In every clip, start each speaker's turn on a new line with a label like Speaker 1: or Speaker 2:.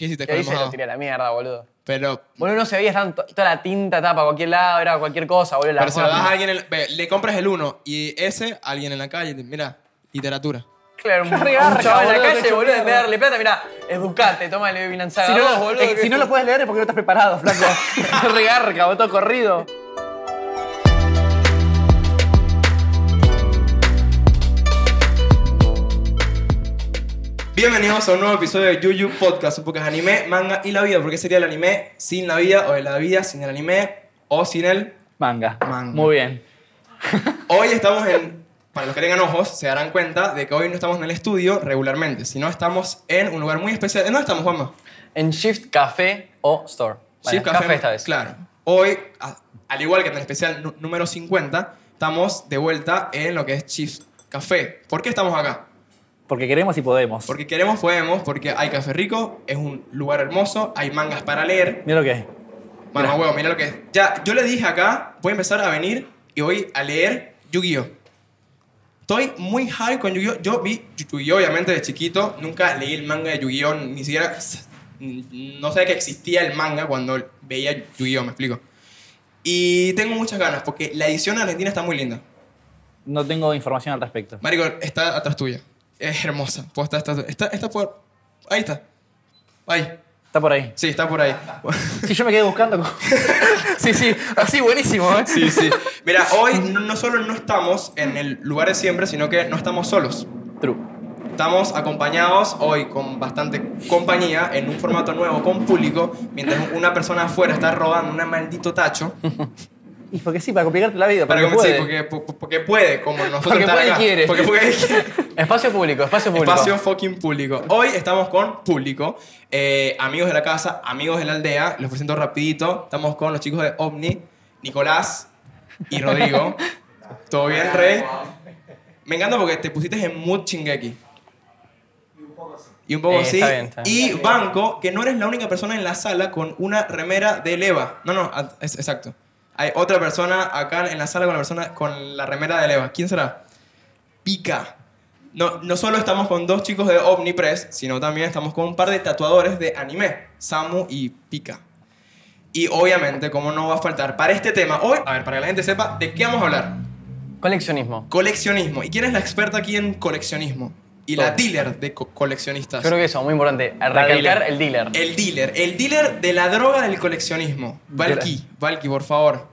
Speaker 1: ¿Qué hiciste
Speaker 2: ¿Qué
Speaker 1: con el
Speaker 2: hice? Lo
Speaker 1: mojado?
Speaker 2: tiré a la mierda, boludo.
Speaker 1: Pero,
Speaker 2: Boludo, no se veía tanto, toda la tinta tapa a cualquier lado, era cualquier cosa, boludo. La
Speaker 1: pero se lo das
Speaker 2: hoja.
Speaker 1: a alguien, en- ve, le compras el uno y ese, a alguien en la calle, te- mira, literatura.
Speaker 2: Claro, un,
Speaker 3: Regarga,
Speaker 2: un chaval en la
Speaker 3: boludo,
Speaker 2: calle,
Speaker 3: te
Speaker 2: boludo, en
Speaker 3: chupa.
Speaker 2: vez de darle plata, mirá, educate, toma el Vinanzaga
Speaker 3: Si no,
Speaker 2: dos,
Speaker 3: lo-
Speaker 2: boludo.
Speaker 3: eh,
Speaker 2: que-
Speaker 3: si no lo puedes leer es porque no estás preparado, flaco. Regarca, botó corrido.
Speaker 1: Bienvenidos a un nuevo episodio de Yuyu Podcast, un podcast de anime, manga y la vida. Porque sería el anime sin la vida o de la vida sin el anime o sin el...
Speaker 3: Manga.
Speaker 1: Manga.
Speaker 3: Muy bien.
Speaker 1: Hoy estamos en... Para los que tengan ojos, se darán cuenta de que hoy no estamos en el estudio regularmente, sino estamos en un lugar muy especial. ¿En dónde estamos, Juanma?
Speaker 2: En Shift Café o Store. Bueno,
Speaker 1: Shift
Speaker 2: café, esta vez.
Speaker 1: Claro. Hoy, a- al igual que en el especial nu- número 50, estamos de vuelta en lo que es Chief Café. ¿Por qué estamos acá?
Speaker 3: Porque queremos y podemos.
Speaker 1: Porque queremos, podemos, porque hay café rico, es un lugar hermoso, hay mangas para leer.
Speaker 3: Mira lo que es.
Speaker 1: Mamá huevo, mira lo que es. Ya, yo le dije acá, voy a empezar a venir y voy a leer Yu-Gi-Oh! Estoy muy high con Yu-Gi-Oh! Yo vi Yu-Gi-Oh! obviamente de chiquito, nunca leí el manga de Yu-Gi-Oh! Ni siquiera. No sabía que existía el manga cuando veía Yu-Gi-Oh! Me explico. Y tengo muchas ganas porque la edición argentina está muy linda.
Speaker 3: No tengo información al respecto.
Speaker 1: Marico, está atrás tuya. Es hermosa. Posta, está, está, está por. Ahí está. Ahí.
Speaker 3: Está por ahí.
Speaker 1: Sí, está por ahí.
Speaker 3: Sí, yo me quedé buscando. con- sí, sí. Así, buenísimo, ¿eh?
Speaker 1: Sí, sí. Mira, hoy no, no solo no estamos en el lugar de siempre, sino que no estamos solos.
Speaker 3: True.
Speaker 1: Estamos acompañados hoy con bastante compañía, en un formato nuevo, con público, mientras una persona afuera está robando un maldito tacho.
Speaker 3: Y porque sí, para complicarte la vida.
Speaker 1: Para
Speaker 3: porque
Speaker 1: que
Speaker 3: puede.
Speaker 1: sí, porque, po- porque puede, como nosotros
Speaker 2: Porque
Speaker 1: estar
Speaker 2: puede y
Speaker 1: acá.
Speaker 2: quiere.
Speaker 1: Porque puede y quiere.
Speaker 2: Espacio público, espacio público.
Speaker 1: Espacio fucking público. Hoy estamos con público, eh, amigos de la casa, amigos de la aldea. Los presento rapidito. Estamos con los chicos de OVNI, Nicolás y Rodrigo. ¿Todo bien, Rey? Me encanta porque te pusiste en mood chingeki. Y un poco
Speaker 2: Eh,
Speaker 1: así.
Speaker 2: está bien, está
Speaker 1: Y Banco, que no eres la única persona en la sala con una remera de Leva. No, no, a- es- exacto. Hay otra persona acá en la sala con la persona con la remera de Leva. ¿Quién será? Pica. No, no solo estamos con dos chicos de Omnipress, sino también estamos con un par de tatuadores de anime, Samu y Pika. Y obviamente, como no va a faltar para este tema hoy, a ver, para que la gente sepa de qué vamos a hablar.
Speaker 2: Coleccionismo.
Speaker 1: Coleccionismo. ¿Y quién es la experta aquí en coleccionismo? Y la
Speaker 2: Todos.
Speaker 1: dealer de co- coleccionistas.
Speaker 2: Yo creo que eso, muy importante. Recalcar
Speaker 3: dealer.
Speaker 2: el dealer.
Speaker 1: El dealer. El dealer de la droga del coleccionismo. Valky, Valky, por favor.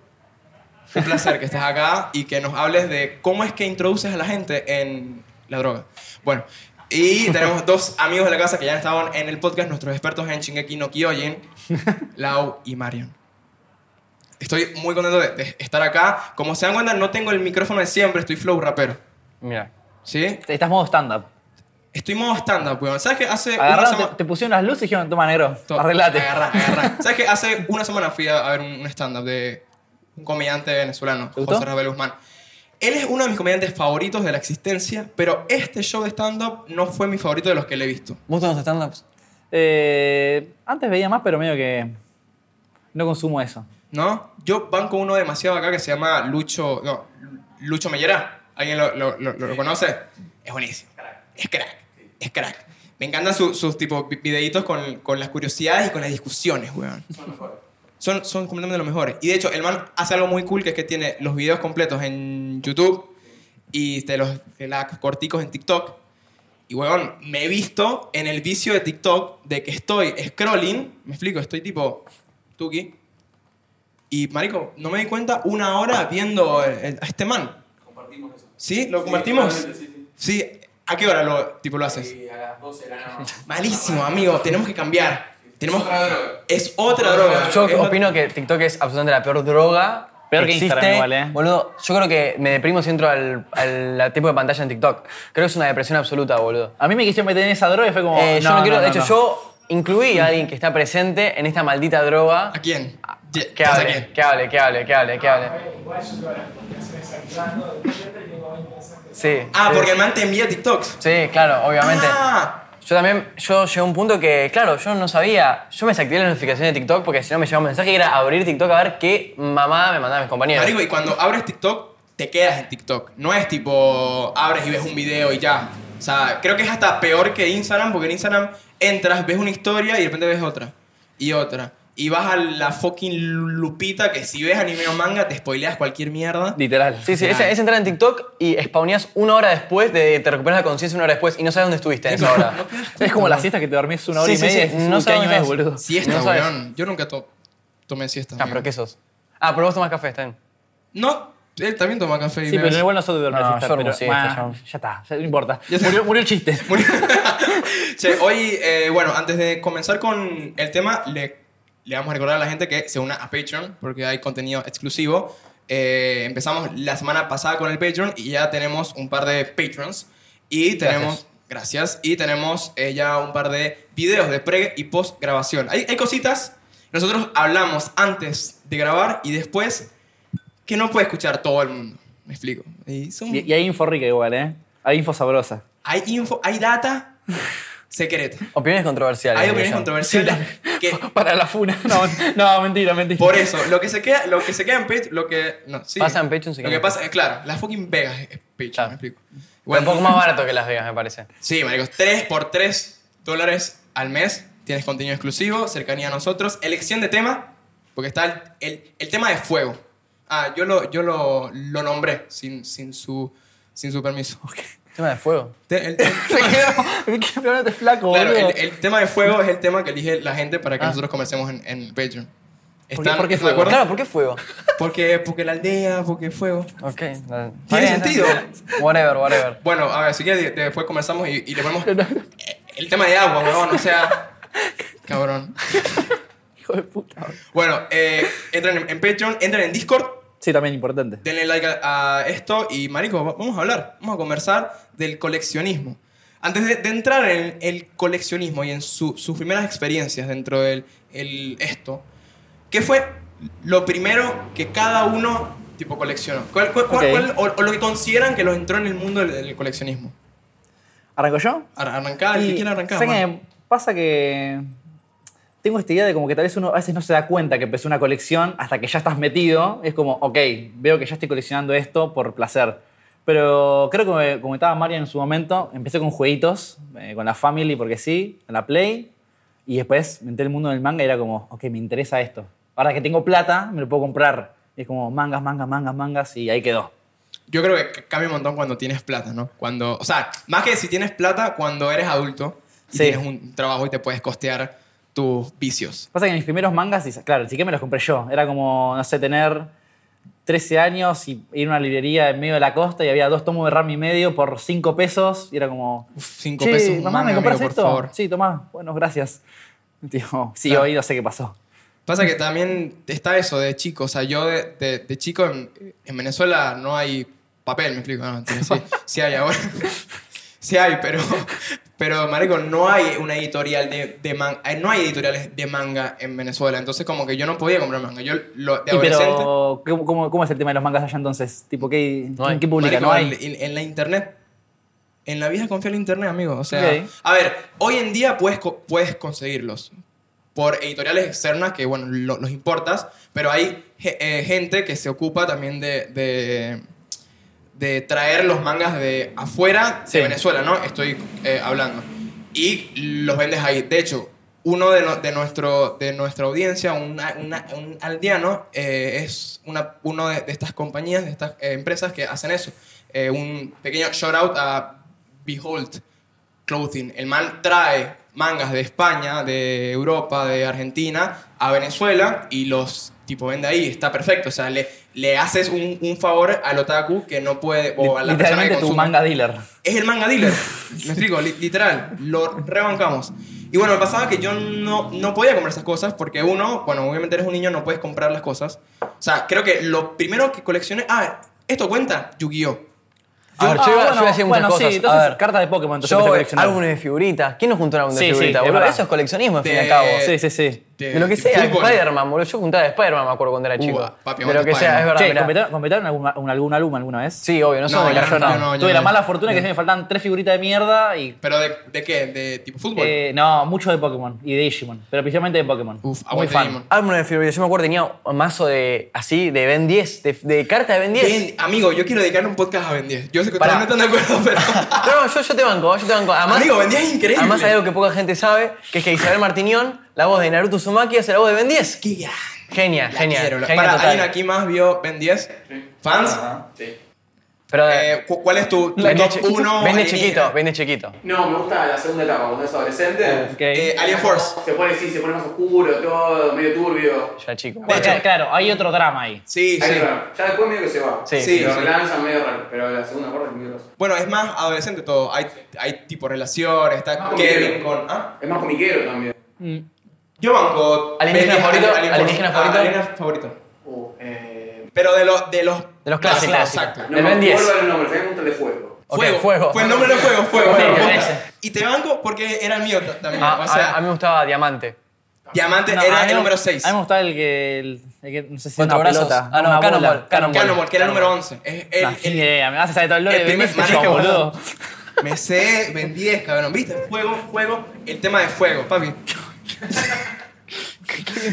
Speaker 1: Un placer que estés acá y que nos hables de cómo es que introduces a la gente en la droga. Bueno, y tenemos dos amigos de la casa que ya estaban en el podcast, nuestros expertos en Shingeki no Kyojin, Lau y Marion. Estoy muy contento de, de estar acá. Como se dan cuenta, no tengo el micrófono de siempre, estoy flow rapero.
Speaker 2: Mira.
Speaker 1: ¿Sí?
Speaker 3: Estás modo stand-up.
Speaker 1: Estoy modo stand-up, weón. ¿Sabes qué? Hace una
Speaker 3: Agarraron,
Speaker 1: sema-
Speaker 3: te, te pusieron las luces y dijeron, toma, negro,
Speaker 1: To-
Speaker 3: arreglate.
Speaker 1: Agarrá, agarrá. ¿Sabes qué? Hace una semana fui a, a ver un, un stand-up de un comediante venezolano,
Speaker 3: gustó?
Speaker 1: José Rafael Guzmán. Él es uno de mis comediantes favoritos de la existencia, pero este show de stand-up no fue mi favorito de los que le he visto.
Speaker 2: ¿Vos los stand-ups?
Speaker 3: Eh, antes veía más, pero medio que no consumo eso.
Speaker 1: ¿No? Yo banco uno demasiado acá que se llama Lucho. No, Lucho Mellera. ¿Alguien lo, lo- lo- lo conoce? Es buenísimo. Es crack. Es crack. Me encantan su- sus tipo vi- videitos con, con las curiosidades y con las discusiones, weón. Son, son completamente los mejores. Y de hecho, el man hace algo muy cool que es que tiene los videos completos en YouTube y te los te la- corticos en TikTok. Y weón, me he visto en el vicio de TikTok de que estoy scrolling, me explico, estoy tipo Tuki. Y marico, no me di cuenta una hora viendo el- el- a este man.
Speaker 4: Compartimos eso.
Speaker 1: ¿Sí? ¿Lo compartimos?
Speaker 4: Sí, sí, sí.
Speaker 1: Sí. ¿A qué hora lo, tipo, lo haces?
Speaker 4: Y a las 12 de la noche.
Speaker 1: Malísimo, amigo. Tenemos que cambiar. Tenemos...
Speaker 4: Es
Speaker 1: Es otra
Speaker 4: otra droga.
Speaker 1: droga.
Speaker 2: Yo
Speaker 1: Es otra-
Speaker 2: opino que TikTok es absolutamente la peor droga.
Speaker 3: Peor que
Speaker 2: existe.
Speaker 3: Instagram igual, ¿eh?
Speaker 2: Boludo, yo creo que me deprimo si entro al, al al tipo de pantalla en TikTok. Creo que es una depresión absoluta, boludo.
Speaker 3: A mí me quisieron meter en esa droga y fue como.
Speaker 2: Eh, yo no,
Speaker 3: no,
Speaker 2: quiero,
Speaker 3: no,
Speaker 2: de
Speaker 3: no,
Speaker 2: hecho,
Speaker 3: no.
Speaker 2: yo incluí a alguien que está presente en esta maldita droga.
Speaker 1: ¿A quién? Ye-
Speaker 2: Que
Speaker 1: ¿Estás
Speaker 2: hable, que hable, que hable, que hable, que hable. Sí.
Speaker 1: Ah,
Speaker 2: sí.
Speaker 1: porque el man te envía TikToks.
Speaker 2: Sí, claro, obviamente.
Speaker 1: Ah,
Speaker 2: Yo también, yo llegué a un punto que, claro, yo no sabía. Yo me desactivé la notificación de TikTok porque si no me llegaba un mensaje que era abrir TikTok a ver qué mamá me mandaban mis compañeros.
Speaker 1: marico, y cuando abres TikTok, te quedas en TikTok. No es tipo, abres y ves un video y ya. O sea, creo que es hasta peor que Instagram, porque en Instagram entras, ves una historia y de repente ves otra. Y otra. Y vas a la fucking lupita que si ves anime o manga te spoileas cualquier mierda.
Speaker 3: Literal.
Speaker 2: Sí, sí, es,
Speaker 1: Claro.
Speaker 2: es entrar en TikTok y spawneas una hora después, de, te recuperas la conciencia una hora después y no sabes dónde estuviste en esa hora.
Speaker 3: Es como la siesta que te dormís una hora
Speaker 2: Sí,
Speaker 3: y
Speaker 2: sí,
Speaker 3: media.
Speaker 2: sí,
Speaker 3: y decís,
Speaker 2: no
Speaker 3: "Uy, ¿Qué año
Speaker 2: sabes dónde
Speaker 3: es,
Speaker 2: estás".
Speaker 3: boludo?
Speaker 1: Siesta,
Speaker 2: No sabes.
Speaker 1: weón. Yo nunca to- tomé siesta.
Speaker 2: Ah, pero
Speaker 1: amigo.
Speaker 2: ¿qué sos? Ah, pero vos tomás café, está bien.
Speaker 1: No, él también toma café y
Speaker 3: Sí, pero
Speaker 1: bebe.
Speaker 3: en el bueno nosotros duerme
Speaker 2: No,
Speaker 3: la siesta.
Speaker 2: yo duermo
Speaker 3: pero,
Speaker 2: siesta,
Speaker 3: bueno,
Speaker 2: ya.
Speaker 3: ya está, ya no importa.
Speaker 1: Ya está.
Speaker 3: Murió, murió el chiste.
Speaker 1: Che, hoy, eh, bueno, antes de comenzar con el tema, le, le vamos a recordar a la gente que se una a Patreon porque hay contenido exclusivo. Eh, empezamos la semana pasada con el Patreon y ya tenemos un par de Patrons. Y tenemos, gracias, y tenemos eh, ya un par de videos de pre y post grabación. Hay, hay cositas, nosotros hablamos antes de grabar y después que no puede escuchar todo el mundo. Me explico. Y son-
Speaker 3: Y, y hay info rica igual, ¿eh? Hay info sabrosa.
Speaker 1: hay info, hay data secreta.
Speaker 2: Opiniones controversiales.
Speaker 1: Hay
Speaker 2: diría
Speaker 1: opiniones
Speaker 2: yo.
Speaker 1: controversiales que
Speaker 3: Para la funa. No, no Ah, mentira, mentira.
Speaker 1: por eso lo que se queda lo que se queda en Patreon lo que no sí
Speaker 2: Pasa en Patreon, se
Speaker 1: lo
Speaker 2: queda
Speaker 1: que
Speaker 2: en
Speaker 1: pasa es claro la fucking Vegas es Patreon
Speaker 2: Claro.
Speaker 1: me explico
Speaker 2: Bueno,
Speaker 1: Bueno,
Speaker 2: un poco más barato que Las Vegas, me parece.
Speaker 1: sí maricos 3 por 3 dólares al mes tienes contenido exclusivo cercanía a nosotros elección de tema porque está el, el- el tema de fuego ah yo lo yo lo, lo nombré sin, sin su sin su permiso
Speaker 2: Tema de fuego.
Speaker 1: Te- el- el-
Speaker 3: ¿Qué planeta flaco,
Speaker 1: claro,
Speaker 3: boludo?
Speaker 1: el, el tema de fuego es el tema que elige la gente para que nosotros comencemos en, en Patreon ¿Están,
Speaker 3: por qué
Speaker 1: están de
Speaker 3: fuego?
Speaker 1: acuerdo?
Speaker 2: Claro, Ah. ¿por qué fuego?
Speaker 1: Porque, porque la aldea, porque fuego.
Speaker 2: Ok. Tiene
Speaker 1: sentido.
Speaker 2: Whatever, whatever.
Speaker 1: Bueno, a ver, si quieres, de- después comenzamos y, y le ponemos eh, el tema de agua, weón, o sea. Cabrón.
Speaker 3: Hijo de puta. boludo.
Speaker 1: Bueno, eh, entren en, en Patreon, entren en Discord,
Speaker 3: Sí, también importante.
Speaker 1: denle like a, a esto y, marico, va- vamos a hablar, vamos a conversar del coleccionismo. Antes de, de entrar en el coleccionismo y en su- sus primeras experiencias dentro del el, esto, ¿qué fue lo primero que cada uno tipo coleccionó? ¿Cuál, cuál- cuál-
Speaker 3: Ok.
Speaker 1: cuál- o, o lo que consideran que los entró en el mundo del, del coleccionismo?
Speaker 3: ¿Arranco yo?
Speaker 1: Ar- Arrancar,
Speaker 3: Y,
Speaker 1: ¿qué quiere arrancar?
Speaker 3: ¿saben
Speaker 1: mano?
Speaker 3: qué? Pasa que tengo esta idea de como que tal vez uno a veces no se da cuenta que empezó una colección hasta que ya estás metido. Es como, ok, veo que ya estoy coleccionando esto por placer. Pero creo que, como estaba María en su momento, empecé con jueguitos, eh, con la Family porque sí, con la Play. Y después me entré en el mundo del manga y era como, ok, me interesa esto. Ahora que tengo plata, me lo puedo comprar. Y es como mangas, mangas, mangas, mangas y ahí quedó.
Speaker 1: Yo creo que c- cambia un montón cuando tienes plata, ¿no? Cuando, o sea, más que si tienes plata, cuando eres adulto y
Speaker 3: Sí.
Speaker 1: tienes un trabajo y te puedes costear tus vicios.
Speaker 3: Pasa que mis primeros mangas, y- claro, sí que me los compré yo. Era como, no sé, tener 13 años y ir a una librería en medio de la costa y había dos tomos de Rami y medio por 5 pesos. Y era como,
Speaker 1: Uf, cinco
Speaker 3: che,
Speaker 1: pesos. un
Speaker 3: mamá, ¿me
Speaker 1: manga,
Speaker 3: compras
Speaker 1: amigo,
Speaker 3: esto?
Speaker 1: Por favor.
Speaker 3: Sí, tomá, bueno, gracias. Tío, sí,
Speaker 1: Claro.
Speaker 3: hoy no sé qué pasó.
Speaker 1: Pasa que también está eso de chico. O sea, yo de, de- de chico en, en Venezuela no hay papel, me explico. No, mentira, sí, sí hay ahora. sí hay, pero, pero marico, no hay una editorial de, de manga. No hay editoriales de manga en Venezuela. Entonces, como que yo no podía comprar manga. Yo lo, de
Speaker 3: Y
Speaker 1: adolescente.
Speaker 3: pero, ¿cómo, cómo, cómo es el tema de los mangas allá entonces? Tipo, ¿qué,
Speaker 2: No hay.
Speaker 3: ¿qué publica?
Speaker 1: Marico,
Speaker 3: No hay.
Speaker 1: En, en- en la internet. En la vieja confía en la internet, amigo. O sea,
Speaker 3: Ok.
Speaker 1: a ver, hoy en día puedes, co- puedes conseguirlos por editoriales externas que, bueno, lo- los importas, pero hay ge- eh, gente que se ocupa también de, de, de traer los mangas de afuera
Speaker 3: Sí.
Speaker 1: de Venezuela, ¿no? Estoy eh, hablando. Y los vendes ahí. De hecho, uno de, no- de nuestro, de nuestra audiencia, una- una- un aldeano, eh, es una, uno de, de estas compañías, de estas eh, empresas que hacen eso. Eh, un pequeño shout out a Behold Clothing. El man trae mangas de España, de Europa, de Argentina a Venezuela y los tipo vende ahí. Está perfecto. O sea, le, le haces un, un favor al otaku que no puede. O a la persona que
Speaker 3: Literalmente tu
Speaker 1: consume
Speaker 3: manga dealer.
Speaker 1: es el manga dealer. Me explico, li- literal. Lo rebancamos. Y bueno, me pasaba que yo no, no podía comprar esas cosas porque uno, bueno, obviamente eres un niño, no puedes comprar las cosas. O sea, creo que lo primero que coleccioné. Ah, esto cuenta, Yu-Gi-Oh!
Speaker 2: A ver, yo, iba, yo iba a decir muchas
Speaker 3: Ah, bueno,
Speaker 2: cosas.
Speaker 3: sí,
Speaker 2: a
Speaker 3: entonces
Speaker 2: ver,
Speaker 3: cartas de Pokémon, entonces
Speaker 2: yo,
Speaker 3: empecé a coleccionar.
Speaker 2: álbumes de figuritas. ¿Quién nos juntó un álbum
Speaker 3: Sí,
Speaker 2: de
Speaker 3: sí,
Speaker 2: figuritas?
Speaker 3: es
Speaker 2: boludo?
Speaker 3: verdad.
Speaker 2: eso es coleccionismo, al fin y
Speaker 1: De-
Speaker 2: al cabo.
Speaker 1: eh,
Speaker 3: Sí, sí, sí.
Speaker 1: de-
Speaker 2: De lo que
Speaker 1: de
Speaker 2: sea,
Speaker 1: fútbol.
Speaker 2: Spider-man, boludo. Yo juntaba de Spider-Man, me acuerdo cuando era chico. de
Speaker 1: papi,
Speaker 2: lo
Speaker 1: aguante
Speaker 2: que sea,
Speaker 1: Spider-Man.
Speaker 2: es verdad.
Speaker 3: Che,
Speaker 2: mirá.
Speaker 3: ¿completaron, completaron algún, algún álbum alguna vez?
Speaker 2: Sí, obvio, no
Speaker 1: No,
Speaker 2: somos de la
Speaker 1: yo no,
Speaker 2: zona.
Speaker 1: yo no.
Speaker 3: Tuve la mala fortuna que se me faltan tres figuritas de mierda y.
Speaker 1: ¿Pero de, de qué? ¿De tipo fútbol?
Speaker 3: eh, no, mucho de Pokémon y de Digimon, pero principalmente de Pokémon.
Speaker 1: Uf,
Speaker 3: Ah, Muy
Speaker 1: aguante
Speaker 3: fan.
Speaker 1: Digimon.
Speaker 2: Álbum de figurillas, Ah, yo me acuerdo tenía un mazo de así, de Ben 10, de, de carta de Ben 10.
Speaker 1: Ben, amigo, yo quiero dedicarle un podcast a Ben 10. Yo sé que
Speaker 2: Pará.
Speaker 1: ustedes no están de acuerdo, pero...
Speaker 2: No, no, yo, yo te banco, yo te banco. Además,
Speaker 1: Amigo, Ben 10 es increíble.
Speaker 2: Además hay algo que poca gente sabe, que es que Isabel Martiñón, la voz de Naruto Uzumaki, hace la voz de Ben 10.
Speaker 1: ¡Qué gran!
Speaker 2: Genia,
Speaker 1: La
Speaker 2: genia,
Speaker 1: quiero, la-
Speaker 2: genia
Speaker 1: Pará,
Speaker 2: total.
Speaker 1: ¿alguien aquí más vio Ben 10? ¿Fans?
Speaker 4: Ajá, sí.
Speaker 2: Pero
Speaker 1: Eh, cu- ¿Cuál es tu, tu
Speaker 2: Ben 10
Speaker 1: top
Speaker 2: chi-
Speaker 1: 1?
Speaker 2: Ben 10 chiquito, Ben 10 chiquito.
Speaker 4: No, me gusta la segunda etapa, cuando es adolescente.
Speaker 3: Ok.
Speaker 1: Eh, Alien Force.
Speaker 4: Se pone, sí, se pone más oscuro, todo, medio turbio.
Speaker 2: Ya chico.
Speaker 1: de hecho-
Speaker 3: claro, hay otro drama ahí.
Speaker 1: Sí,
Speaker 4: Ahí
Speaker 1: sí.
Speaker 4: va. Ya después medio que se va.
Speaker 2: Sí,
Speaker 1: sí,
Speaker 4: Lo
Speaker 1: sí.
Speaker 4: relanzan medio raro, pero la segunda parte es muy grosa.
Speaker 1: Bueno, es más adolescente todo. Hay, hay tipo relaciones, está
Speaker 4: Ah,
Speaker 1: Kevin
Speaker 4: ok.
Speaker 1: con... ¿ah?
Speaker 4: Es más comiquero también.
Speaker 1: Mm. Yo banco...
Speaker 2: ¿Alienígena
Speaker 1: Ben 10,
Speaker 2: favorito?
Speaker 1: Alien Force.
Speaker 2: ¿Alienígena
Speaker 1: Ah,
Speaker 2: favorito?
Speaker 1: alienígena favorito.
Speaker 4: Uh, eh,
Speaker 1: Pero de los... De los,
Speaker 2: De los clásicos.
Speaker 1: Exacto.
Speaker 4: no
Speaker 2: De Ben
Speaker 4: me
Speaker 2: 10.
Speaker 4: acuerdo el nombre, también me gusta el de fuego.
Speaker 2: Ok,
Speaker 1: Fuego.
Speaker 2: fuego.
Speaker 1: Fue el nombre de fuego, fuego.
Speaker 2: Fuego,
Speaker 1: fuego.
Speaker 2: ese. Ah,
Speaker 1: Y te banco porque era el mío t- también.
Speaker 2: A,
Speaker 1: o
Speaker 2: a-
Speaker 1: sea,
Speaker 2: a mí me gustaba Diamante.
Speaker 1: Diamante
Speaker 3: No, a
Speaker 1: era
Speaker 3: mí
Speaker 1: el
Speaker 3: me-
Speaker 1: número 6.
Speaker 3: A mí me gustaba el que. El, el que no sé si era una
Speaker 2: Cuatro brazos.
Speaker 3: pelota.
Speaker 2: Ah, no,
Speaker 3: una
Speaker 2: Cannonball,
Speaker 3: bola.
Speaker 2: Cannonball.
Speaker 1: Cannonball, que era el número 11. Es el,
Speaker 3: Nah,
Speaker 1: el-
Speaker 3: sin idea, me vas a saber todo el lore
Speaker 1: el
Speaker 3: de
Speaker 1: primer
Speaker 3: Ben 10,
Speaker 1: marica,
Speaker 3: boludo.
Speaker 1: me sé, Ben 10, cabrón. ¿Viste? Fuego, fuego. El tema de fuego, papi.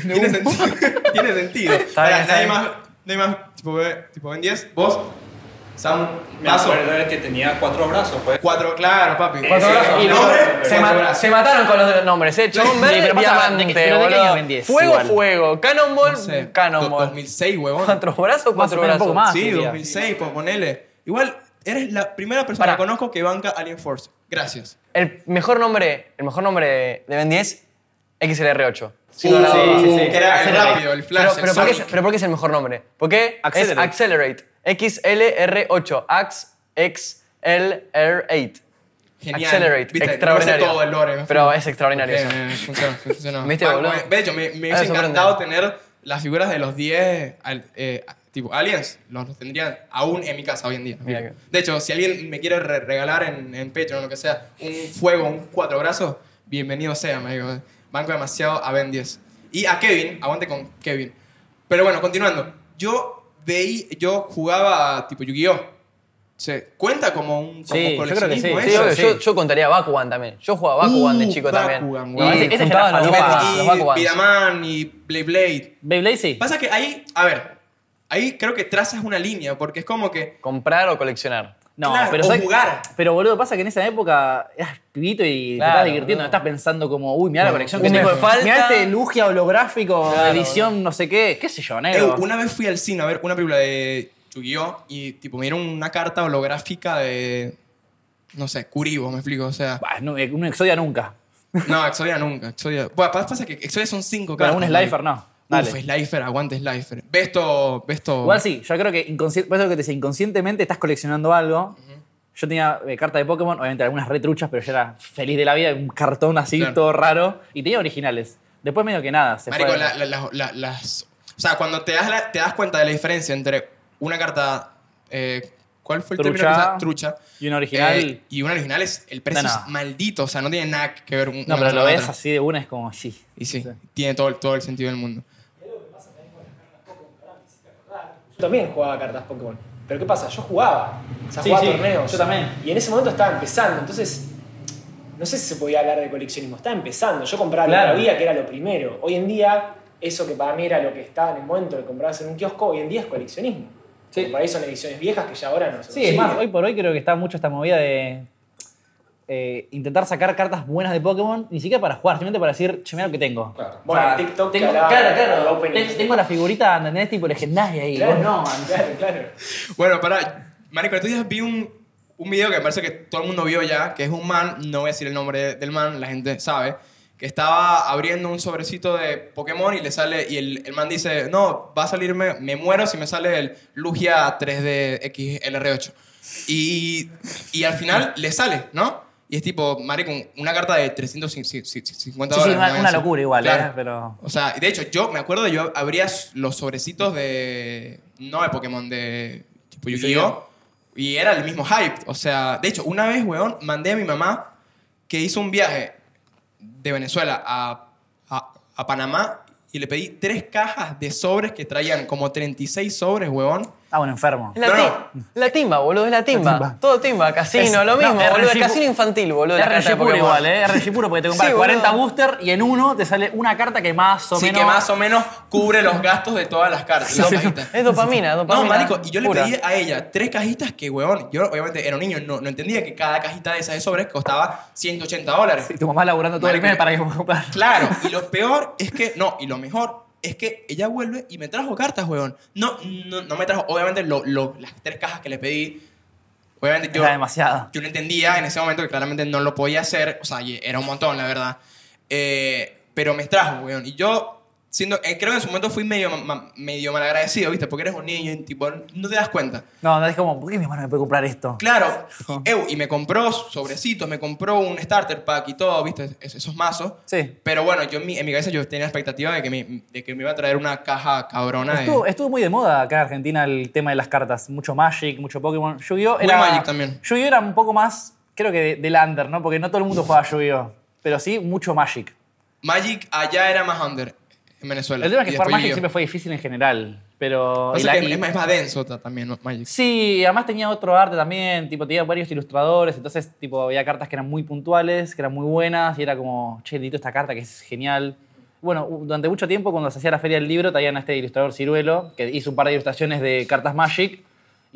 Speaker 1: Tiene sentido. Tiene sentido.
Speaker 2: Está
Speaker 1: Ahora,
Speaker 2: bien, está
Speaker 1: nadie
Speaker 2: bien.
Speaker 1: más, nadie más, tipo, eh, tipo Ben 10. Vos, Sam,
Speaker 5: Me
Speaker 1: Vaso.
Speaker 5: acuerdo era que tenía cuatro brazos, pues.
Speaker 1: Cuatro, claro, papi.
Speaker 2: Cuatro
Speaker 1: Ese,
Speaker 2: brazos. Y
Speaker 1: Eh, ¿Nombre?
Speaker 2: se,
Speaker 1: Cuatro
Speaker 2: ma-
Speaker 1: brazos.
Speaker 2: se mataron con los de los nombres, ¿eh? Chabón
Speaker 3: Sí,
Speaker 2: verde,
Speaker 3: pero pasa,
Speaker 2: diamante,
Speaker 3: de que- pero de qué
Speaker 2: boludo.
Speaker 3: año Ben 10
Speaker 2: Fuego,
Speaker 3: igual?
Speaker 2: fuego. Cannonball,
Speaker 1: No sé, do-
Speaker 2: Cannonball.
Speaker 1: 2006, huevón.
Speaker 2: ¿Cuatro brazos?
Speaker 3: Más o
Speaker 2: Cuatro
Speaker 3: menos, un
Speaker 2: brazos.
Speaker 3: poco más.
Speaker 1: sí,
Speaker 3: diría.
Speaker 1: 2006, pues ponele. Igual, eres la primera persona
Speaker 2: Pará.
Speaker 1: que conozco que banca Alien Force. Gracias.
Speaker 2: El mejor nombre, el mejor nombre de, de Ben 10, XLR8. Sin
Speaker 1: Uh,
Speaker 2: duda alguna.
Speaker 3: sí, sí.
Speaker 1: Que era el
Speaker 3: Accelerate.
Speaker 1: rápido, el flash,
Speaker 2: Pero,
Speaker 1: el
Speaker 2: pero, ¿por qué, es-
Speaker 1: Sonic.
Speaker 2: pero ¿por qué es el mejor nombre? Porque es Accelerate. XLR8. Ax, X, L, R, 8.
Speaker 1: Genial.
Speaker 2: Accelerate.
Speaker 1: Viste,
Speaker 2: extraordinario.
Speaker 1: no sé todo el lore. me
Speaker 2: Pero
Speaker 1: fui.
Speaker 2: es extraordinario.
Speaker 1: Bien,
Speaker 2: eso.
Speaker 1: bien, bien, funciona, funciona.
Speaker 2: ¿Viste,
Speaker 1: Banco,
Speaker 2: boludo?
Speaker 1: eh. De hecho, me, me
Speaker 2: Ah,
Speaker 1: hubiese
Speaker 2: sorprende.
Speaker 1: encantado tener las figuras de los 10 al- eh, tipo aliens. Los los tendría aún en mi casa hoy en día.
Speaker 2: Mira que-
Speaker 1: De hecho, si alguien me quiere re- regalar en, en Patreon o lo que sea, un fuego, un cuatro brazos, bienvenido sea, me digo. Banco demasiado a Ben 10. Y a Kevin, aguante con Kevin. Pero bueno, continuando. Yo veí, yo jugaba tipo Yu-Gi-Oh! Se cuenta como un como
Speaker 3: Sí, yo creo que
Speaker 1: coleccionismo
Speaker 3: sí.
Speaker 2: Sí,
Speaker 1: eso?
Speaker 2: obvio,
Speaker 3: sí.
Speaker 2: Yo, yo contaría Bakugan también. Yo jugaba Bakugan de
Speaker 1: Uh,
Speaker 2: chico
Speaker 1: Bakugan,
Speaker 2: también.
Speaker 1: weón.
Speaker 2: Y
Speaker 3: Ese- ese
Speaker 2: juntaba
Speaker 3: era
Speaker 2: los
Speaker 3: falopa.
Speaker 2: Bakugan, los
Speaker 1: y
Speaker 2: Bakugans.
Speaker 1: Vidaman y Beyblade.
Speaker 3: Beyblade sí.
Speaker 1: Pasa que ahí, a ver, ahí creo que trazas una línea, porque es como que.
Speaker 2: Comprar o coleccionar.
Speaker 3: No,
Speaker 1: Claro,
Speaker 3: pero
Speaker 1: o
Speaker 3: ¿sabes?
Speaker 1: jugar.
Speaker 3: Pero boludo, pasa que en esa época eras pibito y
Speaker 2: Claro,
Speaker 3: te estás divirtiendo,
Speaker 2: boludo.
Speaker 3: no estás pensando como, uy, mirá la conexión que
Speaker 2: un
Speaker 3: tengo.
Speaker 2: me falta-
Speaker 3: Mirá este Lugia holográfico,
Speaker 2: Claro,
Speaker 3: edición no sé qué, qué sé yo,
Speaker 1: Eh,
Speaker 3: negro.
Speaker 1: una vez fui al cine a ver una película de Yu-Gi-Oh! y tipo me dieron una carta holográfica de. No sé, Curibo, me explico. O sea.
Speaker 3: Bah, no, eh, un Exodia nunca.
Speaker 1: No, Exodia nunca. Exodia. Bueno, pa- pasa que Exodia son cinco
Speaker 3: Pero un
Speaker 1: cartas.
Speaker 3: Slifer
Speaker 1: marico.
Speaker 3: no. Dale.
Speaker 1: Uf, Slifer, aguante Slifer. Ve esto. Ve esto.
Speaker 3: Igual sí, yo creo que, inconsci- por eso que te decía, inconscientemente estás coleccionando algo. Yo tenía eh, carta de Pokémon, obviamente algunas retruchas, pero yo era feliz de la vida, un cartón así,
Speaker 1: Claro.
Speaker 3: todo raro. Y tenía originales. Después medio que nada. Se
Speaker 1: Marico,
Speaker 3: fue-
Speaker 1: la- la- la- la- las. O sea, cuando te das, la- te das cuenta de la diferencia entre una carta. eh, ¿Cuál fue el término que
Speaker 3: Trucha.
Speaker 1: usa? Trucha.
Speaker 3: Y una original.
Speaker 1: Eh, y una original es. El precio
Speaker 3: No, no.
Speaker 1: es maldito, o sea, no tiene nada que ver. un-
Speaker 3: no,
Speaker 1: una
Speaker 3: pero
Speaker 1: cosa
Speaker 3: lo
Speaker 1: con la
Speaker 3: ves
Speaker 1: otra.
Speaker 3: así de una, es como, sí.
Speaker 1: Y sí, tiene todo, el- todo el sentido del mundo.
Speaker 6: Yo también jugaba cartas Pokémon. Pero ¿qué pasa? Yo jugaba. O sea,
Speaker 3: Sí,
Speaker 6: jugaba
Speaker 3: sí,
Speaker 6: torneos.
Speaker 3: yo también.
Speaker 6: Y en ese momento estaba empezando. Entonces, no sé si se podía hablar de coleccionismo. Estaba empezando. Yo compraba
Speaker 3: Claro.
Speaker 6: lo que había, que era lo primero. Hoy en día, eso que para mí era lo que estaba en el momento que comprabas en un kiosco, hoy en día es coleccionismo.
Speaker 3: Sí.
Speaker 6: Porque Por ahí son ediciones viejas que ya ahora no se
Speaker 3: Sí, es
Speaker 6: consiguen.
Speaker 3: más, hoy por hoy creo que está mucho esta movida de eh, intentar sacar cartas buenas de Pokémon, ni siquiera para jugar, simplemente para decir, che, mira lo que tengo.
Speaker 5: Claro.
Speaker 6: Bueno,
Speaker 3: O sea,
Speaker 6: TikTok que
Speaker 3: tengo,
Speaker 6: hablaba
Speaker 3: claro,
Speaker 6: de
Speaker 3: claro,
Speaker 6: openings.
Speaker 3: ten- tengo la figurita, ¿entendés? Tipo legendaria ahí.
Speaker 6: Claro,
Speaker 3: Vos no, man.
Speaker 6: Claro, claro.
Speaker 1: Bueno, para. Marico, estos días vi un, un video que me parece que todo el mundo vio ya, que es un man, no voy a decir el nombre del man, la gente sabe, que estaba abriendo un sobrecito de Pokémon y le sale, y el, el man dice, no, va a salirme, me muero si me sale el Lugia 3D XLR8. Y, y al final le sale, ¿no? Y es tipo, marico, una carta de
Speaker 3: Sí,
Speaker 1: 350
Speaker 3: sí,
Speaker 1: dólares.
Speaker 3: una,
Speaker 1: ¿no?
Speaker 3: una
Speaker 1: Así.
Speaker 3: locura igual,
Speaker 1: Claro.
Speaker 3: ¿eh? Pero.
Speaker 1: O sea, y de hecho, yo me acuerdo, yo abría s- los sobrecitos de. No de Pokémon, de. Tipo Yu-Gi-Oh! Y era el mismo hype. O sea, de hecho, una vez, weón, mandé a mi mamá que hizo un viaje de Venezuela a, a, a Panamá y le pedí tres cajas de sobres que traían como 36 sobres, huevón.
Speaker 3: Ah, bueno, enfermo.
Speaker 2: Es La,
Speaker 1: No,
Speaker 2: ti-
Speaker 1: no.
Speaker 2: la timba, boludo, es la timba.
Speaker 3: timba.
Speaker 2: Todo timba, casino,
Speaker 3: Es-
Speaker 2: lo mismo,
Speaker 3: no, es
Speaker 2: boludo. El
Speaker 3: RG
Speaker 2: casino infantil, boludo. la carta de
Speaker 3: RG puro
Speaker 2: Pokémon.
Speaker 3: igual, ¿eh? RG puro porque te compras
Speaker 2: Sí,
Speaker 3: 40
Speaker 2: boludo.
Speaker 3: booster y en uno te sale una carta que más o
Speaker 1: Así
Speaker 3: menos...
Speaker 1: que más o menos cubre los gastos de todas las cartas. las cajitas.
Speaker 2: Es dopamina, dopamina.
Speaker 1: No, marico, y yo le
Speaker 2: pura.
Speaker 1: pedí a ella tres cajitas que, huevón, yo obviamente era un niño, no, no entendía que cada cajita de esas de sobres costaba 180 dólares.
Speaker 3: Y tu mamá laburando todo el
Speaker 1: Marico.
Speaker 3: mes para que puedas comprar.
Speaker 1: Claro, y lo peor es que, no, y lo mejor es que ella vuelve y me trajo cartas, huevón. No, no, no me trajo, obviamente, lo, lo- las tres cajas que le pedí. Obviamente yo,
Speaker 3: Era demasiado.
Speaker 1: yo no entendía en ese momento que claramente no lo podía hacer. O sea, y era un montón, la verdad. Eh, pero me trajo, weón. Y yo, siendo, eh, creo que en su momento fui medio, ma- ma- medio malagradecido, ¿viste? Porque eres un niño y tipo, no te das cuenta.
Speaker 3: No, no, es como, ¿por qué mi hermano me puede comprar esto?
Speaker 1: Claro. Eu, y me compró sobrecitos, me compró un starter pack y todo, ¿viste? Es- esos mazos.
Speaker 3: Sí.
Speaker 1: Pero bueno, yo en mi, en mi cabeza yo tenía la expectativa de que, me, de que me iba a traer una caja cabrona. de-
Speaker 3: Estuvo, estuvo muy de moda acá en Argentina el tema de las cartas. Mucho Magic, mucho Pokémon. Yu-Gi-Oh!
Speaker 1: Muy
Speaker 3: era.
Speaker 1: Magic también.
Speaker 3: Yu-Gi-Oh! era un poco más, creo que de- del under, ¿no? Porque no todo el mundo jugaba Yu-Gi-Oh! Pero sí, mucho Magic.
Speaker 1: Magic allá era más under en Venezuela.
Speaker 3: El tema es
Speaker 1: Y
Speaker 3: que jugar
Speaker 1: después
Speaker 3: Magic
Speaker 1: Yu-Gi-Oh.
Speaker 3: siempre fue difícil en general. Pero. y
Speaker 1: Pasa
Speaker 3: la-
Speaker 1: que
Speaker 3: y-
Speaker 1: es más- es más denso ta- también, ¿no? Magic.
Speaker 3: Sí, además tenía otro arte también, tipo, tenía varios ilustradores, entonces, tipo, había cartas que eran muy puntuales, que eran muy buenas, y era como, che, necesito esta carta que es genial. Bueno, u- durante mucho tiempo, cuando se hacía la Feria del Libro, traían a este ilustrador Ciruelo, que hizo un par de ilustraciones de cartas Magic,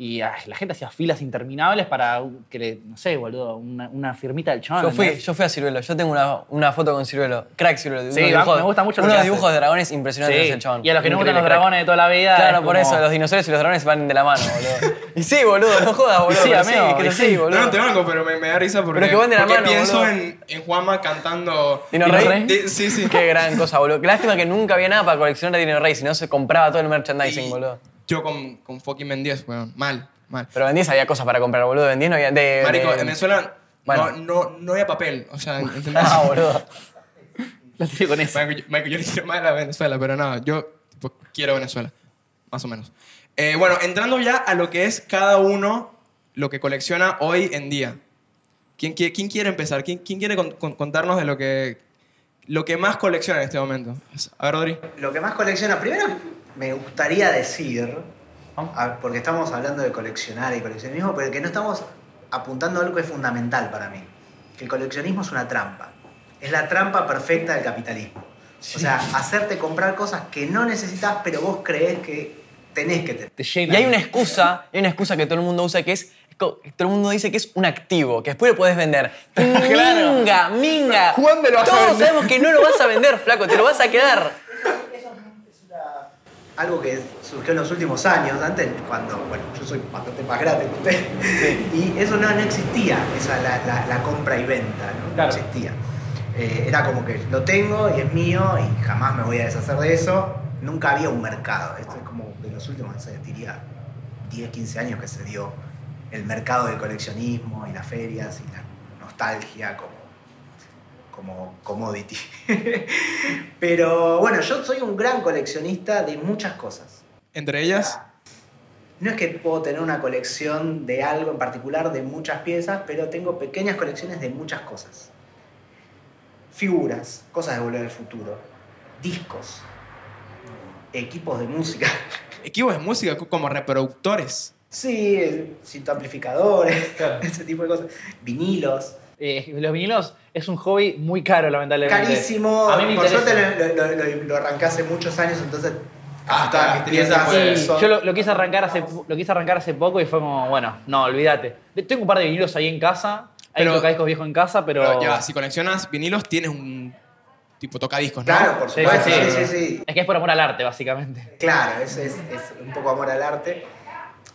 Speaker 3: y ay, la gente hacía filas interminables para que le, no sé, boludo, una, una firmita del chaval.
Speaker 2: Yo fui,
Speaker 3: Ah, ¿entendés?
Speaker 2: yo fui a Ciruelo, yo tengo una, una foto con Ciruelo. Crack Ciruelo.
Speaker 3: Sí,
Speaker 2: unos
Speaker 3: va- me gusta mucho lo
Speaker 2: Unos
Speaker 3: que hace.
Speaker 2: dibujos de dragones impresionantes
Speaker 3: Sí,
Speaker 2: el chabón.
Speaker 3: Y a los que no gustan
Speaker 2: Increíble,
Speaker 3: los
Speaker 2: crack.
Speaker 3: dragones de toda la vida.
Speaker 2: Claro,
Speaker 3: es
Speaker 2: por
Speaker 3: como-
Speaker 2: eso, los dinosaurios y los dragones van de la mano, boludo. y sí, boludo, no jodas, boludo.
Speaker 3: sí,
Speaker 2: pero
Speaker 3: amigo,
Speaker 2: que
Speaker 3: y
Speaker 2: lo
Speaker 3: sí.
Speaker 2: sí, boludo.
Speaker 1: No, no te banco, pero me, me da risa porque,
Speaker 2: Pero es que van de la
Speaker 1: porque
Speaker 2: mano,
Speaker 1: pienso
Speaker 2: boludo.
Speaker 1: en, en Juama cantando...
Speaker 2: ¿Dino
Speaker 1: Dino
Speaker 2: Rey? Eh,
Speaker 1: Rey. Di- Sí, sí.
Speaker 2: Qué gran cosa, boludo. Lástima que nunca había nada para coleccionar a Dino Rey, si no se compraba todo el merchandising,
Speaker 1: Y
Speaker 2: boludo.
Speaker 1: Yo con, con fucking Mendiez, weón. Mal, mal.
Speaker 2: Pero en 10 había cosas para comprar, boludo. En 10 no había. De,
Speaker 1: Marico,
Speaker 2: de-
Speaker 1: en Venezuela
Speaker 2: Bueno.
Speaker 1: no, no, no había papel. O sea, ¿entendés?
Speaker 2: Ah, boludo.
Speaker 3: La tiré con eso.
Speaker 1: Marico, yo, Marico, yo le quiero mal a Venezuela, pero nada, yo tipo, quiero Venezuela, más o menos. Eh, bueno, entrando ya a lo que es cada uno lo que colecciona hoy en día. ¿Quién, qui- quién quiere empezar? ¿Quién, quién quiere con- con- contarnos de lo que, lo que más colecciona en este momento? A ver, Rodri.
Speaker 7: Lo que más colecciona, primero me gustaría decir, a- porque estamos hablando de coleccionar y coleccionismo, pero que no estamos apuntando a algo que es fundamental para mí, que el coleccionismo es una trampa, es la trampa perfecta del capitalismo. O sea, hacerte comprar cosas que no necesitas, pero vos creés que tenés que tener.
Speaker 3: Te llena.
Speaker 2: Y hay una excusa, hay una excusa que todo el mundo usa que es. co- Todo el mundo dice que es un activo, que después lo puedes vender. Minga, minga.
Speaker 1: ¿Cuándo lo vas a
Speaker 2: Todos
Speaker 1: vender?
Speaker 2: sabemos que no lo vas a vender, flaco, te lo vas a quedar.
Speaker 7: algo que surgió en los últimos años, antes cuando, bueno, yo soy bastante más grande que usted, y eso no, no existía, esa, la, la- la compra y venta, ¿no? No
Speaker 6: Claro.
Speaker 7: existía. Eh, era como que lo tengo y es mío y jamás me voy a deshacer de eso. Nunca había un mercado, esto es como de los últimos, no sé, diría 10, 15 años que se dio el mercado del coleccionismo y las ferias y la nostalgia como como commodity. Pero bueno, yo soy un gran coleccionista de muchas cosas.
Speaker 1: Entre ellas,
Speaker 7: No es que puedo tener una colección de algo en particular, de muchas piezas, pero tengo pequeñas colecciones de muchas cosas. Figuras, cosas de Volver al Futuro, discos, equipos de música.
Speaker 1: equipos de música co- como reproductores.
Speaker 7: Sí, sintoamplificadores, ese tipo de cosas. Vinilos.
Speaker 3: Eh, los vinilos es un hobby muy caro, lamentablemente.
Speaker 7: Carísimo.
Speaker 3: A mí me
Speaker 7: Por
Speaker 3: interesa.
Speaker 7: suerte lo, lo- lo- lo arranqué hace muchos años, entonces
Speaker 1: Ah,
Speaker 7: hasta
Speaker 1: está,
Speaker 7: las
Speaker 1: tiene
Speaker 7: piezas
Speaker 1: tiempo de-
Speaker 7: son-
Speaker 3: Yo lo, lo quise arrancar hace, lo quise arrancar hace poco y fue como, bueno, no, olvídate. De- Tengo un par de vinilos ahí en casa, hay
Speaker 1: Pero-
Speaker 3: tocadiscos viejos en casa, pero...
Speaker 1: Pero ya, si coleccionas vinilos, tienes un tipo tocadiscos, ¿no?
Speaker 7: Claro, por
Speaker 3: Sí,
Speaker 7: supuesto.
Speaker 3: sí,
Speaker 7: Sí,
Speaker 3: sí.
Speaker 7: sí, sí,
Speaker 3: Es que es por amor al arte, básicamente.
Speaker 7: Claro, eso es, es un poco amor al arte.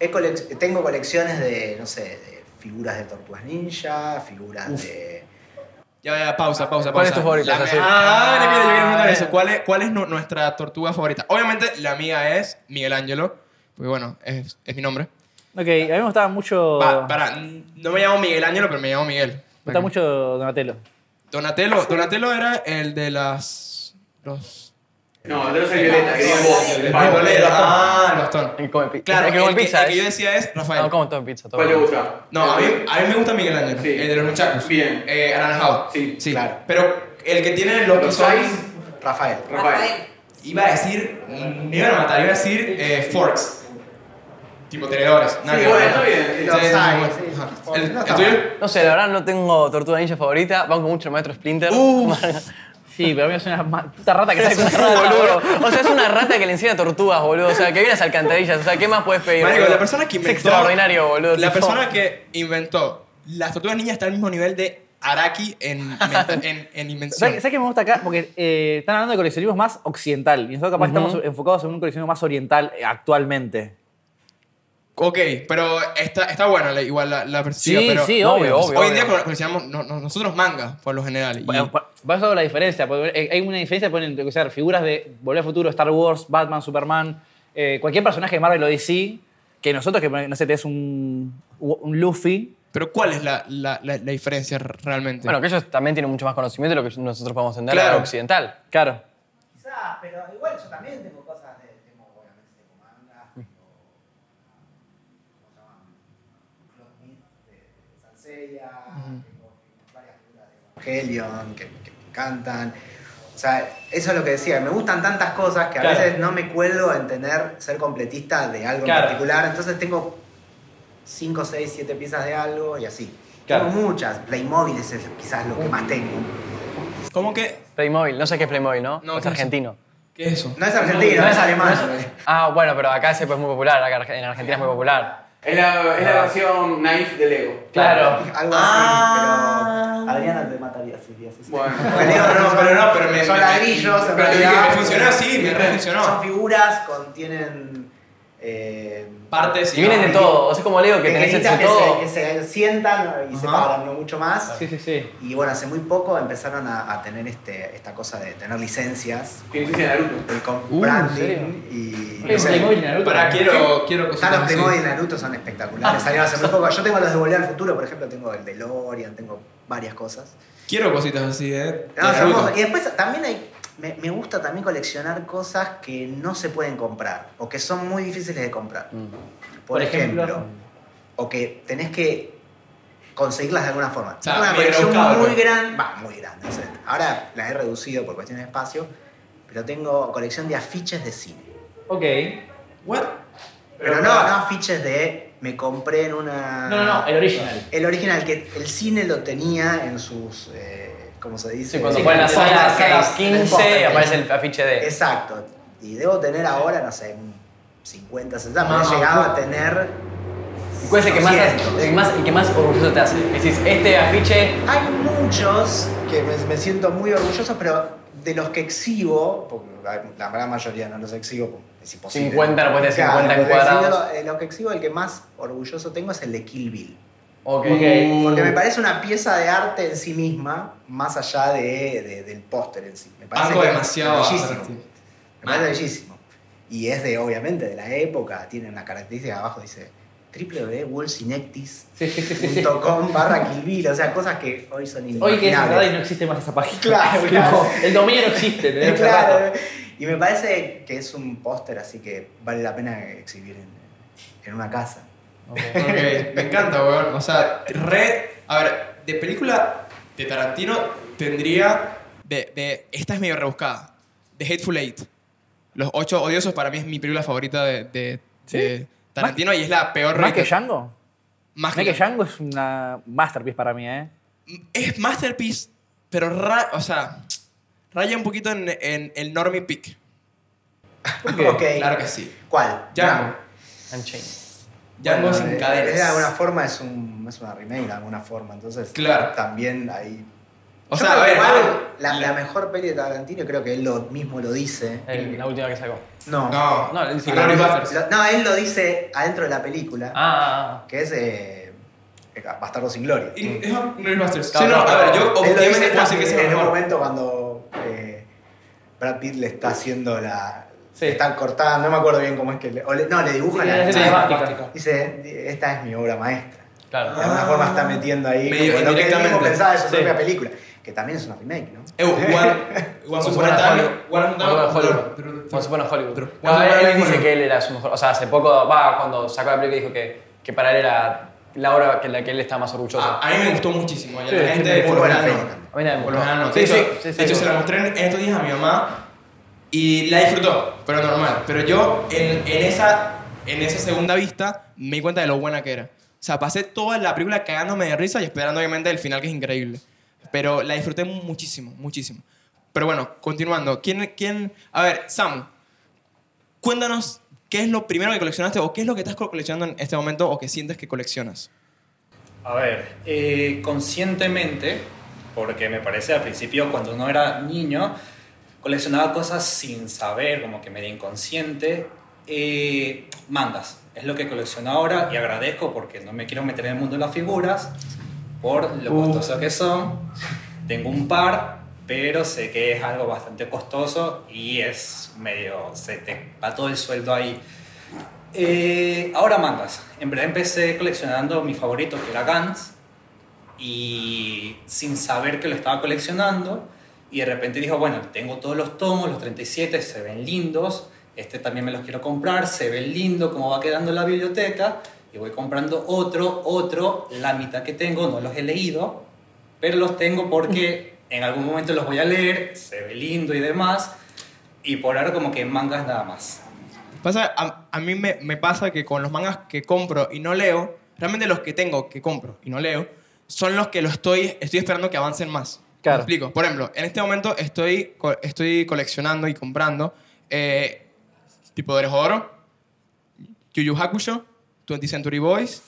Speaker 7: He colec- tengo colecciones de, no sé, de figuras de tortugas ninja, figuras de.
Speaker 1: Ya, ya, pausa, pausa, pausa.
Speaker 2: ¿Cuál es tu favorita,
Speaker 1: La
Speaker 2: José?
Speaker 1: mía- Ah, mira, mira, yo quiero preguntar
Speaker 3: Ah,
Speaker 1: eso.
Speaker 3: bien.
Speaker 1: ¿Cuál es, cuál es nu- nuestra tortuga favorita? Obviamente, la mía es Miguel Ángelo. Porque bueno, es, es mi nombre.
Speaker 3: Ok, a mí me gustaba mucho...
Speaker 1: Pa- para, no me llamo Miguel Ángelo, pero me llamo Miguel.
Speaker 3: me gustaba mucho Donatello.
Speaker 1: Donatello, Donatello era el de las. Los.
Speaker 4: No, el de los violeta, que
Speaker 1: los
Speaker 4: digo vos.
Speaker 1: boleros. Ah, los ton.
Speaker 2: El come pi-
Speaker 1: Claro,
Speaker 2: el que
Speaker 1: el,
Speaker 2: come
Speaker 1: que,
Speaker 2: pizza,
Speaker 1: el que
Speaker 2: es. Ah,
Speaker 1: yo decía es Rafael.
Speaker 2: No, como todo en pizza. todo
Speaker 4: ¿Cuál le
Speaker 2: bien.
Speaker 4: gusta?
Speaker 1: No, a mí, a mí me gusta Miguel Ángel,
Speaker 4: Sí.
Speaker 1: el de los muchachos.
Speaker 4: Bien.
Speaker 1: Eh, anaranjado.
Speaker 4: Sí,
Speaker 1: claro. Pero el que tiene los,
Speaker 4: Los
Speaker 1: pisones.
Speaker 4: seis.
Speaker 7: Rafael.
Speaker 4: Rafael.
Speaker 1: Iba a decir, me iban a matar, iba a decir eh, forks. Tipo tenedores. nada que
Speaker 4: bueno,
Speaker 1: ver.
Speaker 4: está bien.
Speaker 1: Sí,
Speaker 7: Los
Speaker 1: sí, sí,
Speaker 7: hay,
Speaker 1: bueno.
Speaker 7: sí, sí,
Speaker 1: Ajá.
Speaker 7: forks.
Speaker 1: ¿El,
Speaker 7: No
Speaker 1: el
Speaker 7: está
Speaker 1: tuyo?
Speaker 7: mal.
Speaker 2: No sé, la verdad no tengo tortuga ninja favorita. Banco mucho el maestro Splinter.
Speaker 3: Sí, pero a mí es una ma- puta rata que
Speaker 2: Es
Speaker 3: saca
Speaker 2: una
Speaker 3: un
Speaker 2: rata,
Speaker 3: boludo.
Speaker 2: boludo. O sea, es una rata que le enseña tortugas, boludo. O sea, que vive en las alcantarillas. O sea, ¿qué más puedes pedir?
Speaker 1: Marico,
Speaker 2: boludo?
Speaker 1: la persona que
Speaker 2: Es
Speaker 1: inventó.
Speaker 2: extraordinario, boludo.
Speaker 1: La
Speaker 2: tipo.
Speaker 1: persona que inventó las tortugas niñas está al mismo nivel de Araki en, menta- en, en invención.
Speaker 3: ¿Sabes, sabes qué me gusta acá? Porque eh, están hablando de coleccionismo más occidental. Y nosotros capaz estamos enfocados en un coleccionismo más oriental eh, actualmente.
Speaker 1: Ok, pero está, está buena la, igual la, la perspectiva,
Speaker 3: Sí,
Speaker 1: pero
Speaker 3: sí,
Speaker 1: No,
Speaker 3: obvio,
Speaker 1: pues,
Speaker 2: obvio,
Speaker 1: Hoy en día
Speaker 2: obvio.
Speaker 1: coleccionamos no- no- nosotros manga, por lo general. y-
Speaker 3: Bueno, por- por eso la diferencia. porque, eh, hay una diferencia por entre, o sea, figuras de Volver al Futuro, Star Wars, Batman, Superman, eh, cualquier personaje de Marvel o DC, que nosotros, que no sé, tenés un, un Luffy.
Speaker 1: pero ¿cuál es la, la, la, la diferencia r- realmente?
Speaker 2: Bueno, que ellos también tienen mucho más conocimiento de lo que nosotros podemos entender
Speaker 1: Claro.
Speaker 2: a lo occidental.
Speaker 3: Claro.
Speaker 7: Quizás, pero igual yo también tengo cosas de. Tengo, obviamente, tengo mangas, tengo. ¿Cómo se llama? Los Myth de, de Sansella, tengo varias figuras de Evangelion que, que me encantan. O sea, eso es lo que decía, me gustan tantas cosas que a
Speaker 6: Claro.
Speaker 7: veces no me cuelgo en tener, ser completista de algo en
Speaker 6: Claro.
Speaker 7: particular, entonces tengo 5, 6, 7 piezas de algo y así.
Speaker 5: Claro.
Speaker 7: Tengo muchas, Playmobil es quizás lo que más tengo.
Speaker 1: ¿Cómo que?
Speaker 2: Playmobil, no sé qué es Playmobil, ¿no?
Speaker 1: No,
Speaker 2: es
Speaker 1: ¿qué es?
Speaker 2: argentino.
Speaker 1: ¿Qué es eso?
Speaker 7: No es argentino, no, es alemán.
Speaker 2: Ah, bueno, pero acá se pues, muy popular, acá en Argentina es muy popular. Ah.
Speaker 4: Es la,
Speaker 1: Ah.
Speaker 4: es la versión naive de Lego.
Speaker 2: Claro.
Speaker 7: Algo
Speaker 4: Ah.
Speaker 2: Ah.
Speaker 7: así, pero Adriana te mataría si días así.
Speaker 4: Bueno.
Speaker 1: no, pero no, pero me-
Speaker 7: Son
Speaker 1: me-
Speaker 7: ladrillos, en
Speaker 1: pero te dije
Speaker 7: realidad.
Speaker 1: que me funcionó, sí, me re funcionó.
Speaker 7: Son figuras, contienen... eh,
Speaker 1: Partes
Speaker 2: Y vienen de todo, o sea, es como Leo que tenés el
Speaker 7: pequeñitas
Speaker 2: de
Speaker 7: que, se,
Speaker 2: todo.
Speaker 7: que se sientan y se
Speaker 1: Ajá.
Speaker 7: paran, no mucho más.
Speaker 3: Sí, sí, sí.
Speaker 7: Y bueno, hace muy poco empezaron a, a tener este, esta cosa de tener licencias,
Speaker 4: Tiene que ser Naruto.
Speaker 7: el con
Speaker 1: Uh, ¿en
Speaker 3: serio?
Speaker 7: branding y... no sé,
Speaker 3: Playmobil, Naruto.
Speaker 1: Para, quiero, quiero
Speaker 7: Ya
Speaker 1: cositas
Speaker 7: los
Speaker 1: así. Ah.
Speaker 7: Playmobil de Naruto son espectaculares, salieron hace muy poco. Yo tengo los de Volver al Futuro, por ejemplo, tengo el de Lorian, tengo varias cosas.
Speaker 1: Quiero cositas así, ¿eh? de
Speaker 7: No, son
Speaker 1: Naruto.
Speaker 7: cosas- y después también hay. Me, me gusta también coleccionar cosas que no se pueden comprar o que son muy difíciles de comprar. Por,
Speaker 6: Mm. Por
Speaker 7: ejemplo,
Speaker 6: ejemplo.
Speaker 7: o que tenés que conseguirlas de alguna forma.
Speaker 1: O sea,
Speaker 7: Tengo una
Speaker 1: medio
Speaker 7: colección
Speaker 1: rebuscado,
Speaker 7: muy
Speaker 1: ¿no?
Speaker 7: grande, va, muy grande. o sea, ahora la he reducido por cuestiones de espacio, pero tengo colección de afiches de cine.
Speaker 6: Ok.
Speaker 1: What?
Speaker 7: Pero, no, no afiches de me compré en una.
Speaker 6: No, no, no, el original.
Speaker 7: El original, que el cine lo tenía en sus. Eh, ¿Cómo se dice?
Speaker 2: Sí, cuando
Speaker 7: Sí,
Speaker 2: fue en la
Speaker 7: en
Speaker 2: sala,
Speaker 7: las
Speaker 2: sala
Speaker 7: seis, en el
Speaker 2: 15
Speaker 7: póster,
Speaker 2: y aparece
Speaker 7: en-
Speaker 2: el afiche de.
Speaker 7: Exacto. Y debo tener ahora, no sé, un 50, 60. pero
Speaker 2: Ah,
Speaker 7: he llegado
Speaker 2: no.
Speaker 7: a tener.
Speaker 2: ¿Cuál es el que más,
Speaker 7: 200.
Speaker 2: el más, el que más orgulloso te hace? Decís, este afiche.
Speaker 7: Hay muchos que me, me siento muy orgulloso, pero de los que exhibo, porque la- la gran mayoría no los exhibo, porque es imposible.
Speaker 2: 50, no puedes decir
Speaker 7: Claro,
Speaker 2: 50 en
Speaker 7: los que exhibo-
Speaker 2: cuadrados.
Speaker 7: eh, los que exhibo, el que más orgulloso tengo es el de Kill Bill.
Speaker 2: Ok.
Speaker 7: Porque me parece una pieza de arte en sí misma, más allá de, de- del póster en sí. Me parece
Speaker 1: Banco
Speaker 7: que es
Speaker 1: demasiado.
Speaker 7: bellísimo.
Speaker 1: arte.
Speaker 7: Me parece bellísimo. Y es de, obviamente, de la época. Tiene una característica abajo, dice www.wolcinectis.com barra Kill Bill. O sea, cosas que hoy son inimaginables.
Speaker 3: Hoy que es verdad y no existe más esa página.
Speaker 7: Claro,
Speaker 3: Tipo,
Speaker 7: claro.
Speaker 3: El dominio no existe. tenés hace rato.
Speaker 7: Claro. Y me parece que es un póster así que vale la pena exhibir en, en una casa.
Speaker 1: Ok, me encanta, weón. O sea, re. A ver, de película de Tarantino tendría. De, de- esta es medio rebuscada. The Hateful Eight. Los ocho odiosos para mí es mi película favorita de, de- de Tarantino y es la peor.
Speaker 3: ¿Más que
Speaker 1: rated-
Speaker 3: Django? Más
Speaker 1: Más
Speaker 3: que Django es una masterpiece para mí, ¿eh?
Speaker 1: Es masterpiece, pero ra- o sea, raya un poquito en, en el normie pick.
Speaker 7: Ok.
Speaker 1: Claro que sí.
Speaker 7: ¿Cuál?
Speaker 1: Django.
Speaker 2: Unchained.
Speaker 1: Django
Speaker 7: Bueno,
Speaker 1: sin
Speaker 7: eh,
Speaker 1: cadenas.
Speaker 7: De alguna forma es, un, es una remake, de alguna forma. Entonces,
Speaker 1: Claro.
Speaker 7: también ahí.
Speaker 1: O
Speaker 7: Yo
Speaker 1: sea,
Speaker 7: creo
Speaker 1: a
Speaker 7: que
Speaker 1: ver.
Speaker 7: igual la, la mejor peli de Tarantino, creo que él lo mismo lo dice.
Speaker 2: El- La última que sacó.
Speaker 7: No.
Speaker 1: No,
Speaker 2: No, el
Speaker 1: Inglourious Basterds.
Speaker 7: Lo- no, él lo dice adentro de la película,
Speaker 2: Ah, ah,
Speaker 7: que es eh, Bastardo sin Gloria.
Speaker 1: In- es un- Inglourious Basterds. Sí,
Speaker 2: Claro,
Speaker 1: no, a
Speaker 2: claro.
Speaker 1: ver, yo
Speaker 7: Él lo
Speaker 1: obviamente
Speaker 7: dice
Speaker 1: puedo decir que es
Speaker 7: también
Speaker 1: este
Speaker 7: en
Speaker 1: el
Speaker 7: un
Speaker 1: mejor.
Speaker 7: momento cuando eh, Brad Pitt le está haciendo la.
Speaker 6: Sí.
Speaker 7: le Están cortando, no me acuerdo bien cómo es que. le- o le- no, le dibuja
Speaker 6: Sí,
Speaker 7: la.
Speaker 6: es
Speaker 1: sí.
Speaker 6: temática.
Speaker 7: Dice, esta es mi obra maestra.
Speaker 2: ah, claro.
Speaker 7: De alguna forma está metiendo ahí
Speaker 1: Medio
Speaker 7: como lo que él mismo
Speaker 1: indirectamente.
Speaker 7: pensaba de su
Speaker 6: Sí.
Speaker 7: propia película, que también es una remake, ¿no?
Speaker 1: Eh, Juan, Juan
Speaker 2: Once
Speaker 1: Upon
Speaker 2: Upon
Speaker 1: a
Speaker 2: a
Speaker 1: Time.
Speaker 2: Hollywood.
Speaker 1: Juan
Speaker 2: Once Upon a Hollywood.
Speaker 1: Upon a
Speaker 2: Once Upon a Hollywood.
Speaker 1: True.
Speaker 2: No,
Speaker 1: Once Upon a
Speaker 2: él, él
Speaker 1: Hollywood.
Speaker 2: dice que él era su mejor. O sea, hace poco, va, cuando sacó la película dijo que, que para él era la obra que la que él está más orgulloso.
Speaker 1: Ah, A, a mí me gustó muchísimo. Y a
Speaker 3: Sí,
Speaker 1: la
Speaker 3: sí,
Speaker 1: gente
Speaker 3: me
Speaker 1: de
Speaker 7: Muy buena
Speaker 1: Colorado.
Speaker 7: película.
Speaker 2: a mí también.
Speaker 1: Por
Speaker 2: me
Speaker 1: los
Speaker 2: gusta.
Speaker 1: enanos.
Speaker 2: Sí,
Speaker 1: de hecho,
Speaker 2: sí, sí, sí,
Speaker 1: de hecho,
Speaker 2: me
Speaker 1: se la
Speaker 2: gusta.
Speaker 1: mostré en estos días a mi mamá y la disfrutó, pero normal. Pero yo en, en esa, en esa segunda vista me di cuenta de lo buena que era. O sea, pasé toda la película cagándome de risa y esperando obviamente el final que es increíble. Pero la disfruté muchísimo, muchísimo. Pero bueno, continuando. ¿Quién, quién? A ver, Sam, cuéntanos qué es lo primero que coleccionaste o qué es lo que estás coleccionando en este momento o que sientes que coleccionas.
Speaker 5: A ver, eh, conscientemente, porque me parece al principio cuando uno era niño, coleccionaba cosas sin saber, como que medio inconsciente, eh, mangas. Es lo que colecciono ahora y agradezco porque no me quiero meter en el mundo de las figuras, por lo costoso que son. Tengo un par, pero sé que es algo bastante costoso y es medio, se te va todo el sueldo ahí. Eh, ahora mangas. En verdad empecé coleccionando mi favorito, que era Gantz, y sin saber que lo estaba coleccionando, y de repente dijo, bueno, tengo todos los tomos, los 37, se ven lindos, este también me los quiero comprar, se ven lindo cómo va quedando la biblioteca, y voy comprando otro, otro, la mitad que tengo, no los he leído, pero los tengo porque en algún momento los voy a leer, se ve lindo y demás, y por ahora como que en mangas nada más.
Speaker 1: Pasa, a, a mí me, me pasa que con los mangas que compro y no leo, realmente los que tengo que compro y no leo, son los que lo estoy, estoy esperando que avancen más.
Speaker 3: Claro.
Speaker 1: ¿Me explico. Por ejemplo, en este momento estoy, co- estoy coleccionando y comprando eh, tipo de Oro, Yu Yu Hakusho, 20th Century Boys,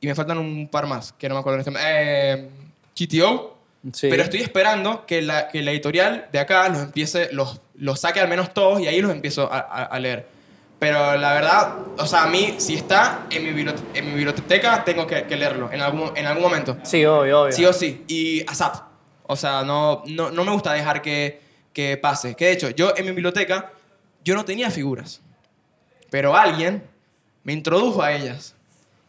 Speaker 1: y me faltan un par más que no me acuerdo en este momento. Eh, GTO.
Speaker 3: Sí.
Speaker 1: Pero estoy esperando que la, que la editorial de acá los empiece, los, los saque al menos todos y ahí los empiezo a, a- a leer. Pero la verdad, o sea, a mí, si está en mi, bibliote- en mi biblioteca, tengo que, que leerlo en algún, en algún momento.
Speaker 3: Sí, obvio, obvio.
Speaker 1: Sí o sí. Y ASAP. O sea, no, no, no me gusta dejar que, que pase. Que de hecho, yo en mi biblioteca, yo no tenía figuras. Pero alguien me introdujo a ellas.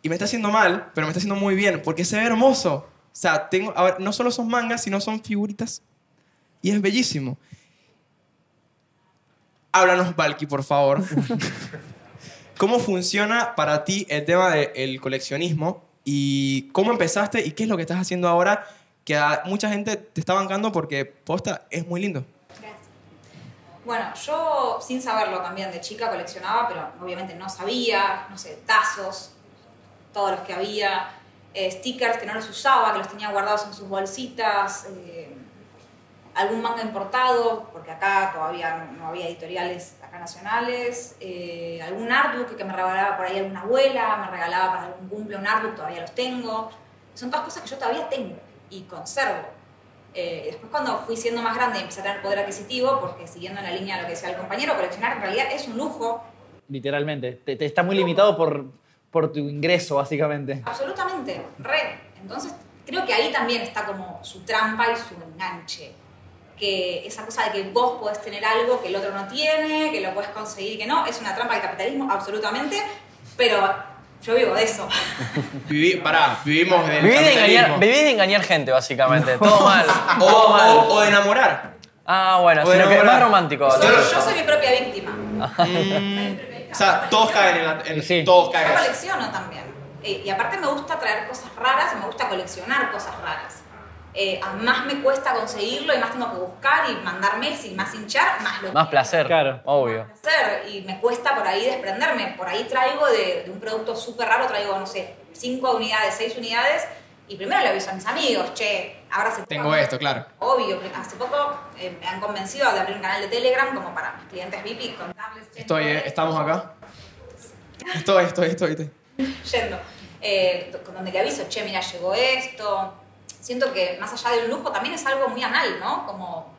Speaker 1: Y me está haciendo mal, pero me está haciendo muy bien. Porque se ve hermoso. O sea, tengo, a ver, no solo son mangas, sino son figuritas. Y es bellísimo. Háblanos, Valky, por favor. ¿Cómo funciona para ti el tema del coleccionismo? ¿Y cómo empezaste? ¿Y qué es lo que estás haciendo ahora? Que a mucha gente te está bancando porque posta es muy lindo.
Speaker 8: Gracias. Bueno, yo sin saberlo también de chica coleccionaba, pero obviamente no sabía, no sé, tazos, todos los que había, eh, stickers que no los usaba, que los tenía guardados en sus bolsitas, eh, algún manga importado, porque acá todavía no, no había editoriales acá nacionales, eh, algún artbook que me regalaba por ahí alguna abuela, me regalaba para algún cumple un artbook, todavía los tengo. Son todas cosas que yo todavía tengo y conservo. Eh, después cuando fui siendo más grande y empecé a tener poder adquisitivo, porque siguiendo la línea de lo que decía el compañero, coleccionar en realidad es un lujo,
Speaker 3: Literalmente. Te, te está muy limitado por, por tu ingreso, básicamente.
Speaker 8: absolutamente, re. Entonces creo que ahí también está como su trampa y su enganche, que esa cosa de que vos podés tener algo que el otro no tiene, que lo podés conseguir y que no, es una trampa de capitalismo, absolutamente, pero yo vivo de eso.
Speaker 1: Viví, pará, vivimos del
Speaker 2: Vivís de,
Speaker 1: capitalismo.
Speaker 2: engañar, vivís de engañar gente, básicamente. Todo mal.
Speaker 1: O,
Speaker 2: Todo mal.
Speaker 1: o- o de enamorar.
Speaker 2: Ah, bueno,
Speaker 1: Bueno,
Speaker 2: sino que es
Speaker 1: bueno.
Speaker 2: más romántico.
Speaker 8: Soy-
Speaker 1: Yo-
Speaker 8: yo soy mi propia víctima.
Speaker 1: Mm, o sea, todos caen en la... en-
Speaker 3: Sí.
Speaker 1: Todos caen.
Speaker 8: Yo colecciono también. Eh, y aparte me gusta traer cosas raras, me gusta coleccionar cosas raras. Eh, a más me cuesta conseguirlo y más tengo que buscar y mandar mails y más hinchar, más lo
Speaker 2: Más
Speaker 8: quiero
Speaker 2: placer.
Speaker 3: Claro.
Speaker 2: Obvio.
Speaker 8: hacer. Y me cuesta por ahí desprenderme. Por ahí traigo de, de un producto súper raro, traigo, no sé, cinco unidades, seis unidades. Y primero le aviso a mis amigos, che, ahora se
Speaker 1: Tengo esto, claro.
Speaker 8: Obvio, hace poco eh, me han convencido de abrir un canal de Telegram como para mis clientes VIP y contarles. che,
Speaker 1: Estoy,
Speaker 8: no,
Speaker 1: eh, estamos acá. Estoy, estoy, estoy. estoy.
Speaker 8: yendo, eh, con donde le aviso, che, mira, llegó esto. Siento que más allá del lujo también es algo muy anal, ¿no? Como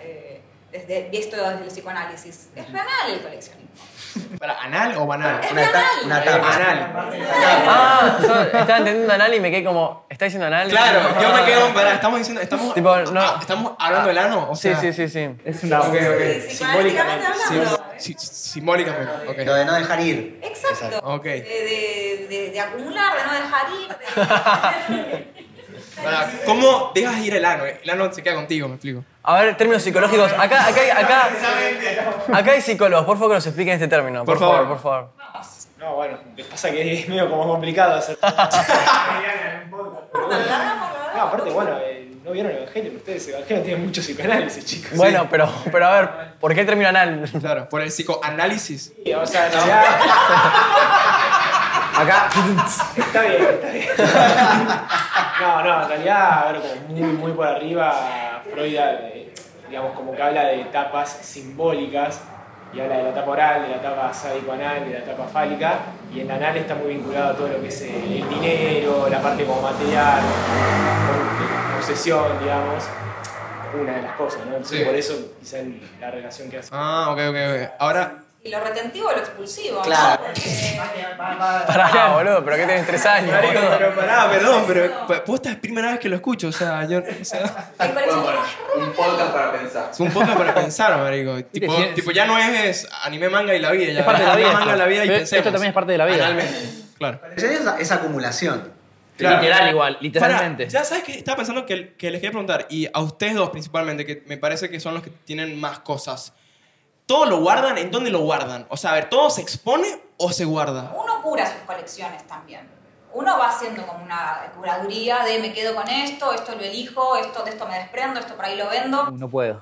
Speaker 8: eh, desde, visto desde el psicoanálisis. Es re anal el coleccionismo.
Speaker 1: Pará, ¿Anal o banal? Eh,
Speaker 8: Es re
Speaker 7: Una, ta-
Speaker 8: anal.
Speaker 7: una tapa.
Speaker 1: Anal.
Speaker 2: Ah, yo estaba entendiendo anal y me quedé como. ¿Está diciendo anal?
Speaker 1: Claro, yo me quedo... Pará, estamos diciendo... Estamos,
Speaker 2: Tipo, no.
Speaker 1: ah, estamos hablando del ano. O
Speaker 2: Sí,
Speaker 1: sea,
Speaker 2: sí, sí, sí.
Speaker 3: Es una.
Speaker 1: Ok,
Speaker 7: eh,
Speaker 1: ok.
Speaker 8: Sí, Psicoanalíticamente hablando.
Speaker 1: Sí, sí, simbólicamente. ok.
Speaker 7: Lo de no dejar ir.
Speaker 8: Exacto.
Speaker 1: Ok.
Speaker 8: Eh, De, de- de acumular, de no dejar ir. de-
Speaker 1: Ahora, ¿Cómo dejas ir el ano? El ano se queda contigo, me explico.
Speaker 2: A ver, términos psicológicos. Acá, acá, acá. Acá hay psicólogos. Por favor, que nos expliquen este término. Por,
Speaker 1: Por
Speaker 2: favor,
Speaker 1: favor.
Speaker 2: por favor.
Speaker 6: No, bueno, lo que pasa que es medio como complicado hacer.
Speaker 8: Lo agarramos, lo
Speaker 6: No,
Speaker 8: agarramos.
Speaker 6: aparte, bueno, eh, no vieron Evangelion, ustedes Evangelion tienen mucho psicoanálisis, chicos.
Speaker 2: Bueno, pero, pero a ver, ¿por qué termina anal?
Speaker 1: Claro, por el psicoanálisis.
Speaker 6: Sí, o sea, en realidad
Speaker 3: Acá.
Speaker 6: está bien, está bien. No, no, en realidad, a ver, como muy, muy por arriba, Freud, eh, digamos, como que habla de etapas simbólicas y habla de la etapa oral, de la etapa sádico-anal, de la etapa fálica, y en anal está muy vinculado a todo lo que es eh, el dinero, la parte como material, la obsesión, digamos, una de las cosas, ¿no? Entonces,
Speaker 1: Sí.
Speaker 6: por eso quizá el- la relación que hace.
Speaker 1: Ah, ok, ok, ok. Ahora,
Speaker 8: Y lo retentivo o lo expulsivo. ¿no?
Speaker 7: Claro.
Speaker 8: Porque-
Speaker 2: Pará, boludo, pero que tenés tres años, boludo.
Speaker 1: pero pará, perdón, pero pues, posta es primera vez que lo escucho, o sea, yo, o sea,
Speaker 8: El
Speaker 4: Bueno,
Speaker 8: coleccionismo
Speaker 4: bueno,
Speaker 8: es
Speaker 4: un podcast para pensar.
Speaker 1: es un poco para pensar, marico. Tipo,
Speaker 3: sí, sí.
Speaker 1: tipo ya no es, es anime, manga y la vida, ya
Speaker 3: Es parte de la vida
Speaker 1: manga,
Speaker 3: esto.
Speaker 1: la vida y
Speaker 3: Pero
Speaker 1: pensemos.
Speaker 3: esto también es parte de la vida.
Speaker 1: Analmente, claro.
Speaker 7: Coleccionismo es- es acumulación.
Speaker 1: Claro.
Speaker 3: Literal igual,
Speaker 1: Pará,
Speaker 3: literalmente.
Speaker 1: ya sabes que estaba pensando que, que les quería preguntar, y a ustedes dos principalmente, que me parece que son los que tienen más cosas. ¿Todo lo guardan? ¿En dónde lo guardan? O sea, a ver, ¿todo se expone o se guarda?
Speaker 8: uno cura sus colecciones también. Uno va haciendo como una curaduría de me quedo con esto, esto lo elijo, esto de esto me desprendo, esto por ahí lo vendo.
Speaker 3: No puedo.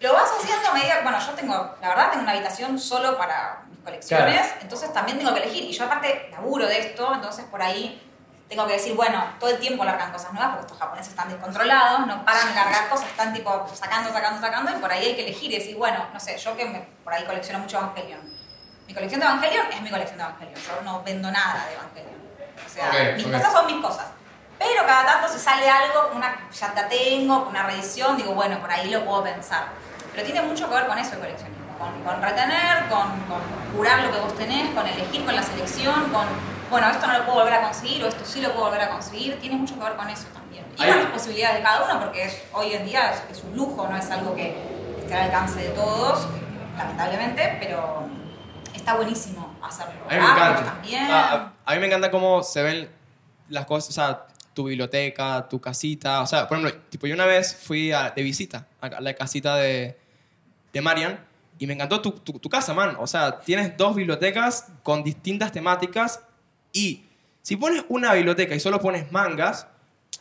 Speaker 8: Lo vas haciendo a medida, bueno, yo tengo, la verdad, tengo una habitación solo para mis colecciones, entonces también tengo que elegir. Y yo aparte laburo de esto, entonces por ahí tengo que decir, bueno, todo el tiempo largan cosas nuevas porque estos japoneses están descontrolados, no paran de largar cosas, están tipo sacando, sacando, sacando, y por ahí hay que elegir y decir, bueno, no sé, yo que me- por ahí colecciono mucho Evangelion. Mi colección de Evangelion es mi colección de Evangelion, yo no vendo nada de Evangelion. O sea,
Speaker 1: Ok,
Speaker 8: mis
Speaker 1: ok.
Speaker 8: cosas son mis cosas. Pero cada tanto si sale algo, una ya la tengo, una reedición, digo, bueno, por ahí lo puedo pensar. Pero tiene mucho que ver con eso el coleccionismo, con, con retener, con, con curar lo que vos tenés, con elegir, con la selección, con, bueno, esto no lo puedo volver a conseguir o esto sí lo puedo volver a conseguir. Tiene mucho que ver con eso también. Y
Speaker 1: Hay-
Speaker 8: con las posibilidades de cada uno, porque es- hoy en día es, es un lujo, no es algo que esté al alcance de todos, lamentablemente, pero está buenísimo hacerlo.
Speaker 1: A mí me
Speaker 8: Ah,
Speaker 1: encanta.
Speaker 8: También.
Speaker 1: Ah, a, a mí me encanta cómo se ven las cosas, o sea, tu biblioteca, tu casita. O sea, por ejemplo, tipo, yo una vez fui a- de visita a la casita de, de Marian y me encantó tu, tu- tu casa, man. O sea, tienes dos bibliotecas con distintas temáticas y si pones una biblioteca y solo pones mangas,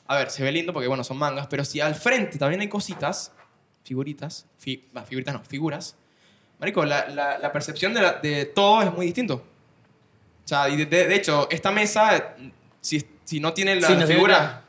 Speaker 1: a ver, se ve lindo porque, bueno, son mangas, pero si al frente también hay cositas, figuritas, fi- bah, figuritas no, figuras, Marico, la, la- la percepción de, la- de todo es muy distinto. O sea, y de, de- de hecho, esta mesa, eh, si, si no tiene la
Speaker 3: Sí, no tiene
Speaker 1: figura,
Speaker 3: nada.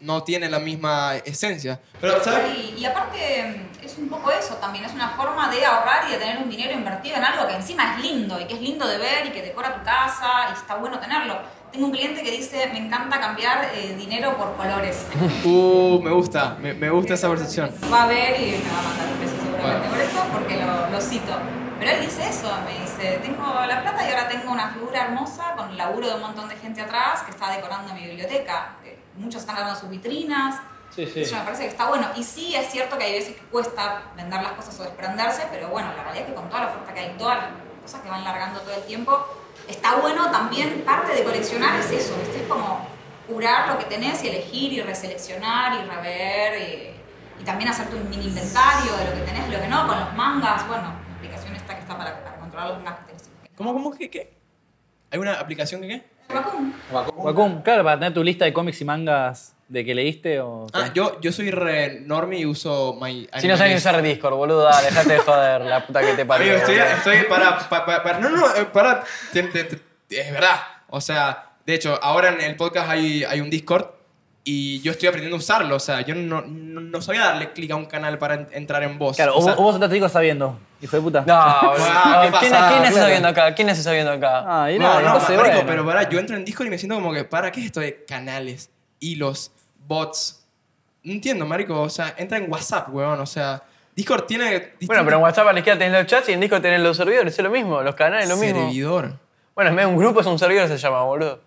Speaker 1: no tiene la misma esencia. Pero, ¿sabes?
Speaker 8: Y, y aparte mm, es un poco eso también, es una forma de ahorrar y de tener un dinero invertido en algo que encima es lindo y que es lindo de ver y que decora tu casa y está bueno tenerlo. Tengo un cliente que dice, me encanta cambiar eh, dinero por colores.
Speaker 1: Uh, me gusta, me, me gusta esa percepción.
Speaker 8: Va a ver y me va a mandar un beso seguramente
Speaker 1: Bueno.
Speaker 8: por eso porque lo, lo cito. Pero él dice eso, me dice, tengo la plata y ahora tengo una figura hermosa con el laburo de un montón de gente atrás que está decorando mi biblioteca. que Muchos están armando sus vitrinas,
Speaker 3: Sí,
Speaker 8: eso me parece que está bueno. Y sí, es cierto que hay veces que cuesta vender las cosas o desprenderse, pero bueno, la realidad es que con toda la oferta que hay, todas las cosas que van largando todo el tiempo, está bueno también parte de coleccionar es eso, ¿viste? Es como curar lo que tenés y elegir y reseleccionar y rever y, y también hacerte un mini inventario de lo que tenés y lo que no, con los mangas, bueno, la aplicación esta que está para, para controlar los mangas que tenés.
Speaker 1: ¿Cómo, cómo, qué, qué? ¿Hay una aplicación que qué?
Speaker 8: Raccoon.
Speaker 3: Wacom, claro, para tener tu lista de cómics y mangas de que leíste o.
Speaker 1: Ah, yo, yo soy re normie y uso my.
Speaker 2: Si no sabes ni
Speaker 1: Anime
Speaker 2: usar Discord, boludo, dale, dejate de joder, la puta que te parió.
Speaker 1: Amigo, estoy,
Speaker 2: boludo.
Speaker 1: estoy para, pa- pa- para- No, no, eh, para. Te- te- te- Es verdad. O sea, de hecho, ahora en el podcast hay, hay un Discord y yo estoy aprendiendo a usarlo. O sea, yo no, no, no sabía darle clic a un canal para en- entrar en voz.
Speaker 3: Claro,
Speaker 1: o sea,
Speaker 3: vos, vos andaste digo sabiendo, hijo de puta.
Speaker 2: No, boludo.
Speaker 1: Ah, ¿qué
Speaker 2: ¿Quién,
Speaker 1: pasa?
Speaker 2: quién es eso
Speaker 3: Claro.
Speaker 2: viendo acá? ¿Quién es eso viendo acá?
Speaker 3: Ah, y
Speaker 1: no,
Speaker 3: nada,
Speaker 1: no,
Speaker 3: entonces,
Speaker 1: marico,
Speaker 3: bueno.
Speaker 1: pero para, yo entro en Discord y me siento como que, ¿para qué es esto de canales, hilos, bots? No entiendo, marico. O sea, entra en WhatsApp, weón. O sea, Discord tiene.
Speaker 2: Bueno,
Speaker 1: distintos-
Speaker 2: pero en WhatsApp a la izquierda tenés los chats y en Discord tenés los servidores, es lo mismo, los canales, lo mismo.
Speaker 1: Servidor.
Speaker 2: Bueno, en vez de un grupo es un servidor se llama, boludo.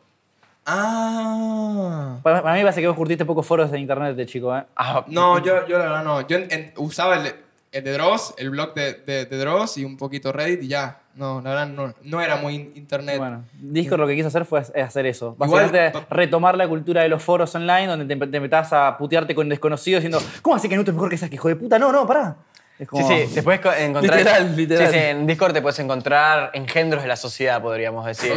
Speaker 1: Ah.
Speaker 3: Para, para mí me parece que vos curtiste pocos foros de internet de chico, ¿eh?
Speaker 2: Ah,
Speaker 1: No, yo, yo la verdad no. Yo en- en- usaba el, el de Dross, el blog de, de, de Dross y un poquito Reddit y ya. No, la verdad no, no era muy in- internet.
Speaker 3: Bueno, Discord lo que quiso hacer fue hacer eso.
Speaker 1: Igual-
Speaker 3: Básicamente retomar la cultura de los foros online donde te, te metas a putearte con desconocidos diciendo, ¿cómo así que no es mejor que esas que hijo de puta? No, no, pará. Es
Speaker 2: Sí,
Speaker 3: como-
Speaker 2: sí, te puedes co- encontrar.
Speaker 3: Literal, literal.
Speaker 2: Sí, sí, en Discord te puedes encontrar engendros de la sociedad, podríamos decir.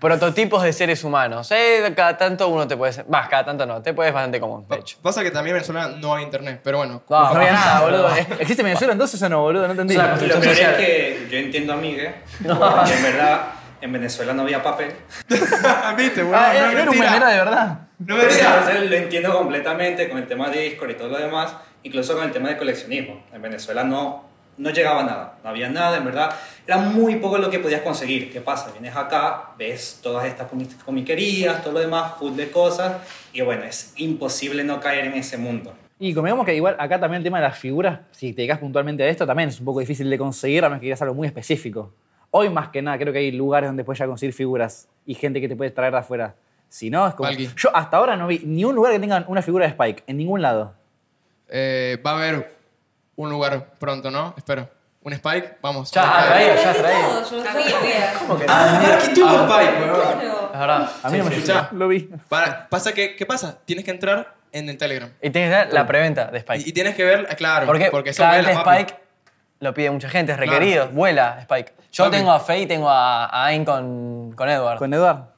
Speaker 2: Prototipos de seres humanos. Eh, cada tanto uno te puede. Más, cada tanto no. Te puedes bastante común, de hecho.
Speaker 1: Pasa que también en Venezuela no hay internet, pero bueno.
Speaker 3: No, no había
Speaker 2: Ah,
Speaker 3: nada, boludo.
Speaker 2: no.
Speaker 3: Eh, ¿Existe Venezuela entonces o no, boludo? No entendí.
Speaker 2: Es una
Speaker 5: Y lo
Speaker 2: construcción
Speaker 5: peor es
Speaker 2: social.
Speaker 5: que yo entiendo a Miguel, porque en verdad en Venezuela no había papel.
Speaker 1: Viste, bueno,
Speaker 3: Ah, era
Speaker 1: no es
Speaker 3: era un
Speaker 1: mentira.
Speaker 3: manera de verdad.
Speaker 1: No me digas.
Speaker 5: Entonces lo entiendo completamente con el tema de Discord y todo lo demás, incluso con el tema de coleccionismo. En Venezuela no, no llegaba nada, no había nada, en verdad. Era muy poco lo que podías conseguir. ¿Qué pasa? Vienes acá, ves todas estas comi- comiquerías, todo lo demás, full de cosas, y bueno, es imposible no caer en ese mundo.
Speaker 3: Y convengamos que igual acá también el tema de las figuras, si te dedicas puntualmente a esto, también es un poco difícil de conseguir, a menos que quieras algo muy específico. Hoy más que nada creo que hay lugares donde puedes ya conseguir figuras y gente que te puede traer de afuera. Si no, es como...
Speaker 1: Alguien.
Speaker 3: Yo hasta ahora no vi ni un lugar que tenga una figura de Spike, en ningún lado.
Speaker 1: Eh, va a haber un lugar pronto, ¿no? Espero. Un Spike, vamos.
Speaker 2: Ya,
Speaker 1: Vamos a
Speaker 2: ah,
Speaker 1: ver.
Speaker 2: ahí.
Speaker 8: Pero
Speaker 2: ya
Speaker 8: vendí
Speaker 2: trae.
Speaker 8: todo, yo lo sabía. ¿Cómo que
Speaker 1: Ah, ¿para qué tuvo Spike, weón?
Speaker 8: Claro.
Speaker 2: Es verdad.
Speaker 3: A mí
Speaker 2: Sí,
Speaker 3: no me
Speaker 2: sí.
Speaker 1: escuchá.
Speaker 3: Lo vi.
Speaker 1: Para- pasa que, ¿qué pasa? Tienes que entrar en el Telegram.
Speaker 2: Y tienes que dar la preventa de Spike.
Speaker 1: Y, y tienes que ver, ah, claro,
Speaker 2: Porque,
Speaker 1: porque eso
Speaker 2: cada
Speaker 1: vuela,
Speaker 2: vez
Speaker 1: papi.
Speaker 2: Spike lo pide mucha gente, es requerido. Vuela Spike. Yo
Speaker 1: Papi.
Speaker 2: tengo a Faye y tengo a, a Ain con, con Edward.
Speaker 3: Con Eduard.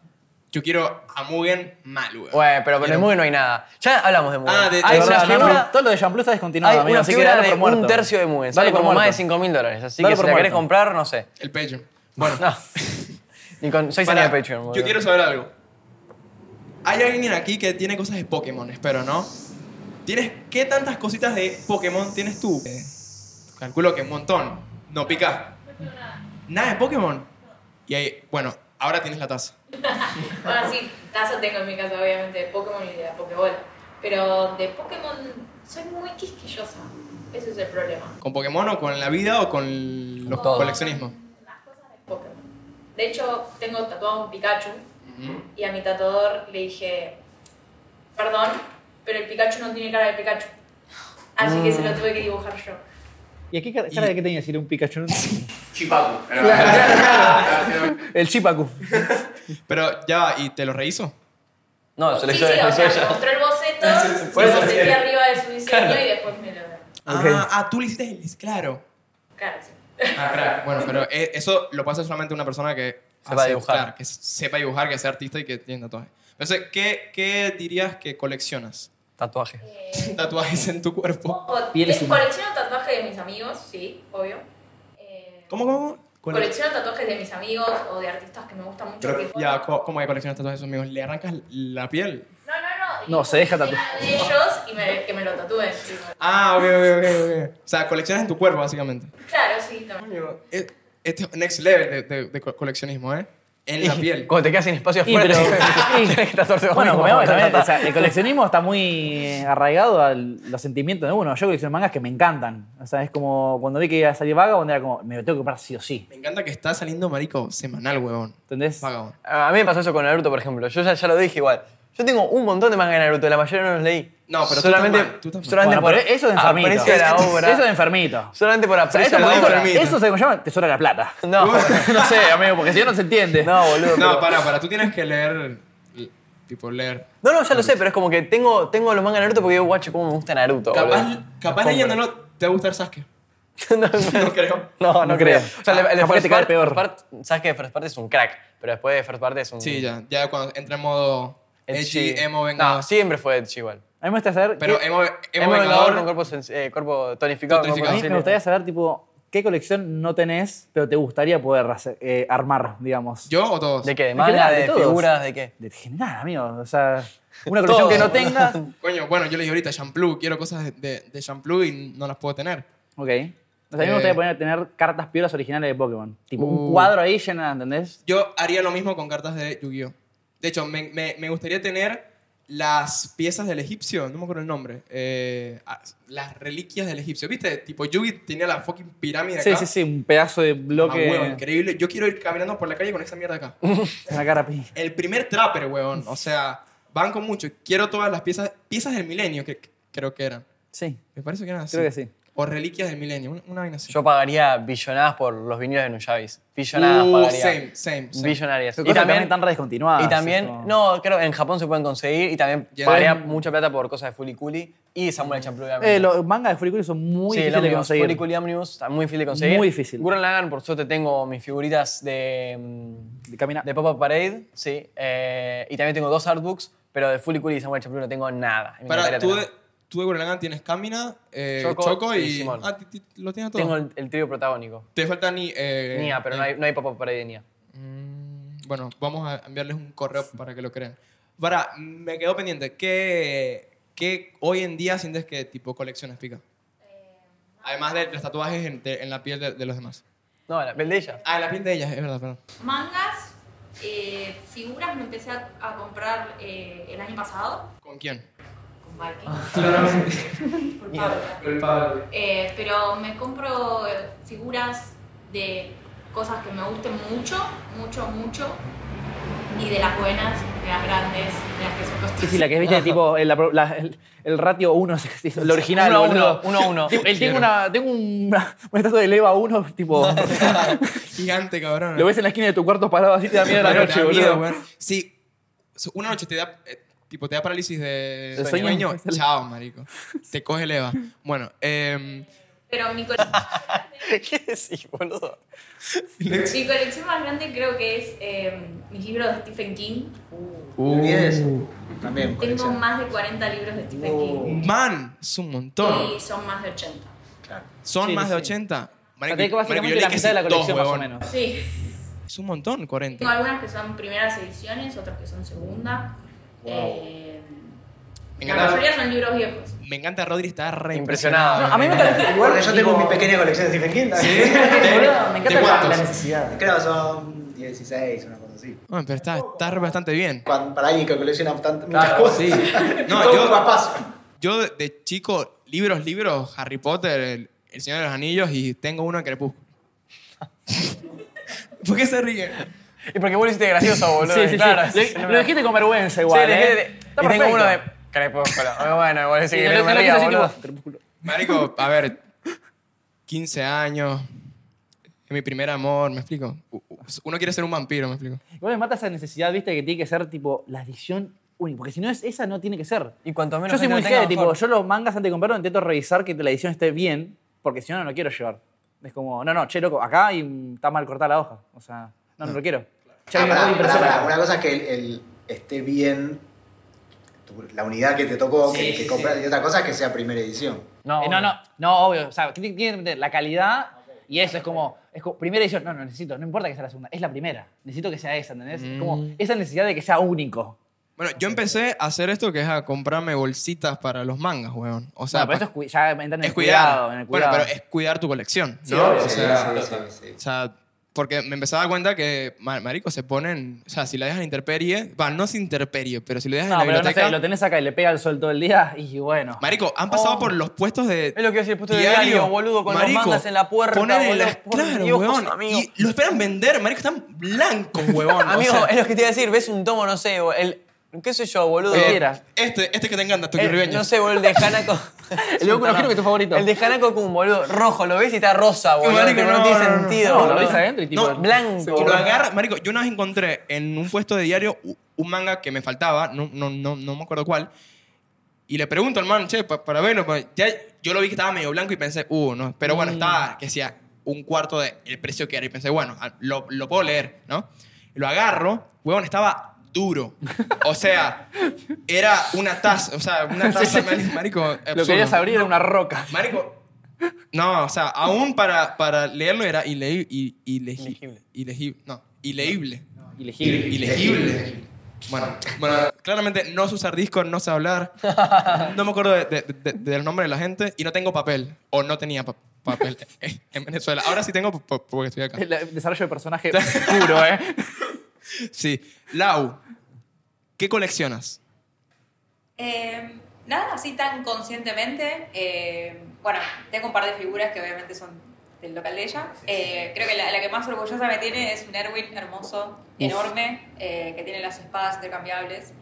Speaker 1: Yo quiero a Mugen mal, weón.
Speaker 2: Bueno, pero con el
Speaker 1: Quiero-
Speaker 2: Mugen no hay nada. Ya hablamos de Mugen.
Speaker 1: Ah, de- de
Speaker 2: hay
Speaker 1: verdad,
Speaker 2: una
Speaker 1: no,
Speaker 2: figura,
Speaker 1: no.
Speaker 3: Todo lo de Jean-Plus está descontinuado,
Speaker 2: hay
Speaker 3: amigo,
Speaker 2: una
Speaker 3: así que
Speaker 2: figura
Speaker 3: dale
Speaker 2: de
Speaker 3: por muerto.
Speaker 2: un tercio de Mugen.
Speaker 3: Dale
Speaker 2: Sale
Speaker 3: por
Speaker 2: como más de
Speaker 3: muerto.
Speaker 2: 5 mil dólares. Así
Speaker 3: Dale
Speaker 2: que si
Speaker 3: por
Speaker 2: la querés
Speaker 3: muerto.
Speaker 2: comprar, no sé.
Speaker 1: El Patreon. Bueno,
Speaker 2: No. Ni con, soy
Speaker 1: para-
Speaker 2: señor de Patreon.
Speaker 1: yo
Speaker 2: boludo.
Speaker 1: quiero saber algo. Hay alguien aquí que tiene cosas de Pokémon, espero, ¿no? ¿Tienes qué tantas cositas de Pokémon tienes tú? Eh, calculo que un montón. No pica. Nada de Pokémon. Y ahí, bueno, ahora tienes la taza.
Speaker 9: Bueno, sí, taza tengo en mi casa, obviamente, de Pokémon y de la Pokébola. Pero de Pokémon soy muy quisquillosa. Ese es el problema.
Speaker 1: ¿Con Pokémon o con la vida o con los
Speaker 9: Con
Speaker 1: coleccionismos?
Speaker 9: Las cosas de Pokémon. De hecho, tengo tatuado un Pikachu y a mi tatuador le dije, perdón, pero el Pikachu no tiene cara de Pikachu. Así que se lo tuve que dibujar yo.
Speaker 3: ¿Y aquí cara cara de qué tenía? Si era un Pikachu.
Speaker 4: Chipaco.
Speaker 3: el Chipacu.
Speaker 1: Pero ya, va, ¿y te lo rehizo?
Speaker 2: No, se lo
Speaker 9: sí,
Speaker 2: hizo
Speaker 9: sí, o
Speaker 2: se lo
Speaker 9: sea, me
Speaker 2: hizo ella.
Speaker 9: mostró el boceto,
Speaker 2: por eso
Speaker 9: lo senté
Speaker 2: sí.
Speaker 9: arriba de su diseño y después me lo...
Speaker 1: Ah,
Speaker 3: Ok.
Speaker 1: ah, tú le hiciste el claro.
Speaker 9: Claro, sí.
Speaker 1: Ah, claro. Bueno, pero e- eso lo pasa solamente una persona que
Speaker 2: Sepa dibujar.
Speaker 1: claro, que sepa dibujar, que sea artista y que tiene tatuajes. Entonces, ¿qué, qué dirías que coleccionas?
Speaker 2: Tatuaje.
Speaker 9: Eh,
Speaker 1: Tatuajes en tu cuerpo.
Speaker 9: o-
Speaker 3: Pieles humanas.
Speaker 9: colecciono tatuajes de mis amigos, sí, obdio. Eh,
Speaker 1: ¿Cómo, cómo? Cole-
Speaker 9: Colecciono tatuajes de mis amigos o de artistas que me gustan mucho.
Speaker 1: Pero,
Speaker 9: que-
Speaker 1: ya, ¿cómo, cómo que coleccionas tatuajes amigos? ¿Le arrancas la piel?
Speaker 9: No, no, no.
Speaker 3: No, se deja
Speaker 9: Digo, De ellos y me- que me lo tatúen. digo.
Speaker 1: Ah, ok, ok, ok, ok. O sea, coleccionas en tu cuerpo, básicamente.
Speaker 9: Claro, sí. también.
Speaker 1: Coño, eh, Este es next level de, de- de co- coleccionismo, ¿eh? En la piel.
Speaker 2: Cuando te quedas sin espacio
Speaker 3: Y,
Speaker 2: afuera,
Speaker 3: pero- y-
Speaker 2: tienes que tatuarte vos
Speaker 3: Bueno,
Speaker 2: mismo.
Speaker 3: como vemos también, o sea, el coleccionismo está muy eh, arraigado a los sentimientos de uno. Yo colecciono mangas que me encantan. O sea, es como cuando vi que iba a salir Vagabond, era como, me lo tengo que comprar sí o sí.
Speaker 1: Me encanta que está saliendo, marico, semanal, huevón.
Speaker 3: ¿Entendés?
Speaker 1: Vagabond.
Speaker 2: A mí me pasó eso con Naruto, por ejemplo. Yo ya, ya lo dije igual. Yo tengo un montón de manga de Naruto, la mayoría no los leí.
Speaker 1: No, pero tú
Speaker 2: solamente,
Speaker 1: estás mal, tú estás mal.
Speaker 2: solamente
Speaker 3: Bueno, pero
Speaker 2: por
Speaker 3: eso es enfermito.
Speaker 2: aprecio de la obra.
Speaker 3: Eso es enfermito.
Speaker 2: Solamente
Speaker 3: O
Speaker 2: por
Speaker 3: sea,
Speaker 2: aprecio
Speaker 3: eso,
Speaker 2: a la
Speaker 1: es
Speaker 3: eso-
Speaker 2: obra.
Speaker 1: enfermito.
Speaker 3: eso se llama tesoro de la plata.
Speaker 2: No,
Speaker 3: no sé, amigo, porque si no, no se entiende.
Speaker 2: no, boludo. pero-
Speaker 1: No, para, para, tú tienes que leer, l- tipo, leer.
Speaker 2: No, no, ya lo sé, pero es como que tengo, tengo los mangas de Naruto porque digo, guacho, cómo me gusta Naruto.
Speaker 1: Capaz,
Speaker 2: boludo".
Speaker 1: capaz
Speaker 2: Compro.
Speaker 1: leyéndolo te va a gustar Sasuke.
Speaker 2: no,
Speaker 1: No creo.
Speaker 2: no, no,
Speaker 3: No creo.
Speaker 2: creo. O sea, el- el,
Speaker 3: Capaz que
Speaker 2: first
Speaker 3: te cae
Speaker 2: part,
Speaker 3: peor.
Speaker 2: first part- sabes que first part es un crack, pero después de first part es un...
Speaker 1: Sí, ya, ya cuando entra en modo edgy, emo vengador.
Speaker 2: No, siempre fue edgy igual.
Speaker 3: A mí me gustaría saber.
Speaker 1: Pero
Speaker 3: qué-
Speaker 1: emo, emo,
Speaker 2: Emo
Speaker 1: vengador,
Speaker 2: vengador con cuerpo, sen- eh, cuerpo tonificado.
Speaker 3: a
Speaker 2: cuerpo
Speaker 1: Tonificado.
Speaker 3: mí me
Speaker 2: sensible.
Speaker 3: gustaría saber, tipo, qué colección no tenés, pero te gustaría poder hacer- eh, armar, digamos.
Speaker 1: ¿yo o todos?
Speaker 2: ¿De qué? ¿De
Speaker 3: En
Speaker 2: manga?
Speaker 3: general,
Speaker 2: ¿De,
Speaker 3: de todos.
Speaker 2: figuras? ¿De qué?
Speaker 3: De general, amigo. O sea, una colección
Speaker 2: Todo.
Speaker 3: que no tengas.
Speaker 1: Coño, bueno, yo le dije ahorita Shampoo, quiero cosas de, de, de Shampoo y no las puedo tener.
Speaker 3: Ok. O sea, a mí
Speaker 1: Eh.
Speaker 3: me gustaría poner, tener cartas piolas originales de Pokémon. Tipo,
Speaker 1: Uh.
Speaker 3: un cuadro ahí llena, ¿entendés?
Speaker 1: Yo haría lo mismo con cartas de Yu-Gi-Oh! De hecho, me, me, me gustaría tener las piezas del egipcio, no me acuerdo el nombre, eh, ah, las reliquias del egipcio. ¿Viste? Tipo, Yugi tenía la fucking pirámide
Speaker 3: Sí,
Speaker 1: acá.
Speaker 3: sí, sí, un pedazo de
Speaker 1: Ah, huevo,
Speaker 3: bloque
Speaker 1: increíble. Yo quiero ir caminando por la calle con esa mierda acá.
Speaker 3: en la cara. pi.
Speaker 1: El primer trapper, weón. O sea, banco mucho. Quiero todas las piezas, piezas del milenio, que, que creo que eran.
Speaker 3: Sí,
Speaker 1: Me parece que eran así.
Speaker 3: creo que sí.
Speaker 1: o Reliquias del Milenio. Una, una vaina así.
Speaker 2: Yo pagaría billonadas por los vinilos de Nushavis. Billonadas
Speaker 1: Uh,
Speaker 2: pagaría.
Speaker 1: same, same, same.
Speaker 2: Billonarias.
Speaker 3: Y también están redescontinuadas.
Speaker 2: Y también,
Speaker 3: es como-
Speaker 2: no, creo en Japón se pueden conseguir y también
Speaker 1: Ya.
Speaker 2: pagaría mucha plata por cosas de Fuliculi y Samurai Champloo. obviamente.
Speaker 3: Eh, los mangas de Furikuri son muy
Speaker 2: sí, el
Speaker 3: difíciles de
Speaker 2: Omnibus,
Speaker 3: conseguir.
Speaker 2: Fuliculi Omnibus, está muy difícil de conseguir.
Speaker 3: Muy difícil.
Speaker 2: Gurren Lagann, por suerte tengo mis figuritas de, mm,
Speaker 3: De caminar.
Speaker 2: de Pop-Up Parade, sí. eh, y también tengo dos artbooks, pero de Fuliculi y Samurai Champloo no tengo nada. y me
Speaker 1: Para,
Speaker 2: encantaría
Speaker 1: tú
Speaker 2: tener.
Speaker 1: de, tú de Gurren Lagann tienes Camina, eh, Choco,
Speaker 2: Choco
Speaker 1: y.
Speaker 2: y Simón.
Speaker 1: Ah, ti- ti- lo tienes todo.
Speaker 2: Tengo el, el trío protagónico.
Speaker 1: Te falta ni. Eh,
Speaker 2: Nia, pero no hay, no hay Pop-Up Parade de Nia.
Speaker 1: Mm, Bueno, vamos a enviarles un correo para que lo crean. Para, me quedo pendiente. ¿Qué, qué hoy en día sientes que tipo colecciones pica? Además de los tatuajes en, de- en la piel de, de los demás.
Speaker 2: No, la el de ella.
Speaker 1: Ah, en la piel de ellas, es verdad, perdón.
Speaker 9: Mangas, eh, figuras me empecé a, a comprar eh, el año pasado
Speaker 1: ¿Con quién?
Speaker 9: con Valky.
Speaker 6: Claramente.
Speaker 9: por Pablo. Eh, pero me compro eh, figuras de cosas que me gusten mucho, mucho, mucho. Y de las buenas, de las grandes, de las que son costosas.
Speaker 3: Sí, sí, la que viste, tipo, el, la- la- el, el ratio 1, el original,
Speaker 2: Uno a uno,
Speaker 3: boludo.
Speaker 2: uno a uno.
Speaker 3: Tipo, el- tengo una, tengo una, una estatua de Leva 1, tipo,
Speaker 1: Gigante, cabrón.
Speaker 3: lo ves en la esquina de tu cuarto parado así, te da miedo la
Speaker 1: Pero te
Speaker 3: noche,
Speaker 1: da miedo,
Speaker 3: boludo.
Speaker 1: weón. Sí, so- una noche te da, eh, tipo, te da parálisis de
Speaker 3: ¿De
Speaker 1: sueño.
Speaker 3: sueño?
Speaker 1: Chao, marico. Te coge el Eva. Bueno, eh,
Speaker 9: Pero mi, cole-
Speaker 2: ¿Qué decís, boludo?
Speaker 9: mi colección más grande creo que es eh, mis libros de Stephen King.
Speaker 3: Uh.
Speaker 7: ¿Tienes? También.
Speaker 9: Tengo
Speaker 7: colección.
Speaker 9: más de 40 libros de Stephen King.
Speaker 1: man, es un montón.
Speaker 9: Y son más de 80.
Speaker 7: Claro.
Speaker 1: Son
Speaker 3: Sí,
Speaker 1: más de
Speaker 3: sí.
Speaker 1: 80.
Speaker 3: O sea, tenés que
Speaker 1: Marico, marico, yo
Speaker 3: básicamente
Speaker 1: leí
Speaker 3: la
Speaker 1: que
Speaker 3: mitad de la
Speaker 1: sí, dos,
Speaker 3: colección, más o
Speaker 1: huevón.
Speaker 3: menos.
Speaker 9: Sí.
Speaker 1: Es un montón, 40.
Speaker 9: Tengo algunas que son primeras ediciones, otras que son segunda. Eh,
Speaker 1: Me
Speaker 9: la
Speaker 1: encanta.
Speaker 9: mayoría son libros viejos.
Speaker 1: Me encanta, Rodri está re
Speaker 2: Impresionado.
Speaker 1: impresionado.
Speaker 3: A mí me parece igual.
Speaker 7: Porque yo
Speaker 3: tipo,
Speaker 7: tengo mi pequeña colección de Stephen King también.
Speaker 3: boludo, Me encanta
Speaker 1: ¿De
Speaker 3: la- la,
Speaker 1: cuántos?
Speaker 3: necesidad.
Speaker 7: Creo que son 16, una cosa así.
Speaker 1: Ah, pero está, está re- bastante bien.
Speaker 7: Cuando- para alguien que colecciona tantas muchas
Speaker 1: Claro,
Speaker 7: cosas.
Speaker 1: sí. No,
Speaker 7: No, Todo
Speaker 1: yo-
Speaker 7: yo paso.
Speaker 1: Yo de, de chico, libros, libros, Harry Potter, el, El Señor de los Anillos y tengo uno de Crepúsculo. ¿Por qué se ríen?
Speaker 2: Y porque vos lo hiciste gracioso, boludo.
Speaker 3: Sí, sí,
Speaker 2: claro,
Speaker 3: sí. Lo, lo dijiste con vergüenza igual,
Speaker 2: Sí, le
Speaker 3: ¿eh?
Speaker 2: dije-
Speaker 3: Está
Speaker 2: y tengo
Speaker 3: perfecto.
Speaker 2: uno de crepúsculo. Muy bueno, igual
Speaker 3: Sí,
Speaker 2: ese que
Speaker 3: lo-
Speaker 2: no me
Speaker 3: lo
Speaker 2: ría,
Speaker 3: quise así,
Speaker 2: boludo.
Speaker 3: tipo, crepúsculo.
Speaker 1: Marico, a ver, 15 años, es mi primer amor, ¿me explico? U- u- Uno quiere ser un vampiro, ¿me explico?
Speaker 3: Igual me mata esa necesidad, viste, que tiene que ser tipo la edición única. Porque si no es esa, no tiene que ser.
Speaker 2: Y cuanto menos
Speaker 3: Yo soy
Speaker 2: gente
Speaker 3: muy
Speaker 2: lo tenga,
Speaker 3: heavy, tipo,
Speaker 2: mejor.
Speaker 3: yo los mangas antes de comprarlo intento revisar que la edición esté bien, porque si no, no lo quiero llevar. Es como, no, no, che, loco, acá y mm, está mal cortada la hoja. O sea, no, no lo quiero. Che,
Speaker 7: Ah,
Speaker 3: me
Speaker 7: pará,
Speaker 3: voy
Speaker 7: pará,
Speaker 3: impresionado.
Speaker 7: pará. Una cosa es que el, el- esté bien tu- la unidad que te tocó, que, que compraste, y otra cosa es que sea primera edición.
Speaker 2: No,
Speaker 3: Eh, no, no, no, obvio. O sea, tiene tiene que meter la calidad y eso es como, es como, primera edición. No, no necesito, no importa que sea la segunda, es la primera. Necesito que sea esa, ¿entendés? Es
Speaker 2: Mm.
Speaker 3: Como esa necesidad de que sea único.
Speaker 1: Bueno, yo empecé a hacer esto que es a comprarme bolsitas para los mangas, weón. O sea,
Speaker 3: Bueno, pero eso es, cu- ya entra en el
Speaker 1: es cuidar.
Speaker 3: cuidado, en el cuidado.
Speaker 1: Bueno, pero es cuidar tu colección, ¿no?
Speaker 7: obvio,
Speaker 1: o, sea,
Speaker 7: sí, sí, sí.
Speaker 1: o sea, porque me empezaba a dar cuenta que, ma- marico, se ponen... O sea, si la dejas en interperie... Va, no es interperie, pero si lo dejas
Speaker 3: no,
Speaker 1: en la
Speaker 3: pero no
Speaker 1: biblioteca...
Speaker 3: sé, lo tenés acá y le pega el sol todo el día y bueno.
Speaker 1: Marico, han pasado
Speaker 2: Oh.
Speaker 1: por los puestos de...
Speaker 2: Es lo que iba a decir, puesto de diario, boludo, con
Speaker 1: Marico,
Speaker 2: los mangas en la puerta.
Speaker 1: Ponen en
Speaker 2: boludo,
Speaker 1: las...
Speaker 2: por
Speaker 1: Claro,
Speaker 2: Dios,
Speaker 1: weón.
Speaker 2: amigo.
Speaker 1: Y lo esperan vender, marico. Están blancos, weón. o
Speaker 2: Amigo,
Speaker 1: sea,
Speaker 2: es lo que te iba a decir, ves un tomo, no sé, o el, qué sé yo, boludo.
Speaker 1: eh,
Speaker 3: cualquiera.
Speaker 1: Este, este que te encanta, tu
Speaker 2: El-
Speaker 1: Revenge.
Speaker 2: no sé, boludo, el de Hanako.
Speaker 3: El de Boku no Hero, que es tu favorito.
Speaker 2: El de Hanako Kun, boludo, rojo, lo ves y está rosa, boludo.
Speaker 1: Marico,
Speaker 2: que no,
Speaker 1: no,
Speaker 2: tiene
Speaker 1: no, no.
Speaker 2: sentido.
Speaker 3: No, lo
Speaker 2: boludo.
Speaker 3: ves adentro y tipo-
Speaker 2: blanco.
Speaker 1: Y lo
Speaker 2: boludo.
Speaker 1: agarra, marico, yo una vez encontré en un puesto de diario u- un manga que me faltaba, no, no, no, no me acuerdo cuál, y le pregunto al man, che, pa- para verlo, pa- ya yo lo vi que estaba medio blanco y pensé, uh, no, pero bueno, estaba,
Speaker 2: Mm.
Speaker 1: que sea un cuarto del precio que era, y pensé, bueno, ah, lo, lo puedo leer, ¿no? Lo agarro, huevón, estaba duro, o sea, era una taza, o sea, una taza, marico, eh,
Speaker 3: lo
Speaker 1: absurdo.
Speaker 3: querías abrir era una roca.
Speaker 1: Marico. No, o sea, aún para, para leerlo era ileí- i- ilegi-
Speaker 2: Ilegible.
Speaker 1: ilegible. No, ileíble.
Speaker 3: Ilegible.
Speaker 1: Ilegible. Bueno, bueno, claramente no sé usar disco, no sé hablar. No me acuerdo de- de- de- del nombre de la gente y no tengo papel. O no tenía pa- papel en Venezuela. Ahora sí tengo po- po- porque estoy acá.
Speaker 3: El desarrollo de personaje puro, ¿eh?
Speaker 1: Sí. Lau, ¿qué coleccionas?
Speaker 8: Eh, nada, así tan conscientemente. eh, bueno, tengo un par de figuras que obviamente son del local de ella. Eh, creo que la, la que más orgullosa me tiene es un Erwin hermoso, enorme, eh, que tiene las espadas intercambiables.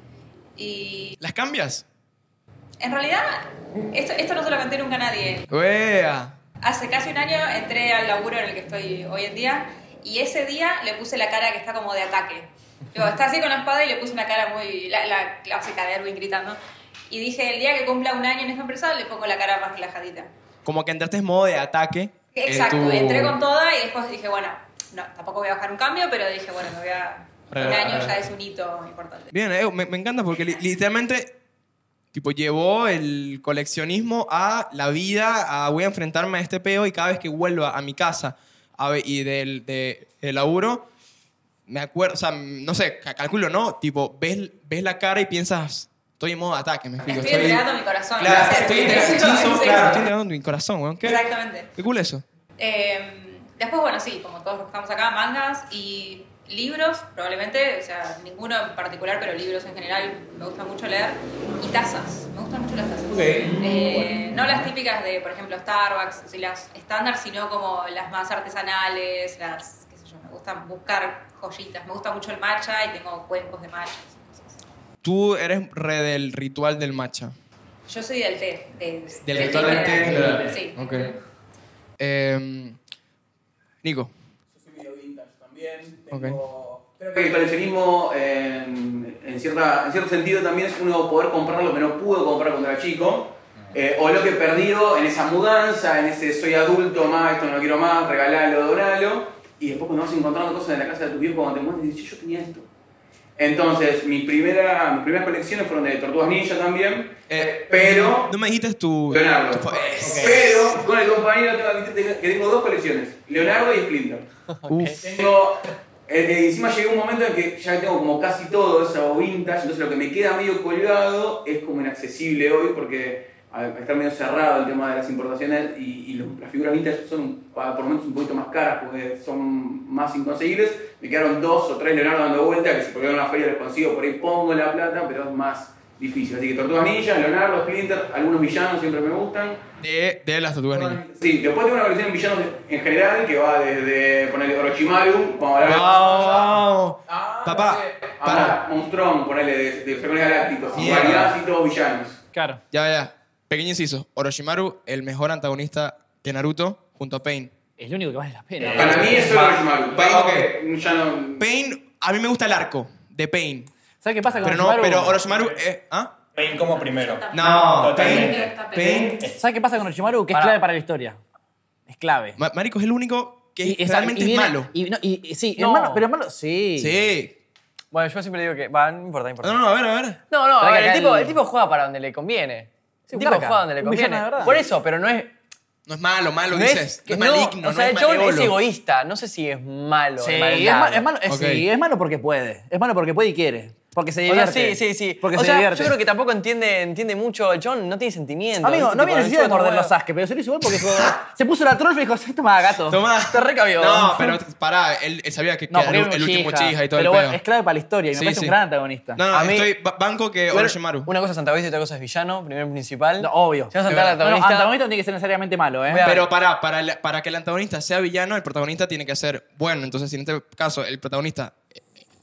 Speaker 8: Y
Speaker 1: ¿Las cambias?
Speaker 10: En realidad, esto, esto no se lo conté nunca a nadie.
Speaker 1: ¡Wea!
Speaker 10: Hace casi un año entré al laburo en el que estoy hoy en día y ese día le puse la cara que está como de ataque. Digo, está así con la espada y le puse una cara muy. la, la clásica de Erwin gritando. Y dije, el día que cumpla un año en esta empresa le pongo la cara más relajadita.
Speaker 1: Como que entraste en modo de ataque. eh, en
Speaker 10: Exacto,
Speaker 1: tu-
Speaker 10: entré con toda y después dije, bueno, no, tampoco voy a bajar un cambio, pero dije, bueno, me voy a. Un
Speaker 1: Relajar.
Speaker 10: año ya es un hito importante.
Speaker 1: Bien, eh, me, me encanta porque li- literalmente tipo, llevó el coleccionismo a la vida, a voy a enfrentarme a este peo y cada vez que vuelva a mi casa a ve- y del de, del laburo, me acuerdo, o sea, no sé, ca- calculo, ¿no? Tipo, ves, ves la cara y piensas, estoy en modo de ataque, me explico.
Speaker 10: Estoy entregando mi corazón.
Speaker 1: Claro,
Speaker 10: gracias.
Speaker 1: estoy entregando
Speaker 10: Sí,
Speaker 1: claro, estoy entregando mi corazón, weón. ¿Qué,
Speaker 10: Exactamente.
Speaker 1: qué cool eso.
Speaker 10: Eh, después, bueno, sí, como todos los que estamos acá, mangas y libros, probablemente, o sea, ninguno en particular, pero libros en general me gusta mucho leer. Y tazas, me gustan mucho las tazas.
Speaker 5: Mm,
Speaker 10: Eh, No las típicas de, por ejemplo, Starbucks, o sea, las estándar, sino como las más artesanales, las, qué sé yo, me gustan buscar joyitas. Me gusta mucho el matcha y tengo cuencos de matcha. esas cosas.
Speaker 1: Tú eres re del ritual del matcha.
Speaker 10: Yo soy del té. de-
Speaker 1: Del ritual del té en general.
Speaker 10: Sí.
Speaker 1: Ok. Eh, Nico. Ok.
Speaker 4: Creo que el coleccionismo eh, en, en cierta, en cierto sentido también es uno poder comprar lo que no pudo comprar cuando era chico. eh, o lo que he perdido en esa mudanza, en ese soy adulto, más esto no lo quiero más, regalalo, donalo. Y después cuando vas encontrando cosas en la casa de tu viejo, cuando te mueres, dices, "Che, yo tenía esto. Entonces, mi primera, mis primeras colecciones fueron de Tortugas Ninja también.
Speaker 1: Eh,
Speaker 4: pero
Speaker 1: No me dijiste tu...
Speaker 4: Leonardo.
Speaker 1: tu- es-
Speaker 4: Pero con el compañero tengo que tengo- que tengo dos colecciones, Leonardo y Splinter.
Speaker 1: Uf.
Speaker 4: Tengo, eh, eh, encima llegué a un momento en que ya tengo como casi todo esa vintage, entonces lo que me queda medio colgado es como inaccesible hoy porque al estar medio cerrado el tema de las importaciones y, y lo- las figuras vintage son un- pa- por momentos un poquito más caras porque son más inconseguibles. Me quedaron dos o tres Leonardo dando vuelta que si por ahí en la feria los consigo, por ahí pongo la plata, pero es más difícil. Así que Tortugas Ninja, Leonardo, Splinter, algunos villanos siempre me gustan.
Speaker 1: De, de las tortugas ninja.
Speaker 4: Sí, después tengo una colección de villanos en general que va desde ponerle Orochimaru, vamos a hablar
Speaker 1: ¡Wow!
Speaker 4: Ah,
Speaker 1: Papá,
Speaker 4: no sé. Ah,
Speaker 1: para.
Speaker 4: Monstrón, ponele, de, de Fregones Galácticos. Y
Speaker 1: Mierda.
Speaker 4: variedad y todos villanos.
Speaker 3: Claro.
Speaker 1: Ya, ya. Pequeño inciso. Orochimaru, el mejor antagonista de Naruto, junto a Pain.
Speaker 3: Es lo único que vale la pena.
Speaker 4: Eh, Para mí es solo Orochimaru. Ah,
Speaker 1: va,
Speaker 4: Pain,
Speaker 1: ok.
Speaker 4: que ya no...
Speaker 1: Pain, a mí me gusta el arco de Pain.
Speaker 3: ¿Sabes qué pasa con
Speaker 1: Pero no,
Speaker 3: Orochimaru?
Speaker 1: pero Orochimaru es... ¿Ah?
Speaker 11: Pain como primero.
Speaker 1: No,
Speaker 11: Totalmente.
Speaker 1: Pain. Pain.
Speaker 3: ¿Sabes qué pasa con Orochimaru? Que es
Speaker 2: Pará.
Speaker 3: clave para la historia. Es clave.
Speaker 1: Ma- Marico es el único que
Speaker 3: Y- y-
Speaker 1: realmente
Speaker 3: y
Speaker 1: es
Speaker 3: viene-
Speaker 1: malo.
Speaker 3: Y, no, y- y sí, es
Speaker 2: No.
Speaker 3: malo, pero es malo, sí.
Speaker 1: Sí.
Speaker 2: Bueno, yo siempre digo que. Va, no importa, no importa.
Speaker 1: No, no, no, a ver, a ver.
Speaker 2: No, no, a
Speaker 3: Pero
Speaker 2: ver,
Speaker 3: que
Speaker 2: el,
Speaker 3: acá
Speaker 2: tipo,
Speaker 3: el-
Speaker 2: el tipo juega para donde le conviene.
Speaker 3: Sí,
Speaker 2: el
Speaker 3: un
Speaker 2: tipo
Speaker 3: carca,
Speaker 2: juega donde le
Speaker 3: un villano
Speaker 2: conviene.
Speaker 3: de verdad.
Speaker 2: Por eso, pero no es.
Speaker 1: No es malo, malo,
Speaker 2: no es,
Speaker 1: dices. No es
Speaker 2: no,
Speaker 1: maligno, no
Speaker 2: O sea,
Speaker 1: es
Speaker 2: el chabón es
Speaker 1: malévolo.
Speaker 2: egoísta. No sé si es malo.
Speaker 3: Sí, es,
Speaker 2: es,
Speaker 3: ma- es
Speaker 2: malo.
Speaker 3: malo, es,
Speaker 1: Ok.
Speaker 3: sí, es malo porque puede. Es malo porque puede y quiere. Porque se
Speaker 2: O sea,
Speaker 3: divierte.
Speaker 2: sí, sí, sí.
Speaker 3: Porque
Speaker 2: o
Speaker 3: se
Speaker 2: sea,
Speaker 3: divierte.
Speaker 2: yo creo que tampoco entiende, entiende mucho. El chabón no tiene sentimientos.
Speaker 3: Amigo,
Speaker 2: Ese
Speaker 3: no
Speaker 2: tipo,
Speaker 3: había necesidad de
Speaker 2: el chabón
Speaker 3: morder
Speaker 2: no
Speaker 3: los asques, pero se lo hizo igual porque fue- se puso la trolfa y dijo, toma
Speaker 2: Oh.
Speaker 3: gato.
Speaker 1: Toma.
Speaker 3: Te recabió.
Speaker 1: No, pero pará, él, él sabía que
Speaker 3: No,
Speaker 1: que
Speaker 3: porque
Speaker 1: era
Speaker 3: era
Speaker 1: el,
Speaker 3: un
Speaker 1: último chija y
Speaker 3: Pero
Speaker 1: todo el
Speaker 3: bueno,
Speaker 1: pedo.
Speaker 3: es clave para la historia y me
Speaker 1: Sí,
Speaker 3: parece
Speaker 1: sí.
Speaker 3: un gran antagonista.
Speaker 1: No, no,
Speaker 2: A mí-
Speaker 1: estoy ba- banco que
Speaker 2: Igual,
Speaker 1: Orochimaru.
Speaker 2: Una cosa es antagonista y otra cosa es villano, primer principal.
Speaker 3: No, obvio.
Speaker 2: Si vamos a entrar al
Speaker 3: No, no,
Speaker 2: antagonista.
Speaker 3: antagonista no tiene que ser necesariamente malo, ¿eh?
Speaker 2: Voy a-
Speaker 1: Pero para, para, el- para que el antagonista sea villano, el protagonista tiene que ser bueno. Entonces, si en este caso el protagonista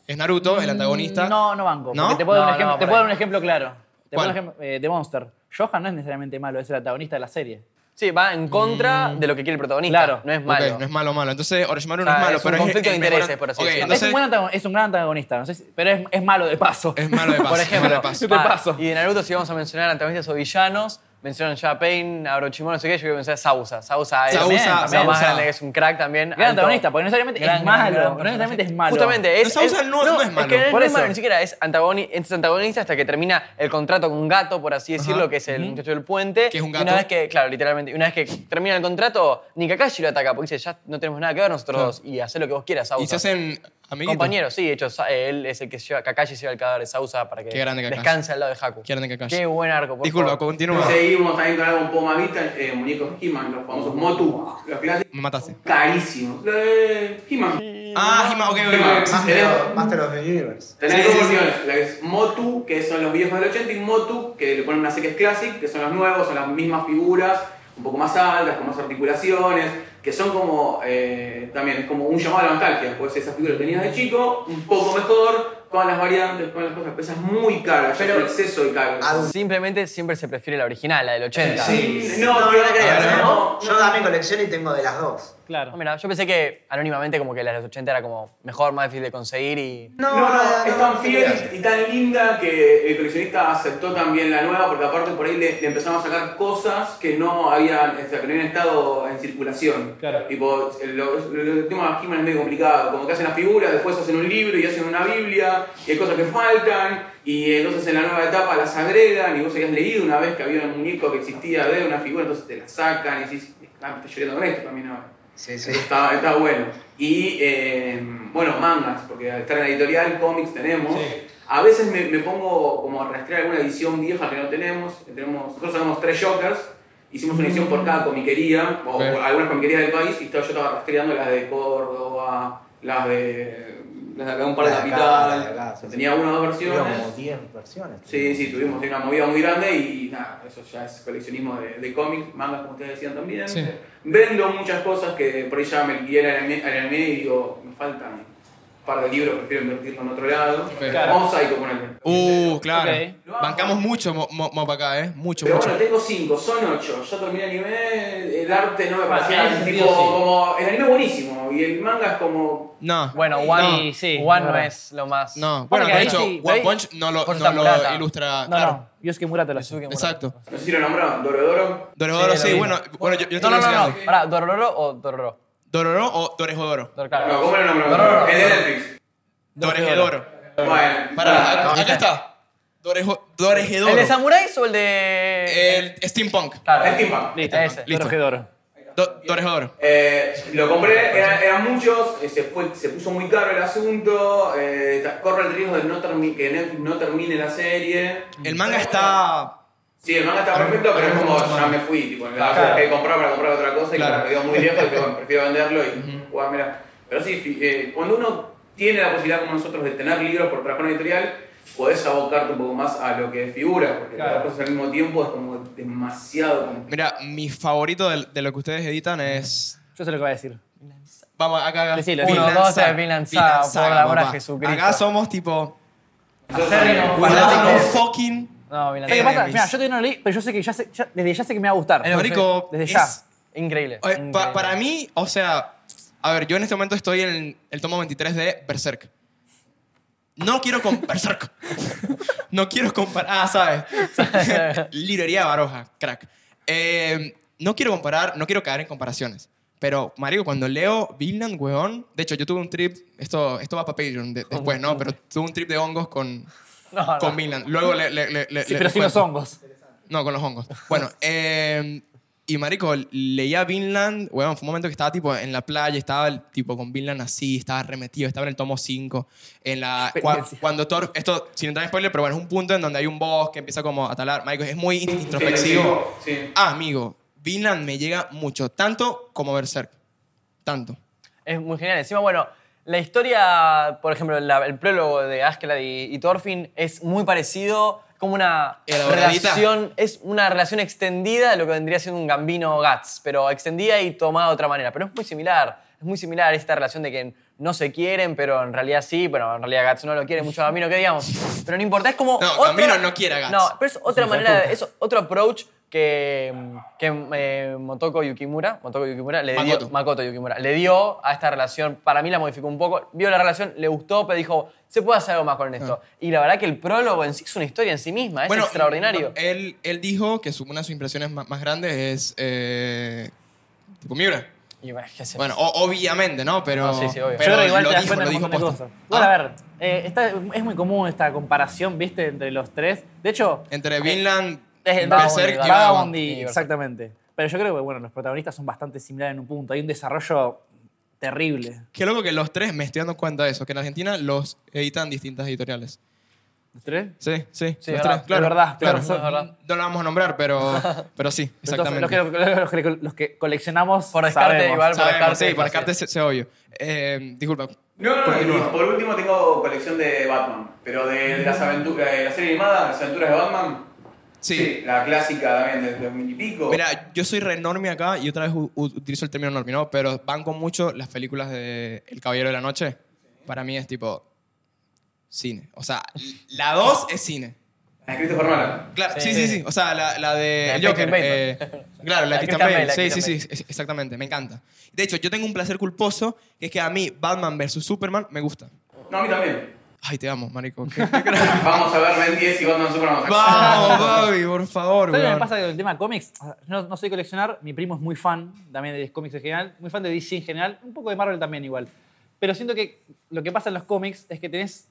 Speaker 1: es Naruto,
Speaker 2: Mm,
Speaker 1: el antagonista.
Speaker 3: Mm, No, no banco.
Speaker 1: ¿No?
Speaker 3: porque Te puedo dar un
Speaker 2: No, no,
Speaker 3: ejemplo- te
Speaker 2: por
Speaker 3: puedo
Speaker 2: ahí.
Speaker 3: dar un ejemplo claro. Te puedo
Speaker 1: ¿Cuál?
Speaker 3: dar un ejemplo eh, de Monster. Johan no es necesariamente malo, es el antagonista de la serie.
Speaker 2: Sí, va en
Speaker 1: Mm,
Speaker 2: contra de lo que quiere el protagonista.
Speaker 3: Claro.
Speaker 2: No es
Speaker 1: Ok,
Speaker 2: malo.
Speaker 1: no es malo, malo. Entonces, Orochimaru
Speaker 2: O
Speaker 1: no es
Speaker 2: sea,
Speaker 1: malo,
Speaker 2: es un
Speaker 1: pero
Speaker 2: conflicto
Speaker 1: es
Speaker 2: de
Speaker 1: el mejor-
Speaker 2: intereses, por así
Speaker 1: Ok,
Speaker 2: decirlo.
Speaker 3: es,
Speaker 1: entonces,
Speaker 3: un buen antagon- es un gran antagonista, no sé si- pero es, es malo de paso.
Speaker 1: es malo de paso.
Speaker 2: Por
Speaker 1: es malo de
Speaker 2: ejemplo,
Speaker 1: paso.
Speaker 3: te
Speaker 2: va,
Speaker 3: paso.
Speaker 2: Ah, y de Naruto, si vamos a mencionar antagonistas o villanos, mencionan ya a Pain, a Orochimaru, no sé qué, yo voy a mencionar a Sausa. Sausa es,
Speaker 1: Sausa,
Speaker 2: también, también,
Speaker 1: Sausa.
Speaker 2: más grande, es un crack también.
Speaker 3: Gran antagonista, porque no necesariamente es malo, no necesariamente es malo.
Speaker 2: Justamente, es.
Speaker 1: No, Sausa
Speaker 2: es-
Speaker 1: no- no es malo.
Speaker 2: que no,
Speaker 3: Por
Speaker 2: es malo
Speaker 3: eso.
Speaker 2: ni siquiera, es, antagoni- es antagonista hasta que termina el contrato con un gato, por así decirlo, que es el muchacho del puente.
Speaker 1: Que es
Speaker 2: Y
Speaker 1: un
Speaker 2: una
Speaker 1: gato.
Speaker 2: vez que, claro, literalmente, y una vez que termina el contrato, Nikakashi lo ataca, porque dice, ya no tenemos nada que ver nosotros
Speaker 1: Claro.
Speaker 2: dos, y hacé lo que vos quieras, Sausa.
Speaker 1: Y se hacen amiguitos.
Speaker 2: Compañeros, sí, de hecho, Sa- eh, él es el que lleva, Kakashi lleva el cadáver de Sausa para que
Speaker 1: Qué grande Kakashi.
Speaker 2: descanse al lado de Haku.
Speaker 1: Qué grande Kakashi.
Speaker 2: Qué buen arco, por
Speaker 1: Disculpa,
Speaker 2: favor.
Speaker 1: continúa.
Speaker 4: Seguimos también con algo un poco más vista, eh, muñecos He-Man, los famosos Motu, los clásicos
Speaker 1: Me mataste.
Speaker 4: carísimos. Eh, He-Man.
Speaker 1: Ah, Hima, ok, ok, ok.
Speaker 4: Tenés-
Speaker 12: Master, Master of the Universe.
Speaker 4: Tenés
Speaker 1: Sí,
Speaker 4: dos
Speaker 1: sí, sí.
Speaker 4: versiones, la que es Motu, que son los viejos del 80, y Motu, que le ponen una serie classic, que son los nuevos, son las mismas figuras, un poco más altas, con más articulaciones, que son como, eh, también es como un llamado a la nostalgia, pues esas figuras que tenías de chico, un poco mejor, con las variantes, con las cosas, pero esa es muy cara, pero el exceso de carga.
Speaker 2: Simplemente siempre se prefiere la original, la del 80.
Speaker 4: Sí,
Speaker 7: No, no, la creas,
Speaker 1: ver,
Speaker 7: Ah, ¿no?
Speaker 4: no.
Speaker 7: Yo dame colección y tengo de las dos.
Speaker 2: Ah,
Speaker 6: Claro.
Speaker 2: mira, yo pensé que anónimamente como que la de los 80 era como mejor, más difícil de conseguir y...
Speaker 4: No, no, es tan
Speaker 7: no te
Speaker 4: fiel
Speaker 7: creas.
Speaker 4: y tan linda que el coleccionista aceptó también la nueva, porque aparte por ahí le, le empezaron a sacar cosas que no habían, o sea, que no habían estado en circulación.
Speaker 6: Claro.
Speaker 4: Tipo, el, lo- el tema de He-Man es medio complicado, como que hacen las figuras, después hacen un libro y hacen una Biblia, y hay cosas que faltan, y entonces en la nueva etapa las agregan, y vos habías leído una vez que había un muñeco que existía de una figura, entonces te la sacan y decís, ah, me estoy llorando con esto también ahora.
Speaker 7: Sí, sí.
Speaker 4: Está, está bueno. Y eh, bueno, mangas, porque al estar en la editorial, cómics tenemos.
Speaker 6: Sí.
Speaker 4: A veces me, me pongo como a rastrear alguna edición vieja que no tenemos. que tenemos nosotros tenemos tres Jokers, hicimos una edición por cada comiquería, o
Speaker 1: Ok.
Speaker 4: por algunas comiquerías del país, y estaba, yo estaba rastreando las de Córdoba, las de, las de acá Eh, un par de
Speaker 7: Las de acá, las de
Speaker 4: capital.
Speaker 7: acá, sí,
Speaker 4: Tenía
Speaker 7: sí.
Speaker 4: una o dos
Speaker 7: Tuvieron
Speaker 4: versiones.
Speaker 7: como 10 versiones.
Speaker 4: Sí, sí, tuvimos una movida muy grande y nada, eso ya es coleccionismo de, de cómics, mangas, como ustedes decían también.
Speaker 1: Sí.
Speaker 4: Vendo muchas cosas que por ahí ya me guié al anime, al anime y digo, me faltan un par de libros, prefiero invertirlo en otro lado.
Speaker 6: Claro.
Speaker 4: Vamos a ir con él.
Speaker 1: Uh, claro.
Speaker 6: Ok.
Speaker 1: Bancamos mucho mo, mo- Mopa acá, ¿eh? Mucho,
Speaker 4: Pero
Speaker 1: mucho.
Speaker 4: bueno, tengo cinco, son ocho. Ya terminé anime, el arte no me parecía.
Speaker 6: en ese
Speaker 4: tipo,
Speaker 6: sentido, Ah, sí.
Speaker 4: como, el anime es buenísimo y el manga es como.
Speaker 1: No.
Speaker 2: Bueno,
Speaker 6: Sí,
Speaker 2: One,
Speaker 6: sí,
Speaker 2: One no
Speaker 6: verdad.
Speaker 2: es lo más...
Speaker 3: Bueno,
Speaker 1: No, bueno,
Speaker 3: que
Speaker 1: de
Speaker 3: ahí
Speaker 1: hecho,
Speaker 3: sí,
Speaker 1: One
Speaker 3: ahí-
Speaker 1: Punch no lo,
Speaker 2: por
Speaker 1: no lo
Speaker 2: Tamburata.
Speaker 1: ilustra.
Speaker 3: No,
Speaker 1: claro.
Speaker 3: no. Yosuke Murata. lo hace.
Speaker 1: Exacto.
Speaker 4: No sé si lo nombraron, Dorodoro.
Speaker 1: Dororo, sí,
Speaker 2: lo vi.
Speaker 1: bueno, bueno, yo, yo
Speaker 2: No, no,
Speaker 1: tengo que
Speaker 2: no,
Speaker 1: decir
Speaker 2: no.
Speaker 1: algo.
Speaker 2: Pará, ¿Dororo o Dororo?
Speaker 1: Dororo o Dorejodoro.
Speaker 2: Dor-
Speaker 4: No,
Speaker 2: claro.
Speaker 4: ¿cómo lo nombraron?
Speaker 2: Dororo.
Speaker 4: Es de Netflix.
Speaker 1: Dorejedoro.
Speaker 4: Bueno,
Speaker 1: Para,
Speaker 4: nada.
Speaker 1: acá, acá está. Dorejo,
Speaker 2: ¿El
Speaker 1: Dorejedoro.
Speaker 2: de Samuráis o el de...?
Speaker 1: El steampunk.
Speaker 2: Claro.
Speaker 4: Es Steampunk.
Speaker 2: Listo, ese.
Speaker 1: Listo.
Speaker 3: Torogedoro.
Speaker 1: Do- Dorejedoro.
Speaker 4: Eh, lo compré, era- eran muchos, eh, se, fue- se puso muy caro el asunto, eh, ta- corre el riesgo de no termi- que Netflix no termine la serie.
Speaker 1: El manga está.
Speaker 4: Sí, el manga está
Speaker 1: A mí-
Speaker 4: perfecto,
Speaker 1: a mí
Speaker 4: pero es
Speaker 1: me
Speaker 4: como
Speaker 1: gusta
Speaker 4: ya
Speaker 1: más.
Speaker 4: me fui, tipo, me la tuve que comprar para comprar otra cosa y
Speaker 1: Claro.
Speaker 4: claro, me quedó muy lejos, y que, bueno, prefiero venderlo y jugármela. Pero sí, fi- eh, cuando uno tiene la posibilidad como nosotros de tener libros por trabajar en editorial, podés abocarte un poco más a lo que es figura, porque
Speaker 6: Claro.
Speaker 4: las cosas al mismo tiempo es como demasiado complicado.
Speaker 1: Mira, mi favorito del- de, lo que ustedes editan es.
Speaker 3: Yo sé lo que voy a decir.
Speaker 1: Vamos, acá. acá.
Speaker 3: Decilo,
Speaker 1: Vinland
Speaker 2: decilo. Uno, dos,
Speaker 1: Saga.
Speaker 2: tres, Vinland Saga,
Speaker 1: Vinland
Speaker 2: por
Speaker 1: Saga,
Speaker 2: el amor a
Speaker 1: papá.
Speaker 2: Jesucristo.
Speaker 1: Acá somos tipo.
Speaker 4: Acérrimo,
Speaker 1: Guardando
Speaker 4: fanáticos.
Speaker 1: fucking.
Speaker 2: No, mira,
Speaker 3: Lo que
Speaker 1: Eh,
Speaker 2: mira,
Speaker 3: pasa,
Speaker 1: Luis.
Speaker 3: mira, yo todavía no lo leí, pero yo sé que ya sé, ya- desde ya sé que me va a gustar.
Speaker 2: Pero-
Speaker 1: Marico,
Speaker 3: desde
Speaker 1: es-
Speaker 3: ya.
Speaker 2: Increíble.
Speaker 1: Eh, pa-
Speaker 2: increíble.
Speaker 1: para mí, o sea, a ver, yo en este momento estoy en el tomo 23 de Berserk. No quiero con Berserk. no quiero comparar. Ah, ¿sabes? Librería Baroja, crack. Eh, no quiero comparar, no quiero caer en comparaciones. Pero, Mario, cuando leo Vinland, weón. De hecho, yo tuve un trip. Esto, esto va para Patreon de- después, ¿no? Pero tuve un trip de hongos con,
Speaker 2: No, no.
Speaker 1: con Vinland. Luego le. le- le- le-
Speaker 3: Sí,
Speaker 1: le-
Speaker 3: pero
Speaker 1: le
Speaker 3: sin los
Speaker 1: cuento.
Speaker 3: hongos.
Speaker 1: No, con los hongos. Bueno, eh, y marico, leía Vinland, weón, fue un momento que estaba tipo en la playa, estaba el tipo con Vinland así, estaba remetido, estaba en el tomo 5, en la... cua-
Speaker 3: Experiencia.
Speaker 1: cuando Thor, esto sin entrar en spoiler, pero bueno, es un punto en donde hay un boss que empieza como a talar, marico, es muy introspectivo.
Speaker 4: Sí.
Speaker 1: Ah, amigo, Vinland me llega mucho, tanto como Berserk, tanto.
Speaker 2: Es muy genial. Encima, bueno, la historia, por ejemplo, la- el prólogo de Askeladd y, y Thorfinn es muy parecido, como una
Speaker 1: Elaboradita.
Speaker 2: relación, es una relación extendida de lo que vendría siendo un Gambino Guts, pero extendida y tomada de otra manera. Pero es muy similar, es muy similar esta relación de que no se quieren, pero en realidad sí, bueno, en realidad Guts no lo quiere mucho a Gambino, que digamos. Pero no importa, es como...
Speaker 1: No,
Speaker 2: otra-
Speaker 1: Gambino no quiere a Guts.
Speaker 2: No, pero es otra
Speaker 3: un
Speaker 2: manera,
Speaker 3: hijo
Speaker 2: es otro approach que, que eh, Motoko Yukimura, Motoko Yukimura le
Speaker 1: Makoto.
Speaker 2: dio, Makoto Yukimura, le dio a esta relación, para mí la modificó un poco, vio la relación, le gustó, pero dijo, se puede hacer algo más con esto.
Speaker 1: Ah.
Speaker 2: Y la verdad que el prólogo en sí es una historia en sí misma, es extraordinario.
Speaker 1: Él, él dijo que su- una de sus impresiones ma- más, grandes es... eh, tipo Miura.
Speaker 2: Y bueno, es que se-
Speaker 1: Bueno, o- obviamente, ¿no? Pero,
Speaker 2: No, sí, sí, obvio.
Speaker 1: pero
Speaker 3: yo creo que igual
Speaker 1: lo
Speaker 3: te das
Speaker 1: dijo,
Speaker 3: cuenta
Speaker 1: lo
Speaker 3: de un
Speaker 1: dijo
Speaker 3: montón de
Speaker 1: posta.
Speaker 3: cosas. Igual,
Speaker 1: Ah,
Speaker 3: a ver, eh, está- es muy común esta comparación, ¿viste? Entre los tres. De hecho, eh,
Speaker 1: Entre Vinland,
Speaker 3: desde
Speaker 1: Berserk
Speaker 2: Vagabond
Speaker 1: y Vagabond.
Speaker 2: y
Speaker 3: Vagabondi,
Speaker 2: Berserk.
Speaker 3: exactamente. Pero yo creo que, bueno, los protagonistas son bastante similares en un punto. Hay un desarrollo terrible.
Speaker 1: Qué loco que los tres me estoy dando cuenta de eso, que en Argentina los editan distintas editoriales.
Speaker 3: ¿Los tres?
Speaker 1: Sí, sí,
Speaker 2: Sí,
Speaker 1: los
Speaker 2: verdad,
Speaker 1: tres,
Speaker 2: es
Speaker 1: claro.
Speaker 3: verdad,
Speaker 1: claro.
Speaker 2: es verdad.
Speaker 1: No lo vamos a nombrar, pero, pero sí,
Speaker 3: Entonces,
Speaker 1: exactamente.
Speaker 3: los, que, los que- los que coleccionamos
Speaker 2: Por descarte,
Speaker 3: sabemos.
Speaker 2: igual.
Speaker 1: Sabemos,
Speaker 2: para descarte,
Speaker 1: sí, para
Speaker 2: fácil.
Speaker 1: descarte se, se obvio. Eh, disculpa.
Speaker 4: No, no, no,
Speaker 1: Continúa.
Speaker 4: no, Por último tengo colección de Batman, pero de las aventuras, de la serie animada, las aventuras de Batman.
Speaker 1: Sí.
Speaker 4: la clásica también del 2000 y pico.
Speaker 1: Mira, yo soy renormi acá y otra vez u- u- utilizo el término normi, ¿no? Pero banco mucho las películas de El Caballero de la Noche. Para mí es tipo cine. O sea, la 2 es cine.
Speaker 4: La de Christopher Nolan.
Speaker 1: Claro, sí,
Speaker 2: Ah, Sí,
Speaker 1: sí, sí.
Speaker 2: sí.
Speaker 1: O sea, la,
Speaker 2: La
Speaker 1: la de
Speaker 2: de
Speaker 1: el Joker.
Speaker 2: Christian
Speaker 1: eh,
Speaker 2: Bale. La
Speaker 1: claro, la de
Speaker 2: de
Speaker 1: Christian
Speaker 2: Christian
Speaker 1: Bale.
Speaker 2: Bale, la de
Speaker 1: Sí, sí, sí,
Speaker 2: Christian
Speaker 1: es- exactamente. Me encanta. De hecho, yo tengo un placer culposo que es que a mí Batman vs Superman me gusta.
Speaker 4: No, a mí también.
Speaker 1: Ay, te amo, marico. Qué- qué crack.
Speaker 4: Vamos a ver Ben 10 y Batman Superman.
Speaker 1: Vamos, Bobby, por favor,
Speaker 3: ¿Sabes lo que
Speaker 1: weón.
Speaker 3: me pasa con el tema de cómics? No, no soy coleccionar, mi primo es muy fan también de cómics en general, muy fan de DC en general, un poco de Marvel también igual. Pero siento que lo que pasa en los cómics es que tenés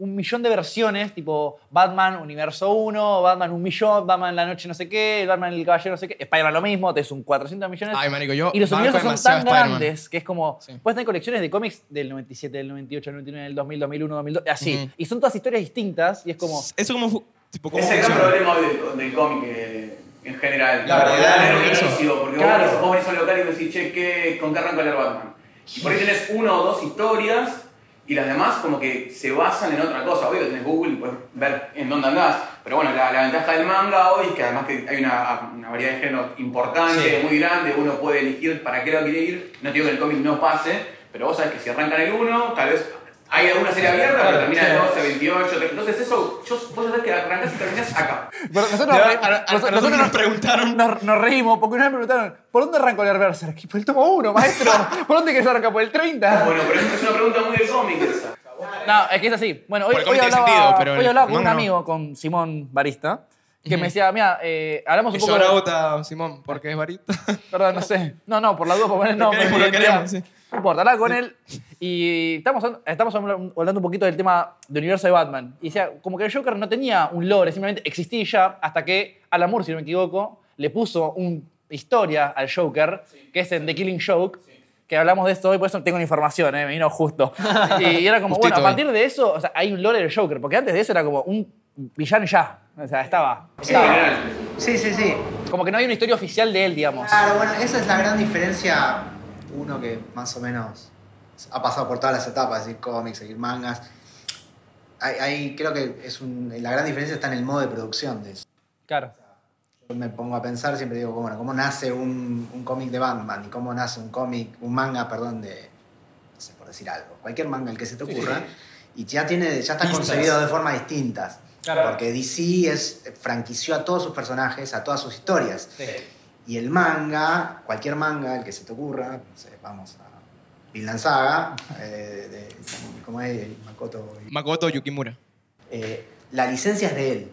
Speaker 3: un millón de versiones, tipo Batman Universo 1, Batman un millón, Batman la noche no sé qué, Batman el caballero no sé qué, Spider-Man lo mismo, tenés un 400 millones.
Speaker 1: Ay, marico, yo
Speaker 3: y los
Speaker 1: banco
Speaker 3: universos son
Speaker 1: demasiado
Speaker 3: tan
Speaker 1: Spider-Man.
Speaker 3: grandes que es como,
Speaker 1: Sí.
Speaker 3: puedes tener colecciones de cómics del 97, del 98, del 99, del 2000, 2001, 2002, así.
Speaker 1: Ujú.
Speaker 3: Y son todas historias distintas y es como...
Speaker 1: Eso como... fu- Tipo, ¿cómo
Speaker 4: Ese es el gran
Speaker 1: funciona?
Speaker 4: problema del, del cómic eh, en general.
Speaker 1: La variedad
Speaker 4: Porque
Speaker 1: del
Speaker 4: es
Speaker 1: universo.
Speaker 4: buenísimo, Porque
Speaker 3: Claro.
Speaker 4: vos, vos venís a un local y decís, che, ¿qué, ¿con qué arranca el Batman? Y por ahí tenés una o dos historias y las demás como que se basan en otra cosa. Obvio, tenés Google y puedes ver en dónde andás. Pero bueno, la, la ventaja del manga hoy es que además que hay una, una variedad de género importante, muy grande, uno puede elegir para qué lo quiere ir. No te digo que el cómic no pase, pero vos sabés que si arrancan el 1, tal vez hay alguna serie abierta, pero termina el 12, 28. Entonces eso, yo, vos sabés que arrancás y terminás acá.
Speaker 3: Pero nosotros,
Speaker 1: Ya,
Speaker 3: nos re-
Speaker 1: a- a- a
Speaker 3: nos-
Speaker 1: nosotros nos preguntaron.
Speaker 3: Nos, nos reímos porque una vez me preguntaron: ¿por dónde arranco el Berserk? Por el tomo 1, maestro. ¿Por dónde querés arrancar? ¿Por el 30?
Speaker 4: Bueno, pero es una pregunta muy de cómic esa.
Speaker 3: No, es que es así. Bueno, hoy,
Speaker 1: Por el
Speaker 3: hoy
Speaker 1: cómic tiene
Speaker 3: hablaba,
Speaker 1: sentido, pero
Speaker 3: hoy
Speaker 1: el-
Speaker 3: hablaba con
Speaker 1: no,
Speaker 3: un
Speaker 1: no.
Speaker 3: amigo, con Simón Barista, que
Speaker 1: Ujú.
Speaker 3: me decía: Mira, eh, hablamos un
Speaker 1: Y
Speaker 3: poco.
Speaker 1: ahora vota, Simón, porque es varita.
Speaker 3: Perdón, no sé. No, no, por la duda, por poner el
Speaker 1: Lo
Speaker 3: nombre.
Speaker 1: queremos, lo
Speaker 3: porque
Speaker 1: queremos,
Speaker 3: mira,
Speaker 1: sí.
Speaker 3: No importa, hablaba con él y estamos, estamos hablando un poquito del tema del universo de Batman. Y decía, como que el Joker no tenía un lore, simplemente existía ya hasta que Alan Moore, si no me equivoco, le puso una historia al Joker, que es en The Killing Joke, que hablamos de esto hoy, por eso tengo la información, eh, me vino justo. y era como, bueno,
Speaker 1: Justito
Speaker 3: a
Speaker 1: hoy.
Speaker 3: partir de eso, o sea, hay un lore del Joker, porque antes de eso era como un villano ya, o sea, estaba. estaba.
Speaker 7: Sí, sí, sí.
Speaker 3: Como que no hay una historia oficial de él, digamos.
Speaker 7: Claro, bueno, esa es la gran diferencia. Uno que más o menos ha pasado por todas las etapas, es decir cómics, seguir mangas. Ahí, ahí creo que es un- la gran diferencia está en el modo de producción de eso.
Speaker 3: Claro.
Speaker 7: Yo me pongo a pensar, siempre digo, bueno, ¿cómo nace un, un cómic de Batman? ¿Y cómo nace un cómic, un manga, perdón, de, no sé, por decir algo, cualquier manga, el que se te ocurra, y ya, tiene, ya está
Speaker 1: Pistas.
Speaker 7: concebido de formas distintas.
Speaker 3: Claro.
Speaker 7: Porque DC es, eh, franquició a todos sus personajes, a todas sus historias. Y el manga, cualquier manga, el que se te ocurra, no sé, vamos a Vinland Saga, eh, de- ¿cómo es? Makoto.
Speaker 1: Makoto Yukimura.
Speaker 7: Eh, la licencia es de él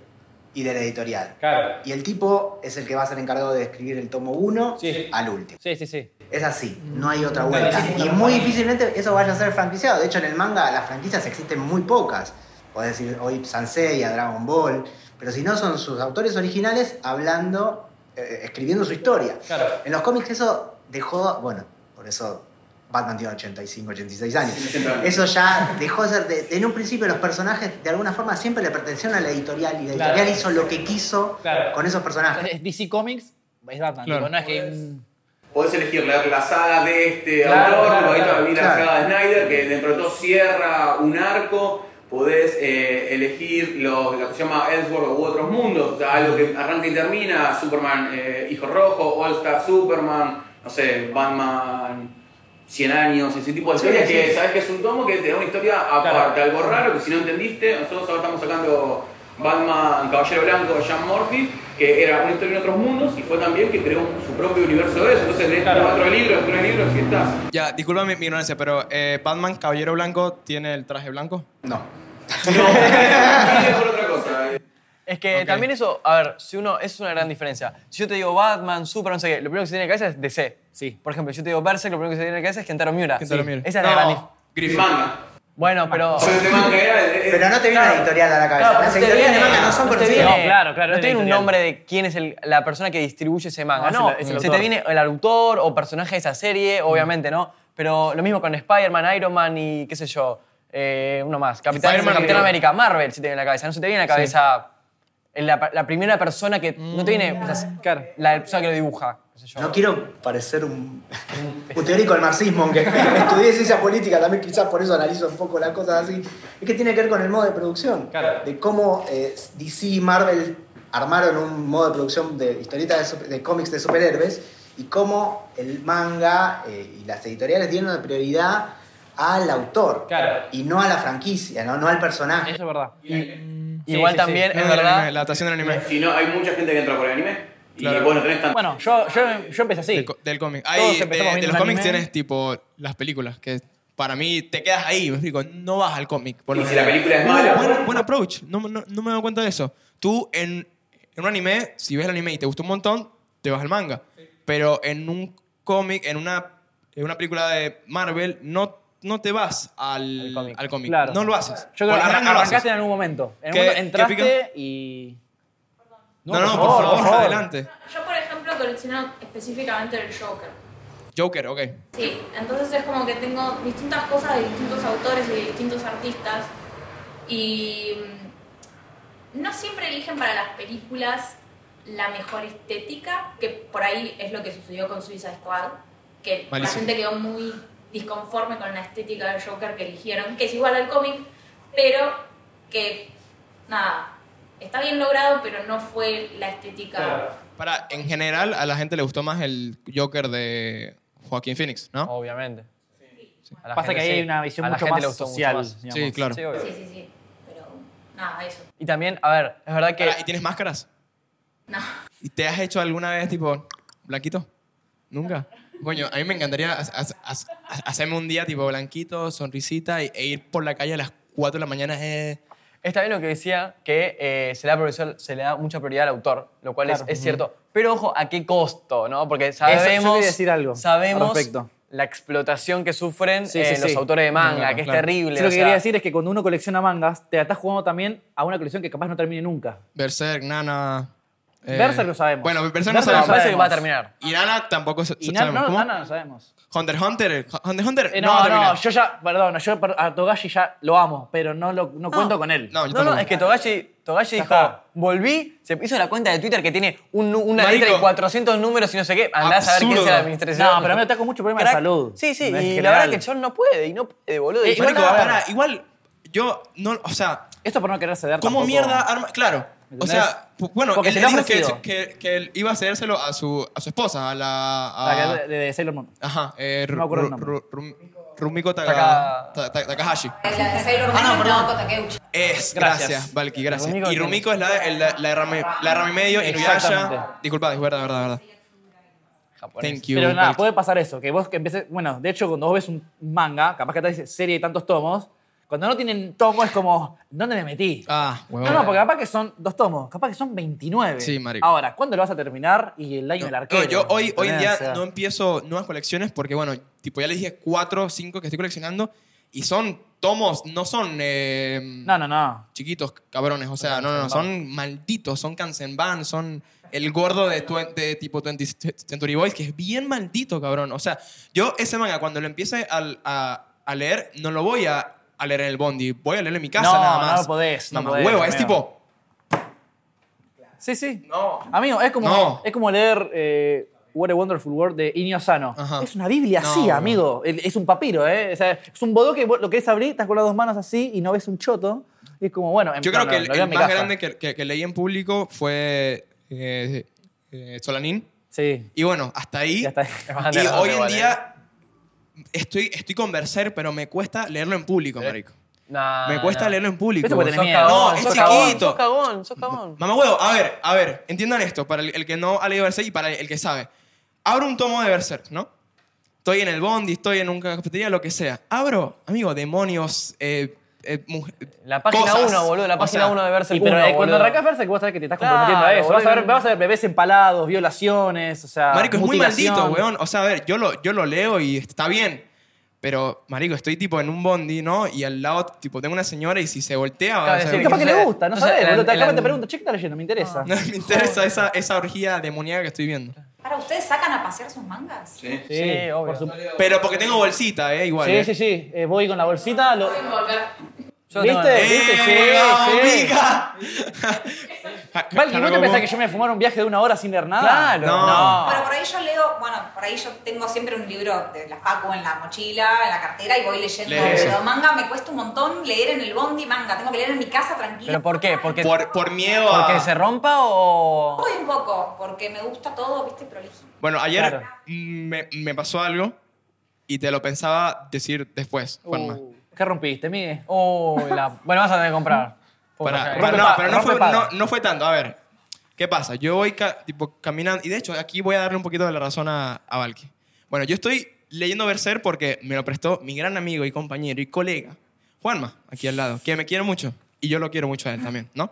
Speaker 7: y de la editorial.
Speaker 3: Claro.
Speaker 7: Y el tipo es el que va a ser encargado de escribir el tomo 1
Speaker 3: Sí.
Speaker 7: al último.
Speaker 3: Sí, sí, sí.
Speaker 7: Es así, no hay otra vuelta. Y muy difícilmente eso vaya a ser franquiciado. De hecho, en el manga las franquicias existen muy pocas. Podés decir hoy Sansei, a Dragon Ball. Pero si no, son sus autores originales hablando, eh, escribiendo su historia.
Speaker 3: Claro.
Speaker 7: En los cómics eso dejó, bueno, por eso Batman tiene 85, 86 años. Eso ya dejó de ser, de- de- en un principio los personajes de alguna forma siempre le pertenecieron a la editorial y la
Speaker 3: Claro.
Speaker 7: editorial hizo lo que quiso
Speaker 3: Claro.
Speaker 7: con esos personajes.
Speaker 3: Es DC Comics, es Batman.
Speaker 1: Claro.
Speaker 3: tipo, no es que. mm,
Speaker 4: Podés elegir leer la saga de este
Speaker 3: Claro,
Speaker 4: autor,
Speaker 3: claro,
Speaker 4: podés
Speaker 3: claro,
Speaker 4: vivir
Speaker 7: claro.
Speaker 4: la saga de Snyder, que dentro de todo cierra un arco. Podés eh, elegir lo, lo que se llama Ellsworth u otros mundos, o sea, algo que arranca y termina, Superman eh, Hijo Rojo, All Star Superman, no sé, Batman 100 años, ese tipo de
Speaker 7: Sí,
Speaker 4: historias
Speaker 7: sí,
Speaker 4: que
Speaker 7: sí.
Speaker 4: sabes que es un tomo que te da una historia aparte, algo raro que si no entendiste, nosotros ahora estamos sacando Batman Caballero Blanco de Sean Murphy, que era una historia en otros mundos y fue también que creó su propio universo de eso, entonces lees cuatro libros, tres libros y estás.
Speaker 1: Ya, disculpa mi, mi ignorancia, pero eh, Batman Caballero Blanco tiene el traje blanco.
Speaker 7: No.
Speaker 4: No, por otra cosa. eh.
Speaker 2: Es que
Speaker 1: Ok.
Speaker 2: también eso, a ver, si uno, es una gran diferencia. Si yo te digo Batman, Super, no sé qué, lo primero que se tiene en la cabeza es DC.
Speaker 3: Sí.
Speaker 2: Por ejemplo, yo te digo Berserk, lo primero que se tiene en la cabeza es Kentaro Miura.
Speaker 1: Kentaro
Speaker 2: Sí.
Speaker 1: Miura.
Speaker 2: Esa es la gran dif-
Speaker 1: Griffin.
Speaker 4: Manga.
Speaker 2: Bueno, pero...
Speaker 4: Porque el manga era el- el-
Speaker 7: Pero no te viene la editorial a la cabeza.
Speaker 2: Claro,
Speaker 7: Las
Speaker 2: te
Speaker 7: editoriales de
Speaker 2: viene-
Speaker 7: manga no son
Speaker 2: te
Speaker 7: conocidas.
Speaker 2: viene-
Speaker 3: No, claro, claro,
Speaker 2: No
Speaker 3: es
Speaker 2: tiene un
Speaker 3: editorial.
Speaker 2: nombre de quién es el- la persona que distribuye ese manga.
Speaker 3: No,
Speaker 2: No,
Speaker 3: es el- es el
Speaker 2: se
Speaker 3: autor.
Speaker 2: te viene el autor o personaje de esa serie, obviamente, ¿no? Pero lo mismo con Spider-Man, Iron Man y qué sé yo, eh, uno más. Capitán,
Speaker 1: Spider-Man
Speaker 2: Capitán
Speaker 1: y-
Speaker 2: América, Marvel, si te viene en la cabeza. No se te viene en la cabeza la, la primera persona que. No te viene pues,
Speaker 1: Mm.
Speaker 2: la persona que lo dibuja. qué sé yo.
Speaker 7: No quiero parecer un, un teórico del marxismo, aunque estudié ciencia política, también quizás por eso analizo un poco las cosas así. Es que tiene que ver con el modo de producción, de cómo eh, DC y Marvel armaron un modo de producción de historietas de, super- de cómics de superhéroes y cómo el manga eh, y las editoriales dieron prioridad al autor
Speaker 3: Claro.
Speaker 7: y no a la franquicia, no, no al personaje.
Speaker 3: Eso es verdad.
Speaker 2: Igual
Speaker 3: sí, sí.
Speaker 2: también
Speaker 1: No,
Speaker 2: es verdad.
Speaker 1: del Eh, anime, la adaptación del anime.
Speaker 4: Si no, hay mucha gente que entra por el anime. Y
Speaker 1: Claro.
Speaker 4: bueno, tenés tanto.
Speaker 3: Bueno, yo, yo, yo empecé así.
Speaker 1: Del, co- del cómic.
Speaker 3: Todos
Speaker 1: Hay, de,
Speaker 3: empezamos
Speaker 1: de
Speaker 3: viendo
Speaker 1: los
Speaker 3: un
Speaker 1: cómics
Speaker 3: anime.
Speaker 1: tienes tipo las películas, que para mí te quedas ahí, me explico, no vas al cómic. por
Speaker 4: y
Speaker 1: lo
Speaker 4: si la
Speaker 1: general.
Speaker 4: película es
Speaker 1: Buen-
Speaker 4: mala.
Speaker 1: Buen, buen approach. No, no- no me he dado cuenta de eso. Tú en, en un anime, si ves el anime y te gusta un montón, te vas al manga. Pero en un cómic, en una, en una película de Marvel, no, no te vas al,
Speaker 2: Al cómic.
Speaker 1: al cómic.
Speaker 3: Claro.
Speaker 1: No lo haces.
Speaker 3: Yo creo
Speaker 1: Por
Speaker 3: que
Speaker 1: lo general no lo
Speaker 3: arrancaste
Speaker 1: haces.
Speaker 3: en algún momento. En
Speaker 1: ¿Qué-
Speaker 3: algún
Speaker 1: qué
Speaker 3: momento entraste
Speaker 1: pica?
Speaker 3: y.
Speaker 1: No, no, por favor, adelante.
Speaker 9: Yo, por ejemplo, colecciono específicamente el Joker.
Speaker 1: Joker, ok.
Speaker 9: Sí, entonces es como que tengo distintas cosas de distintos autores y de distintos artistas. Y mm, no siempre eligen para las películas la mejor estética, que por ahí es lo que sucedió con Suiza Squad, que la
Speaker 1: Malísimo.
Speaker 9: gente quedó muy disconforme con la estética del Joker que eligieron, que es igual al cómic, pero que nada, está bien logrado, pero no fue la estética.
Speaker 1: Para, en general, a la gente le gustó más el Joker de Joaquín Phoenix, ¿no?
Speaker 2: Obviamente. A la
Speaker 3: Pasa que
Speaker 2: gente
Speaker 3: ahí
Speaker 2: sí.
Speaker 3: hay una visión
Speaker 2: A la
Speaker 3: mucho
Speaker 2: gente
Speaker 3: más
Speaker 2: le gustó mucho
Speaker 3: social.
Speaker 2: más.
Speaker 1: Sí,
Speaker 3: digamos.
Speaker 1: claro.
Speaker 2: Sí, obvio.
Speaker 9: Sí, sí, sí, pero nada, eso.
Speaker 2: Y también, a ver, es verdad que.
Speaker 1: Pará, ¿Y tienes máscaras?
Speaker 9: No.
Speaker 1: ¿Y te has hecho alguna vez tipo, blanquito? ¿Nunca? Coño, a mí me encantaría ha- ha- ha- hacerme un día tipo blanquito, sonrisita y- e ir por la calle a las 4 de la mañana. eh.
Speaker 2: Está bien lo que decía, que eh, se, le da prioridad- se le da mucha prioridad al autor, lo cual es-
Speaker 3: Claro.
Speaker 2: es, cierto. Pero ojo, ¿a qué costo? ¿no? Porque
Speaker 3: yo
Speaker 2: sabemos,
Speaker 3: quería decir algo al
Speaker 2: sabemos
Speaker 3: respecto.
Speaker 2: la explotación que sufren
Speaker 3: Sí, sí,
Speaker 2: eh,
Speaker 3: sí.
Speaker 2: los autores de manga,
Speaker 1: Claro,
Speaker 2: que es
Speaker 1: claro.
Speaker 2: terrible.
Speaker 3: Yo lo
Speaker 2: o
Speaker 3: que
Speaker 2: sea,
Speaker 3: quería decir es que cuando uno colecciona mangas, te estás jugando también a una colección que capaz no termine nunca.
Speaker 1: Berserk, Nana. eh.
Speaker 3: Berserk lo sabemos.
Speaker 1: Bueno, Berserk
Speaker 3: Berserk
Speaker 1: no
Speaker 3: lo
Speaker 2: me
Speaker 1: sabemos.
Speaker 2: parece que
Speaker 3: sabemos.
Speaker 2: va a terminar.
Speaker 1: Y Nana tampoco sa-
Speaker 3: Y nada,
Speaker 1: sabemos.
Speaker 3: no,
Speaker 1: ¿Cómo?
Speaker 3: nada, no sabemos.
Speaker 1: Hunter x Hunter. Hunter x Hunter.
Speaker 3: Eh,
Speaker 1: no, va a
Speaker 3: no, no,
Speaker 1: terminar.
Speaker 3: yo ya, perdón, yo per- a Togashi ya lo amo, pero no, lo, no, cuento con él.
Speaker 1: No, yo
Speaker 2: No, no,
Speaker 1: tampoco.
Speaker 2: es que Togashi, Togashi
Speaker 3: Ya
Speaker 2: dijo,
Speaker 3: está.
Speaker 2: volví, se hizo la cuenta de Twitter que tiene un nu- una
Speaker 1: Marico.
Speaker 2: letra y 400 números y no sé qué. Andá a saber quién es el
Speaker 1: Ah, Absurdo.
Speaker 2: administrador.
Speaker 3: No, pero a mí me ataca mucho problema de
Speaker 2: Crack.
Speaker 3: salud.
Speaker 2: Sí, sí,
Speaker 3: En
Speaker 2: y la
Speaker 3: general.
Speaker 2: verdad que John no puede, y no puede, boludo.
Speaker 3: Eh,
Speaker 2: Y
Speaker 1: Marico,
Speaker 3: igual-
Speaker 1: pará, igual yo no, o sea,
Speaker 3: Esto por no querer ceder
Speaker 1: ¿Cómo
Speaker 3: tampoco.
Speaker 1: mierda arma? Claro. O
Speaker 3: ¿Entendés?
Speaker 1: sea, pu- bueno,
Speaker 3: Porque
Speaker 1: él
Speaker 3: se
Speaker 1: le
Speaker 3: lo ha
Speaker 1: dijo que,
Speaker 3: ofrecido.
Speaker 1: que, que él iba a cedérselo a su, a su esposa, a la.
Speaker 3: La
Speaker 1: A,
Speaker 3: que- de, de Sailor Moon.
Speaker 1: ajá, eh,
Speaker 3: No me acuerdo el
Speaker 1: Ru-
Speaker 3: nombre.
Speaker 1: Ru- Ru- Rumiko Taka-
Speaker 2: Taka-
Speaker 1: Ta- Ta- Takahashi.
Speaker 8: La de Sailor Moon
Speaker 7: Ah, no, perdón.
Speaker 8: no, Kotakeuchi.
Speaker 1: Es,
Speaker 3: Gracias.
Speaker 1: gracias, Valky, gracias.
Speaker 2: Rumiko
Speaker 1: y
Speaker 2: tiene-
Speaker 1: Rumiko es la de el- la, la, de Rame- la de Rame Medio, Inuyasha.
Speaker 3: Exactamente.
Speaker 1: Disculpad, es verdad, verdad, verdad.
Speaker 2: Japonés.
Speaker 1: Thank you.
Speaker 3: Pero nada,
Speaker 1: Valky.
Speaker 3: puede pasar eso, que vos que empieces... Bueno, de hecho, cuando vos ves un manga, capaz que te dice serie de tantos tomos, cuando no tienen tomo es como, ¿dónde me metí?
Speaker 1: Ah, huevón.
Speaker 3: No, no, porque capaz que son dos tomos, capaz que son 29.
Speaker 1: Sí, marico.
Speaker 3: Ahora, ¿cuándo lo vas a terminar? Y el año
Speaker 1: No,
Speaker 3: del arquero.
Speaker 1: no, yo hoy, hoy en
Speaker 3: ¿entendés?
Speaker 1: día
Speaker 3: O sea,
Speaker 1: no em- empiezo nuevas colecciones porque, bueno, tipo ya les dije cuatro o cinco que estoy coleccionando y son tomos, no son... eh,
Speaker 3: No, no, no.
Speaker 1: chiquitos cabrones, o sea, no, no, no, son malditos, son Kansenban, son el gordo de, twen- de tipo 20 Century Boys, que es bien maldito, cabrón. O sea, yo ese manga, cuando lo empiece al- a, a leer, no lo voy a, a leer en el bondi, voy a leer en mi casa
Speaker 3: No,
Speaker 1: nada más.
Speaker 3: no lo podés, no
Speaker 1: Mamá
Speaker 3: podés,
Speaker 1: huevo, es
Speaker 3: amigo.
Speaker 1: tipo,
Speaker 3: Sí, sí.
Speaker 1: no.
Speaker 3: Amigo, es como,
Speaker 1: No.
Speaker 3: es como leer eh, What a Wonderful World de Inio Sano.
Speaker 1: Ajá.
Speaker 3: Es una Biblia
Speaker 1: No,
Speaker 3: así,
Speaker 1: no.
Speaker 3: amigo. El- Es un papiro, ¿eh? O sea, es un bodó que vos lo querés abrir, estás con las dos manos así y no ves un choto. Y es como, bueno,
Speaker 1: Yo
Speaker 3: no, no,
Speaker 1: creo que
Speaker 3: lo
Speaker 1: el,
Speaker 3: leo
Speaker 1: el
Speaker 3: en mi
Speaker 1: más
Speaker 3: casa.
Speaker 1: grande que, que- que leí en público fue eh, eh, Solanin.
Speaker 3: Sí.
Speaker 1: Y bueno, hasta ahí.
Speaker 3: Ya está.
Speaker 2: bastante
Speaker 1: Y
Speaker 2: grande
Speaker 1: hoy en
Speaker 2: igual, ¿eh?
Speaker 1: día estoy, estoy con Berserk, pero me cuesta leerlo en público, marico.
Speaker 2: Nah,
Speaker 1: Me cuesta
Speaker 2: nah.
Speaker 1: leerlo en público.
Speaker 3: Esto porque tenés
Speaker 2: Sos
Speaker 3: miedo.
Speaker 2: cagón,
Speaker 1: No, es
Speaker 2: sos cagón,
Speaker 1: chiquito.
Speaker 2: Sos cagón, sos cagón.
Speaker 1: Mamá huevo, a ver, a ver, entiendan esto, para el, el que no ha leído Berserk y para el que sabe. Abro un tomo de Berserk, ¿no? Estoy en el bondi, estoy en una cafetería, lo que sea. Abro, amigo, demonios, eh, eh, muj-
Speaker 2: La página
Speaker 1: cosas.
Speaker 2: 1, boludo, la
Speaker 1: O
Speaker 2: página
Speaker 1: sea,
Speaker 2: 1 de verse
Speaker 3: Y, pero eh, cuando arrancás
Speaker 2: arrancas
Speaker 3: verse que vos sabés que te estás comprometiendo a
Speaker 2: Claro,
Speaker 3: eso. Vas a, ver,
Speaker 2: boludo.
Speaker 3: vas a ver bebés empalados, violaciones, o sea.
Speaker 1: Marico, es muy
Speaker 3: Ah, mutilación.
Speaker 1: maldito, weón. O sea, a ver, yo lo, yo lo leo y está bien. Pero, marico, estoy tipo en un bondi, ¿no? Y al lado, tipo, tengo una señora y si se voltea...
Speaker 2: Claro,
Speaker 1: o sea,
Speaker 2: decir,
Speaker 3: Y capaz que
Speaker 2: No sé,
Speaker 3: le gusta, no
Speaker 2: no sé,
Speaker 3: sabés.
Speaker 2: el-
Speaker 3: boludo.
Speaker 2: el-
Speaker 3: Capaz te
Speaker 2: el-
Speaker 3: pregunto, che, ¿qué está leyendo? Me interesa.
Speaker 1: No me interesa esa, esa orgía demoníaca que estoy viendo.
Speaker 8: Ahora, ¿ustedes sacan a pasear sus mangas?
Speaker 4: Sí.
Speaker 3: Sí,
Speaker 2: Sí, obvio.
Speaker 3: por supuesto.
Speaker 1: Pero porque tengo bolsita, ¿eh? Igual.
Speaker 3: Sí,
Speaker 1: ¿eh?
Speaker 3: sí, sí. Eh, voy con la bolsita. lo-
Speaker 9: Vengo acá.
Speaker 3: ¿Viste? ¿Viste? Sí,
Speaker 1: ¡Eh, vamos,
Speaker 3: sí.
Speaker 1: mica!
Speaker 3: Valky, ¿vos te pensás que yo me voy a fumar un viaje de una hora sin leer nada?
Speaker 2: Claro.
Speaker 1: No.
Speaker 8: Bueno, por ahí yo leo, bueno, por ahí yo tengo siempre un libro de la facu en la mochila, en la cartera y voy leyendo.
Speaker 1: Lees eso.
Speaker 8: Pero manga me cuesta un montón leer en el bondi manga. Tengo que leer en mi casa tranquila.
Speaker 2: ¿Pero por qué? ¿Porque,
Speaker 1: Por, por miedo a...
Speaker 2: porque se rompa o...?
Speaker 8: Voy un poco, porque me gusta todo, viste, prolijo.
Speaker 1: Bueno, ayer
Speaker 3: Claro.
Speaker 1: mm, me, me pasó algo y te lo pensaba decir después, Juanma.
Speaker 3: Uh. ¿Qué rompiste, Miguel?
Speaker 2: Oh, la- Bueno, vas a tener que comprar.
Speaker 1: Para-
Speaker 2: Pobre
Speaker 1: para-
Speaker 2: Jaime.
Speaker 1: no, pero no fue,
Speaker 3: rompe
Speaker 1: no,
Speaker 3: paga.
Speaker 1: no fue tanto. A ver, ¿qué pasa? Yo voy ca- tipo, caminando, y de hecho aquí voy a darle un poquito de la razón a, a Valky. Bueno, yo estoy leyendo Berser porque me lo prestó mi gran amigo y compañero y colega, Juanma, aquí al lado, que me quiere mucho, y yo lo quiero mucho a él también, ¿no?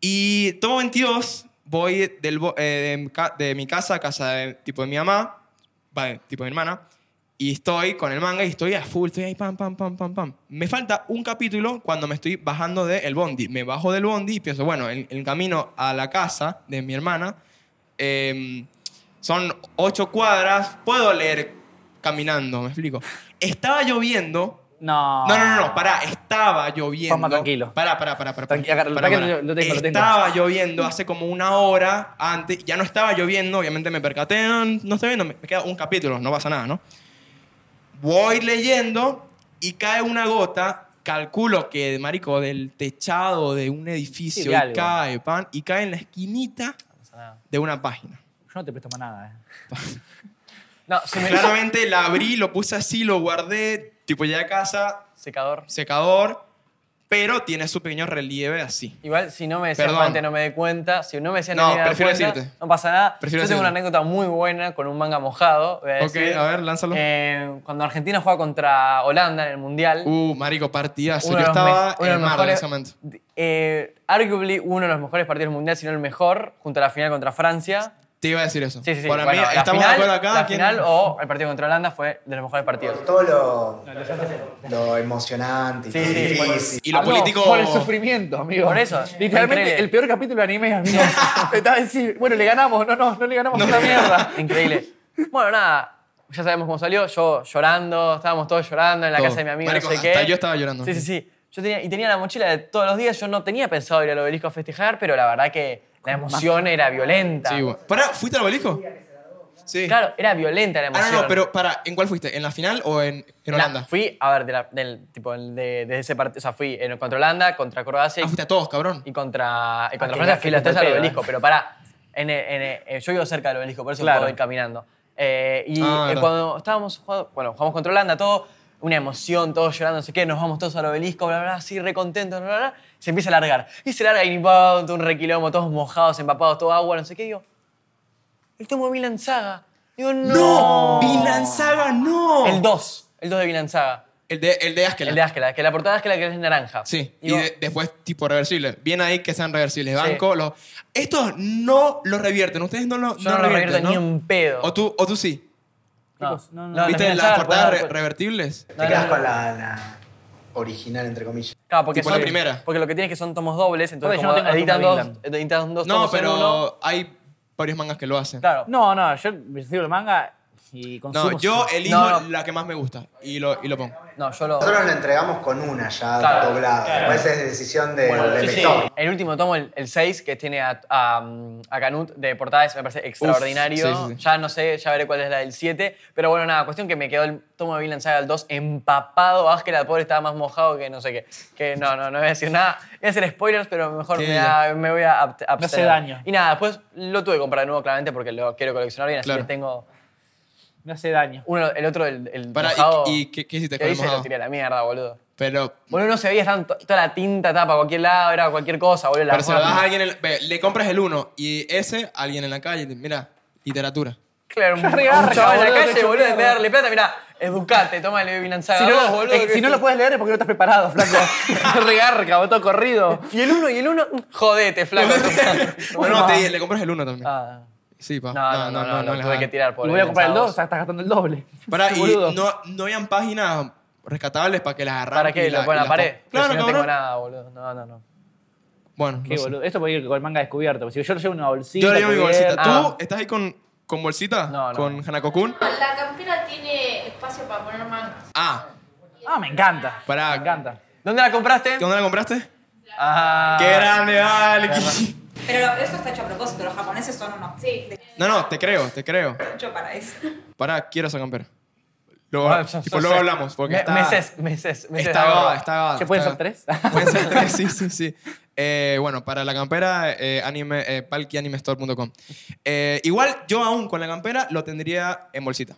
Speaker 1: Y tomo 22, voy del, bo- eh, de, ca- de mi casa a casa de, tipo de mi mamá, va, de- tipo de mi hermana, y estoy con el manga y estoy a full, estoy ahí pam, pam, pam, pam, pam. Me falta un capítulo cuando me estoy bajando del bondi. Me bajo del bondi y pienso, bueno, en el camino a la casa de mi hermana eh, son ocho cuadras, puedo leer caminando, me explico. Estaba lloviendo.
Speaker 3: No.
Speaker 1: No, no, no, no, pará, estaba lloviendo.
Speaker 3: Ah. Juanma, tranquilo.
Speaker 1: Pará, pará, pará. pará,
Speaker 3: Tranqui- agarra-
Speaker 1: pará,
Speaker 3: lo
Speaker 1: pará.
Speaker 3: tengo, lo tengo, lo tengo.
Speaker 1: Estaba lloviendo hace como una hora antes. Ya no estaba lloviendo, obviamente me percaté, no, no está viendo, me me queda un capítulo, no pasa nada, ¿no? Voy leyendo y cae una gota, calculo que, marico, del techado de un edificio
Speaker 3: Sí, de
Speaker 1: y
Speaker 3: algo.
Speaker 1: cae, pan, y cae en la esquinita de una página.
Speaker 3: Yo no te presto más nada, eh.
Speaker 2: No, se me-
Speaker 1: Claramente la abrí, lo puse así, lo guardé, tipo ya a casa,
Speaker 2: Secador.
Speaker 1: secador, pero tiene su pequeño relieve así.
Speaker 2: Igual, si no me decías
Speaker 1: Perdón.
Speaker 2: antes, no me dé cuenta. Si no me decías
Speaker 1: No,
Speaker 2: ni me daba
Speaker 1: prefiero
Speaker 2: cuenta,
Speaker 1: decirte.
Speaker 2: No pasa nada.
Speaker 1: Prefiero
Speaker 2: Yo tengo una
Speaker 1: decirte.
Speaker 2: anécdota muy buena con un manga mojado. voy
Speaker 1: Ok,
Speaker 2: decir.
Speaker 1: a ver, lánzalo.
Speaker 2: Eh, cuando Argentina juega contra Holanda en el Mundial.
Speaker 1: Uh, marico, partidazo.
Speaker 2: uno
Speaker 1: Yo
Speaker 2: de los
Speaker 1: estaba
Speaker 2: me- uno
Speaker 1: en
Speaker 2: de
Speaker 1: el
Speaker 2: los
Speaker 1: mar en
Speaker 2: mejores-
Speaker 1: ese momento.
Speaker 2: eh, arguably uno de los mejores partidos del Mundial, si no el mejor, junto a la final contra Francia.
Speaker 1: Te iba a decir eso.
Speaker 2: Sí, sí, sí.
Speaker 1: Para
Speaker 2: Bueno,
Speaker 1: mí,
Speaker 2: la
Speaker 1: estamos
Speaker 2: final,
Speaker 1: de acuerdo acá.
Speaker 2: La
Speaker 1: ¿quién-
Speaker 2: final o el partido contra Holanda fue de los mejores partidos.
Speaker 7: Por todo lo, lo emocionante y
Speaker 2: Sí,
Speaker 7: lo
Speaker 2: sí,
Speaker 7: difícil.
Speaker 1: Y lo
Speaker 3: Ah, no,
Speaker 1: político.
Speaker 3: Por el sufrimiento, amigo.
Speaker 2: Por eso,
Speaker 3: Literalmente,
Speaker 2: increíble.
Speaker 3: el peor capítulo de anime es amigo. Te estaba diciendo, bueno, le ganamos. No, no, no le ganamos. una mierda.
Speaker 2: Increíble. Bueno, nada, ya sabemos cómo salió. Yo llorando, estábamos todos llorando en la
Speaker 1: Todo.
Speaker 2: casa de mi amigo,
Speaker 1: Marico,
Speaker 2: no sé qué.
Speaker 1: hasta yo estaba llorando.
Speaker 2: Sí, sí, sí. Yo tenía, y tenía la mochila de todos los días. Yo no tenía pensado ir al obelisco a festejar, pero la verdad que la emoción era violenta.
Speaker 1: Sí, bueno. Pará, ¿fuiste al obelisco? Sí.
Speaker 2: Claro, era violenta la
Speaker 1: Ah,
Speaker 2: emoción.
Speaker 1: no, no, pero para, ¿en cuál fuiste? ¿En la final o en, en
Speaker 2: La-
Speaker 1: Holanda?
Speaker 2: fui, a ver, de, la- del, tipo, de, de ese partido. O sea, fui en- contra Holanda, contra Croacia
Speaker 1: Ah,
Speaker 2: y
Speaker 1: fuiste a todos, cabrón.
Speaker 2: y contra, y contra
Speaker 3: que
Speaker 2: Francia
Speaker 3: la-
Speaker 2: fui los
Speaker 3: que
Speaker 2: tres
Speaker 3: te
Speaker 2: al
Speaker 3: golpea.
Speaker 2: obelisco, pero pará, en el- en el- eh, yo vivo cerca del obelisco, por eso
Speaker 3: Claro.
Speaker 2: puedo ir caminando. Eh, y
Speaker 1: Ah,
Speaker 2: eh,
Speaker 1: verdad.
Speaker 2: cuando estábamos jugando, bueno, jugamos contra Holanda, todo, una emoción, todos llorando, no sé qué, nos vamos todos al obelisco, bla, bla, bla, así recontentos, bla, bla, bla, se empieza a largar. Y se larga y va, todo un requilomo, todos mojados, empapados, todo agua, no sé qué, digo, el tomo de Milan Saga. Digo, no.
Speaker 1: Saga, no!
Speaker 2: El
Speaker 1: El,
Speaker 2: 2, el 2 de Milan Saga.
Speaker 1: de, Oh. el de Askeladd.
Speaker 2: El de Áskela, que la portada de Áskela que es naranja.
Speaker 1: Sí, y
Speaker 2: Digo,
Speaker 1: de- después tipo reversibles. Bien ahí que sean reversibles.
Speaker 2: Sí.
Speaker 1: Banco, los... Estos no los revierten. Ustedes no, lo,
Speaker 2: yo no, lo
Speaker 1: revierten,
Speaker 2: revierto ni
Speaker 1: ¿no?
Speaker 2: en pedo.
Speaker 1: O tú, o tú sí.
Speaker 2: No,
Speaker 3: Chicos,
Speaker 2: no,
Speaker 3: no, no.
Speaker 2: no.
Speaker 1: ¿Viste
Speaker 2: las
Speaker 1: las
Speaker 2: lanzadas,
Speaker 1: portadas
Speaker 2: pues,
Speaker 1: re-
Speaker 2: pues,
Speaker 1: revertibles?
Speaker 2: No,
Speaker 7: Te quedas
Speaker 2: no,
Speaker 7: con la, la original, entre comillas.
Speaker 2: Claro, porque
Speaker 1: tipo
Speaker 2: son-
Speaker 1: la primera.
Speaker 2: Porque lo que tienes que son tomos dobles, entonces
Speaker 3: Oye, yo
Speaker 2: como
Speaker 3: no tengo
Speaker 2: editan,
Speaker 3: tomo
Speaker 2: dos, editan dos
Speaker 1: No,
Speaker 2: tomos en uno.
Speaker 1: pero hay varios mangas que lo hacen.
Speaker 2: Claro.
Speaker 3: No, no, yo recibo el manga y consumo.
Speaker 1: No, yo elijo
Speaker 2: No, no.
Speaker 1: la que más me gusta y lo, y lo pongo.
Speaker 2: No, yo lo.
Speaker 7: Nosotros la entregamos con una ya
Speaker 2: Claro,
Speaker 7: doblada. Después es decisión de-
Speaker 2: Bueno,
Speaker 7: del
Speaker 2: sí, sí.
Speaker 7: lector.
Speaker 2: El último tomo, el, 6, que tiene a, a, um, a Canut de portadas, me parece extraordinario.
Speaker 1: sí, sí, sí.
Speaker 2: Ya no sé, ya veré cuál es la del 7. Pero bueno, nada, cuestión que me quedó el tomo de Vinland Saga el 2 empapado. Ah, que la pobre estaba más mojado que no sé qué. Que no, no, no voy a decir nada. Voy a hacer spoilers, pero mejor
Speaker 1: Sí,
Speaker 2: me, da- me voy a ab- abstener.
Speaker 3: daño.
Speaker 2: Y nada, después lo tuve que comprar de nuevo, claramente, porque lo quiero coleccionar bien. Así
Speaker 1: Claro.
Speaker 2: que tengo
Speaker 3: Me hace daño.
Speaker 2: uno, el otro, el, el
Speaker 1: Pará, ¿y-
Speaker 2: mojado.
Speaker 1: ¿y, qué, qué hiciste
Speaker 2: ¿Qué
Speaker 1: con el
Speaker 2: hice? Lo
Speaker 1: mojado?
Speaker 2: tiré a la mierda, boludo.
Speaker 1: Pero,
Speaker 2: Boludo, no se veía estaban to- toda la tinta tapa, cualquier lado, era cualquier cosa, boludo. la
Speaker 1: pero se lo
Speaker 2: forma.
Speaker 1: das a alguien, en la- ve, le compras el uno y ese, alguien en la calle, y te- mira, literatura.
Speaker 2: Claro, un,
Speaker 3: Regarca,
Speaker 2: un chaval en la
Speaker 3: boludo, te
Speaker 2: calle,
Speaker 3: hecho
Speaker 2: boludo, en vez de
Speaker 3: mierda.
Speaker 2: darle plata, mirá, educate, toma el Baby Lanzaga
Speaker 3: Si no,
Speaker 2: dos,
Speaker 3: lo,
Speaker 2: boludo.
Speaker 3: eh,
Speaker 2: que-
Speaker 3: si no lo puedes leer es porque no estás preparado, flaco. Regarca, botó corrido.
Speaker 2: Y el uno, y el uno, mm, jodete, flaco.
Speaker 1: bueno, no, te dije, le compras el uno también.
Speaker 2: Ah,
Speaker 1: Sí, pa.
Speaker 2: no, no, no, no, no,
Speaker 1: les
Speaker 2: tuve
Speaker 1: dan.
Speaker 2: que tirar, por
Speaker 3: Lo voy a comprar el 2, estás gastando el doble.
Speaker 1: Pará,
Speaker 3: Sí,
Speaker 1: y
Speaker 3: boludo.
Speaker 1: no, no habían páginas rescatables para que las arranques.
Speaker 2: ¿Para qué?
Speaker 1: y la-
Speaker 2: ¿Lo ponen
Speaker 1: y
Speaker 2: a
Speaker 1: las
Speaker 2: la pared?
Speaker 1: pon-
Speaker 2: Claro,
Speaker 1: Claro,
Speaker 2: si no tengo
Speaker 1: cabrón.
Speaker 2: nada, boludo. No, no, no.
Speaker 1: Bueno, no
Speaker 3: Qué
Speaker 1: sé.
Speaker 3: boludo. Esto puede ir con el manga descubierto. porque Si yo lo llevo en una bolsita.
Speaker 1: Yo le llevo mi bolsita.
Speaker 3: cubierta-
Speaker 2: Ah.
Speaker 1: ¿Tú estás ahí con, con bolsita?
Speaker 2: No, no.
Speaker 1: ¿Con Hanako-kun?
Speaker 9: La campera tiene espacio para poner mangas.
Speaker 1: Ah,
Speaker 3: Ah, me encanta.
Speaker 1: Pará.
Speaker 3: Me encanta.
Speaker 2: ¿Dónde la compraste?
Speaker 1: ¿dónde la compraste?
Speaker 2: Ah,
Speaker 1: ¡Qué grande, Valky!
Speaker 8: Pero lo- eso está hecho a propósito, los japoneses son unos.
Speaker 9: Sí.
Speaker 8: de-
Speaker 1: No, no, te creo, te creo.
Speaker 8: hecho para eso.
Speaker 1: Pará, quiero esa campera. Luego,
Speaker 2: Ah, yo-
Speaker 1: tipo,
Speaker 2: yo
Speaker 1: luego
Speaker 2: sé.
Speaker 1: hablamos, porque
Speaker 2: Me-
Speaker 1: está...
Speaker 2: Meses, meses, meses.
Speaker 1: Está
Speaker 2: de
Speaker 1: gada,
Speaker 2: ahorro.
Speaker 1: está gada,
Speaker 3: ¿Se pueden
Speaker 1: está
Speaker 3: ser tres?
Speaker 1: gada. Pueden ser tres, sí, sí, sí. Eh, bueno, para la campera, eh, anime, eh, palkianimestore.com. Eh, igual, yo aún con la campera lo tendría en bolsita.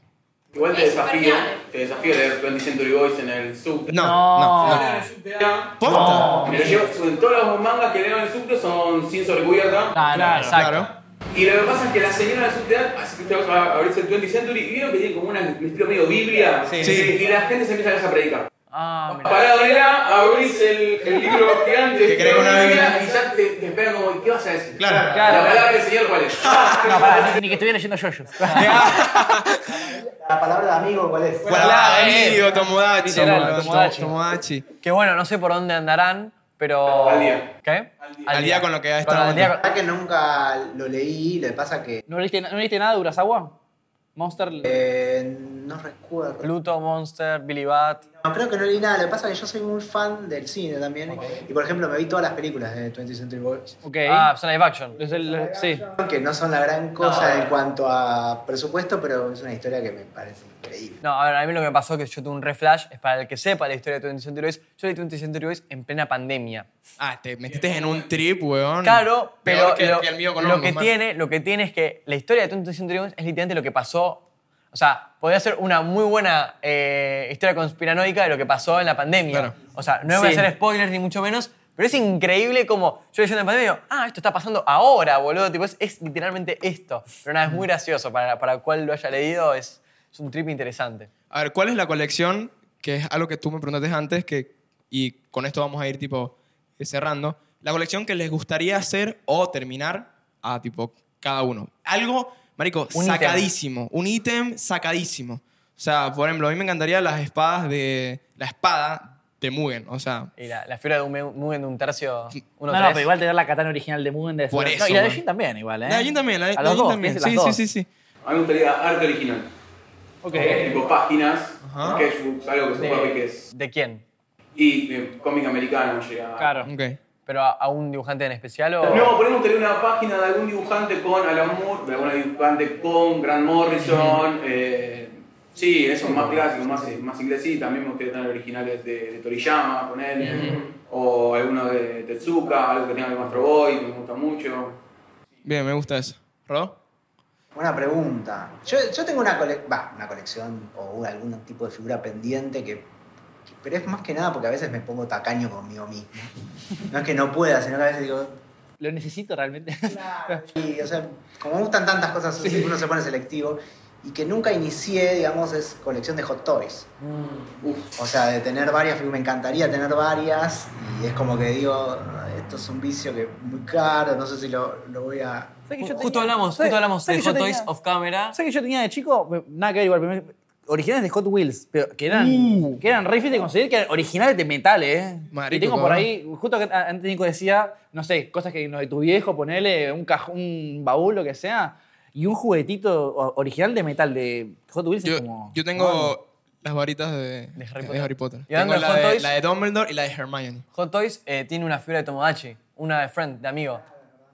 Speaker 4: Igual te
Speaker 9: Es
Speaker 4: desafío,
Speaker 9: superviable.
Speaker 4: te desafío a leer 20 Century Boys en el subte.
Speaker 1: No, no.
Speaker 3: No.
Speaker 1: no.
Speaker 4: Me
Speaker 1: ¿Posta?
Speaker 4: lo llevo, en todos los mangas que leo en el subte son sin sobrecubierta.
Speaker 3: Ah, no,
Speaker 6: Claro,
Speaker 3: exacto.
Speaker 1: Claro.
Speaker 4: Y lo que pasa es que la señora de su edad, así que usted va a abrirse el 20th Century, y vieron que tiene como una, un estilo medio Biblia,
Speaker 1: Sí.
Speaker 4: y la gente se empieza a casa a predicar.
Speaker 3: Ah, mira.
Speaker 4: Pará, Adela, abrís el, el libro gigante,
Speaker 1: Que crees que una Biblia.
Speaker 4: y ya te, te esperan como, ¿qué vas a decir?
Speaker 1: Claro. Ah,
Speaker 4: La palabra del Señor, ¿cuál es?
Speaker 3: No, pará, ni, ni que estuviera leyendo yoyos.
Speaker 7: La palabra de amigo, ¿cuál es?
Speaker 1: Bueno,
Speaker 2: Claro, eh.
Speaker 1: amigo, Tomodachi.
Speaker 3: Literal,
Speaker 1: Tomo-
Speaker 3: Tomodachi.
Speaker 1: Tomodachi.
Speaker 2: Que bueno, no sé por dónde andarán, pero.
Speaker 4: Al día.
Speaker 2: ¿Qué?
Speaker 1: Al día con lo que ha
Speaker 2: Con-
Speaker 1: estado.
Speaker 2: al día
Speaker 7: La verdad que nunca lo leí, lo que pasa que
Speaker 3: ¿No leíste, ¿No leíste nada de Urasawa? Monster.
Speaker 7: eh, no
Speaker 2: con
Speaker 7: recuerdo.
Speaker 2: Pluto, Monster, Billy Bat.
Speaker 7: No, creo que no leí nada, lo que pasa que yo soy muy fan del cine también. Y por ejemplo, me vi todas las películas de 20th Century Boys,
Speaker 3: Ok.
Speaker 2: Ah, son live action.
Speaker 3: Es el- sí.
Speaker 7: que no son la gran cosa en cuanto a presupuesto, pero es una historia que me parece increíble.
Speaker 2: No, a ver, a mí lo que me pasó que yo tuve un reflash, es para el que sepa la historia de 20th Century Boys, yo leí 20th Century Boys en plena pandemia.
Speaker 1: Ah, te metiste en un trip, weón.
Speaker 2: Claro, pero
Speaker 1: Peor que,
Speaker 2: lo,
Speaker 1: que el mío con
Speaker 2: lo
Speaker 1: hongos,
Speaker 2: que
Speaker 1: man.
Speaker 2: tiene, lo que tiene es que la historia de 20th Century Boys es literalmente lo que pasó. O sea, podría ser una muy buena eh, historia conspiranoica de lo que pasó en la pandemia.
Speaker 1: Claro.
Speaker 2: O sea, no voy
Speaker 3: Sí.
Speaker 2: a hacer spoilers ni mucho menos, pero es increíble como yo leyendo en la pandemia, digo, ah, esto está pasando ahora, boludo. Tipo, es, es literalmente esto. Pero nada, es muy gracioso. Para, para cual lo haya leído, es, es un trip interesante.
Speaker 1: A ver, ¿cuál es la colección? Que es algo que tú me preguntaste antes, que, y con esto vamos a ir tipo ir cerrando. La colección que les gustaría hacer o terminar a tipo cada uno. Algo, Marico,
Speaker 2: Un ítem.
Speaker 1: sacadísimo. Un ítem sacadísimo. O sea, por ejemplo, a mí me encantaría las espadas de. La espada de Mugen. O sea,
Speaker 2: Y la, la figura de un mu- Mugen de un tercio,
Speaker 3: No,
Speaker 2: uno
Speaker 3: no,
Speaker 2: tres.
Speaker 3: pero igual tener la katana original de Mugen de
Speaker 1: Por
Speaker 3: no,
Speaker 1: eso,
Speaker 3: y la de
Speaker 1: man.
Speaker 3: Jin también, igual, ¿eh?
Speaker 1: la de Jin también. La de,
Speaker 3: A
Speaker 1: la
Speaker 3: los
Speaker 1: de Jin
Speaker 3: dos,
Speaker 1: también.
Speaker 3: piensen
Speaker 1: Sí,
Speaker 3: las
Speaker 1: sí,
Speaker 3: dos.
Speaker 1: sí, sí.
Speaker 4: A mí me gustaría arte original.
Speaker 3: Ok.
Speaker 4: Eh, Tipo páginas,
Speaker 1: Ajá.
Speaker 4: sketchbooks, algo que se pueda ver que es.
Speaker 2: ¿De quién?
Speaker 4: Y eh, cómic americano llega.
Speaker 3: Claro.
Speaker 1: Ok.
Speaker 2: ¿Pero a, a un dibujante en especial o...?
Speaker 4: No, podemos tener una página de algún dibujante con Alan Moore, de algún dibujante con Grant Morrison. eh, sí, esos más clásicos, más, eh, más inglés. Sí, también me gustaría tener originales de, de Toriyama con él. O alguno de Tetsuka, algo que tenga el Astro Boy, me gusta mucho.
Speaker 1: Bien, me gusta eso. ¿Rodo?
Speaker 7: Buena pregunta. Yo, yo tengo una, cole- bah, una colección o un- algún tipo de figura pendiente que, que- Pero es más que nada porque a veces me pongo tacaño conmigo mismo. No es que no pueda, sino que a veces digo...
Speaker 3: Lo necesito realmente.
Speaker 7: Y, o sea, como me gustan tantas cosas, uno se pone selectivo. Y que nunca inicié, digamos, es colección de hot toys.
Speaker 6: Mm.
Speaker 7: Uf, o sea, de tener varias, me encantaría tener varias. Y es como que digo, esto es un vicio que es muy caro, no sé si lo, lo voy a...
Speaker 2: Ju- Justo hablamos,
Speaker 3: ¿Sabes-
Speaker 2: justo hablamos de
Speaker 3: sabes que yo
Speaker 2: Hot Toys
Speaker 3: tenía-
Speaker 2: Off Camera.
Speaker 3: ¿Sabes que yo tenía de chico? Me- Nada que ver igual. pero me- Originales de Hot Wheels, pero que eran, que eran re difíciles de conseguir, que eran originales de metal, ¿eh?
Speaker 1: Uh. Marico,
Speaker 3: y tengo por
Speaker 1: cabrón.
Speaker 3: ahí, justo que a- antes Nico decía, no sé, cosas que no, de tu viejo, ponele un, cajón, un baúl, lo que sea, y un juguetito o- original de metal de Hot Wheels. es
Speaker 1: Yo,
Speaker 3: como,
Speaker 1: yo tengo las varitas de, de Harry, Potter.
Speaker 2: Y hablando
Speaker 1: Tengo
Speaker 2: de
Speaker 1: la
Speaker 2: Hot
Speaker 1: de,
Speaker 2: Toys-
Speaker 1: la de Dumbledore y la de Hermione.
Speaker 2: Hot Toys eh, tiene una figura de Tomodachi, una de friend, de amigo.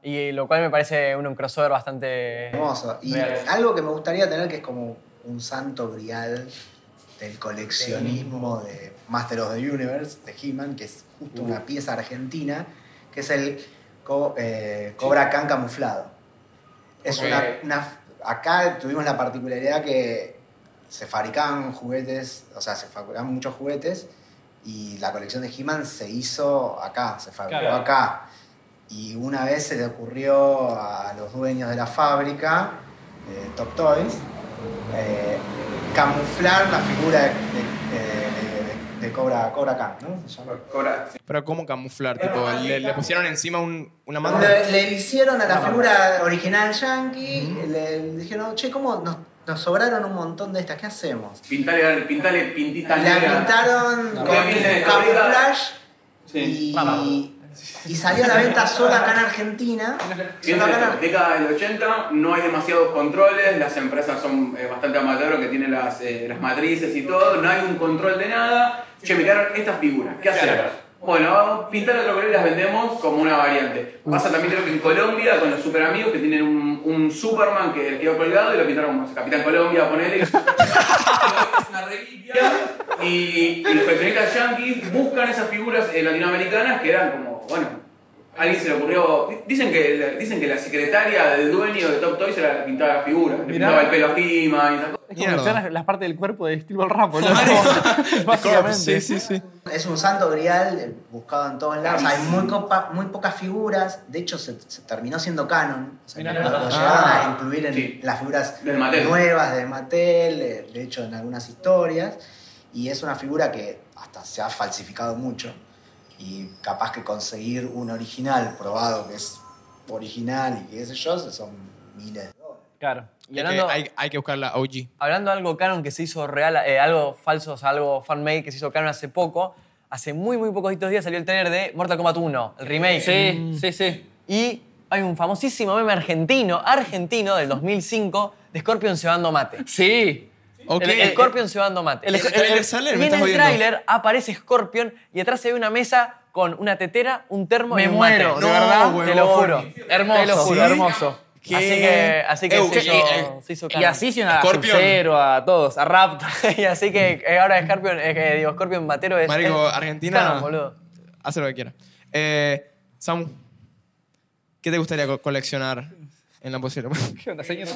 Speaker 2: Y lo cual me parece un, un crossover bastante...
Speaker 7: Hermoso. Y
Speaker 2: real.
Speaker 7: algo que me gustaría tener que es como un santo grial del coleccionismo de Master of the Universe, de He-Man, que es justo una pieza argentina, que es el co- eh, Cobra Khan camuflado. Es
Speaker 1: Ok.
Speaker 7: una, una- Acá tuvimos la particularidad que se fabricaban juguetes, o sea, se fabricaban muchos juguetes y la colección de He-Man se hizo acá, se fabricó
Speaker 6: Claro.
Speaker 7: acá. Y una vez se le ocurrió a los dueños de la fábrica, eh, Top Toys, eh, camuflar la figura de, de- de- de- de Cobra, Cobra Khan, ¿no? Se llama.
Speaker 4: Cobra,
Speaker 1: Pero ¿cómo camuflar? Tipo, le, le pusieron encima un, una mano.
Speaker 7: Le, le hicieron a la figura original Yankee, le, le dijeron, che, ¿cómo nos, nos sobraron un montón de estas? ¿Qué hacemos?
Speaker 4: pintale, pintale pintitas
Speaker 7: La
Speaker 4: negras.
Speaker 7: pintaron
Speaker 4: No,
Speaker 7: con
Speaker 4: pero viene de
Speaker 7: camuflaje
Speaker 4: Sí.
Speaker 7: y, y salió a la venta sola acá en Argentina. Sola
Speaker 4: Siempre
Speaker 7: acá en
Speaker 4: en la
Speaker 7: Argentina.
Speaker 4: década del 80 no hay demasiados controles, las empresas son eh, bastante amadoras que tienen las, eh, las matrices y todo, no hay un control de nada. Che, me quedaron estas figuras, ¿qué hacemos? Bueno, vamos a pintar otro color y las vendemos como una variante. Pasa también creo que en Colombia con los super amigos que tienen un, un Superman que quedó colgado y lo pintaron como Capitán Colombia, ponele. y, y los coleccionistas yankees buscan esas figuras eh, latinoamericanas que eran como, bueno, A alguien se le ocurrió. di- Dicen que, la- dicen que la secretaria del dueño de Top Toys era la que pintaba la figura. Le
Speaker 3: Mirá.
Speaker 4: pintaba el pelo a He-Man y esas
Speaker 3: Es
Speaker 4: cosas.
Speaker 3: como
Speaker 1: Mierda.
Speaker 3: mezclar las, las partes del cuerpo de Steve Rapo, ¿no? Como- Básicamente.
Speaker 1: Sí, sí, sí.
Speaker 7: Es un santo grial eh, buscado en todos lados. Hay muy, copa- muy pocas figuras. De hecho, se, se terminó siendo canon. O sea,
Speaker 6: Mirá,
Speaker 7: lo,
Speaker 6: mirá.
Speaker 7: lo
Speaker 1: Ah.
Speaker 7: llegaron a incluir en
Speaker 4: Sí.
Speaker 7: las figuras
Speaker 4: Del Mattel.
Speaker 7: nuevas de Mattel, eh, de hecho, en algunas historias. Y es una figura que hasta se ha falsificado mucho. Y capaz que conseguir un original probado que es original y qué sé yo, son miles.
Speaker 3: Claro.
Speaker 2: Y hablando,
Speaker 1: hay, que, hay, hay que buscar la OG.
Speaker 2: hablando de algo canon que se hizo real, eh, algo falso, o sea, algo fan-made que se hizo canon hace poco, hace muy, muy pocos días salió el trailer de Mortal Kombat 1, el remake.
Speaker 3: Sí, sí, sí.
Speaker 2: Y hay un famosísimo meme argentino, argentino del 2005, de Scorpion cebando mate.
Speaker 3: Sí.
Speaker 1: Ok.
Speaker 2: El, el Scorpion cebando mate.
Speaker 1: el- el tráiler
Speaker 2: y
Speaker 1: sale, me
Speaker 2: en
Speaker 1: estás
Speaker 2: el
Speaker 1: jodiendo.
Speaker 2: tráiler aparece Scorpion y atrás se ve una mesa con una tetera, un termo y
Speaker 3: Me
Speaker 2: un
Speaker 3: muero,
Speaker 2: mate.
Speaker 1: No,
Speaker 3: de verdad.
Speaker 1: huevón.
Speaker 2: Te lo juro.
Speaker 3: Hermoso,
Speaker 2: Te lo juro.
Speaker 1: ¿Sí?
Speaker 3: hermoso.
Speaker 1: ¿Qué?
Speaker 2: Así que, así que
Speaker 1: Eu,
Speaker 2: se,
Speaker 1: ¿qué?
Speaker 2: hizo,
Speaker 1: Eh,
Speaker 2: se hizo
Speaker 3: Y
Speaker 2: canon.
Speaker 3: así hicieron a
Speaker 1: Scorpion.
Speaker 3: Sub-Zero, a todos, a Raptor.
Speaker 2: y así que eh, ahora Scorpion, eh, que digo, Scorpion Matero es.
Speaker 1: Marico,
Speaker 2: es
Speaker 1: Argentina-
Speaker 2: canon, boludo.
Speaker 1: Haz lo que quiera. Eh, Samu, ¿qué te gustaría co- coleccionar en la posible?
Speaker 3: ¿Qué onda, señor?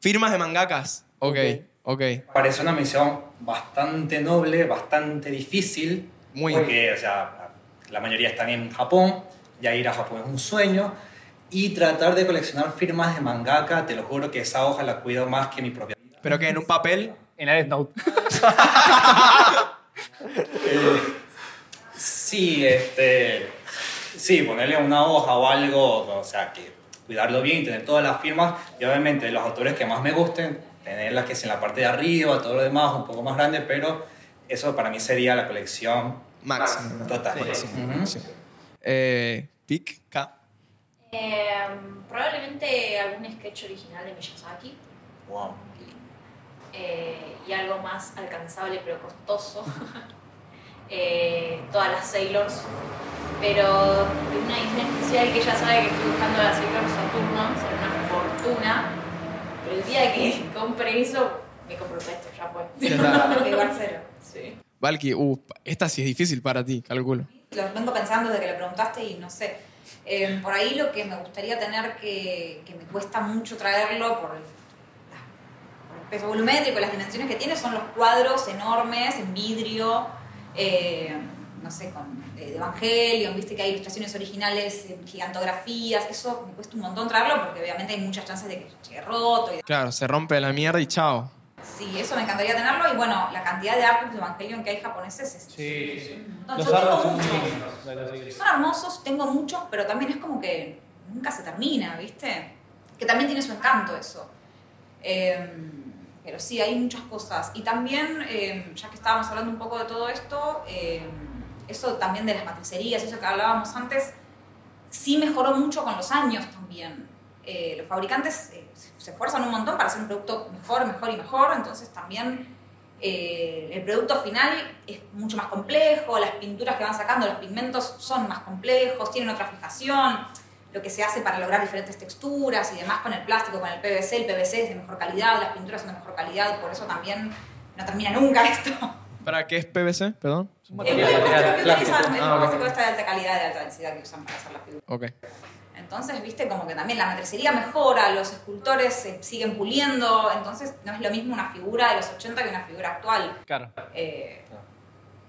Speaker 1: Firmas de mangakas. Ok, ok.
Speaker 5: Parece una misión bastante noble, bastante difícil.
Speaker 1: Muy.
Speaker 5: Porque, o sea, la mayoría están en Japón, ya ir a Japón es un sueño. Y tratar de coleccionar firmas de mangaka, te lo juro que esa hoja la cuido más que mi propia.
Speaker 1: Pero que en un papel.
Speaker 3: En Ares Note.
Speaker 5: Eh, Sí, este. Sí, ponerle una hoja o algo, o sea, que cuidarlo bien, tener todas las firmas. Y obviamente, los autores que más me gusten, tenerlas que es en la parte de arriba, todo lo demás, un poco más grande, pero eso para mí sería la colección
Speaker 1: Max.
Speaker 5: total. Ujú.
Speaker 1: Sí. Eh, Pic, K.
Speaker 9: Eh, probablemente algún sketch original de Miyazaki.
Speaker 5: Wow.
Speaker 9: eh, y algo más alcanzable pero costoso. Eh, todas las Sailors, pero de una isla especial que ya sabe que estoy buscando la Sailor Saturno, será una fortuna. Pero el día que compre eso, me compro un resto, ya fue.
Speaker 1: Ya está.
Speaker 9: Me va a cero. Sí.
Speaker 1: Valky, uh, esta sí es difícil para ti, calculo.
Speaker 8: Los vengo pensando desde que lo preguntaste y no sé. Eh, por ahí lo que me gustaría tener que, que me cuesta mucho traerlo por el, la- por el peso volumétrico, las dimensiones que tiene, son los cuadros enormes en vidrio, eh, no sé, con eh, de Evangelion, viste que hay ilustraciones originales, en gigantografías, eso me cuesta un montón traerlo porque obviamente hay muchas chances de que llegue roto y
Speaker 1: Claro, se rompe la mierda y chao.
Speaker 8: Sí, eso me encantaría tenerlo. Y bueno, la cantidad de artbooks de Evangelion que hay japoneses es.
Speaker 6: Sí, sí.
Speaker 8: No, yo tengo
Speaker 6: son
Speaker 8: muchos.
Speaker 6: lindos. Dale, dale, dale.
Speaker 8: Son hermosos, tengo muchos, pero también es como que nunca se termina, ¿viste? Que también tiene su encanto eso. Eh, pero sí, hay muchas cosas. Y también, eh, ya que estábamos hablando un poco de todo esto, eh, eso también de las matricerías, eso que hablábamos antes, sí mejoró mucho con los años también. Eh, los fabricantes eh, se esfuerzan un montón para hacer un producto mejor, mejor y mejor, entonces también eh, el producto final es mucho más complejo, las pinturas que van sacando, los pigmentos son más complejos, tienen otra fijación, lo que se hace para lograr diferentes texturas y demás con el plástico, con el PVC, el PVC es de mejor calidad, las pinturas son de mejor calidad, por eso también no termina nunca esto.
Speaker 1: ¿Para qué es PVC? Perdón.
Speaker 8: El
Speaker 2: Material,
Speaker 8: plástico que
Speaker 5: plástico.
Speaker 8: utilizan, el
Speaker 1: Ah, ok.
Speaker 8: plástico está de alta calidad, de alta densidad que usan para hacer las figuras.
Speaker 1: Ok.
Speaker 8: Entonces, viste, como que también la matricería mejora, los escultores se siguen puliendo, entonces no es lo mismo una figura de los 80 que una figura actual.
Speaker 3: Claro.
Speaker 8: Eh,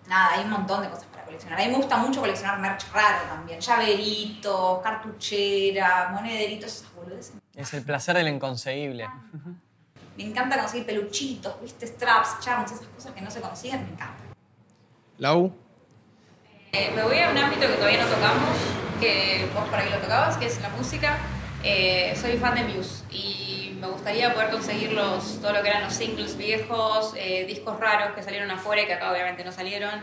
Speaker 8: Nada, hay un montón de cosas para coleccionar. A mí me gusta mucho coleccionar merch raro también. Llaveritos, cartuchera, monederitos, esas boludeces.
Speaker 2: Es el placer del inconseguible.
Speaker 8: Me encanta conseguir peluchitos, viste, straps, charms, esas cosas que no se consiguen, me encanta.
Speaker 1: La U.
Speaker 9: Eh, me voy a un ámbito que todavía no tocamos, que vos por ahí lo tocabas, que es la música. Eh, soy fan de Muse y me gustaría poder conseguir los, todo lo que eran los singles viejos, eh, discos raros que salieron afuera y que acá obviamente no salieron.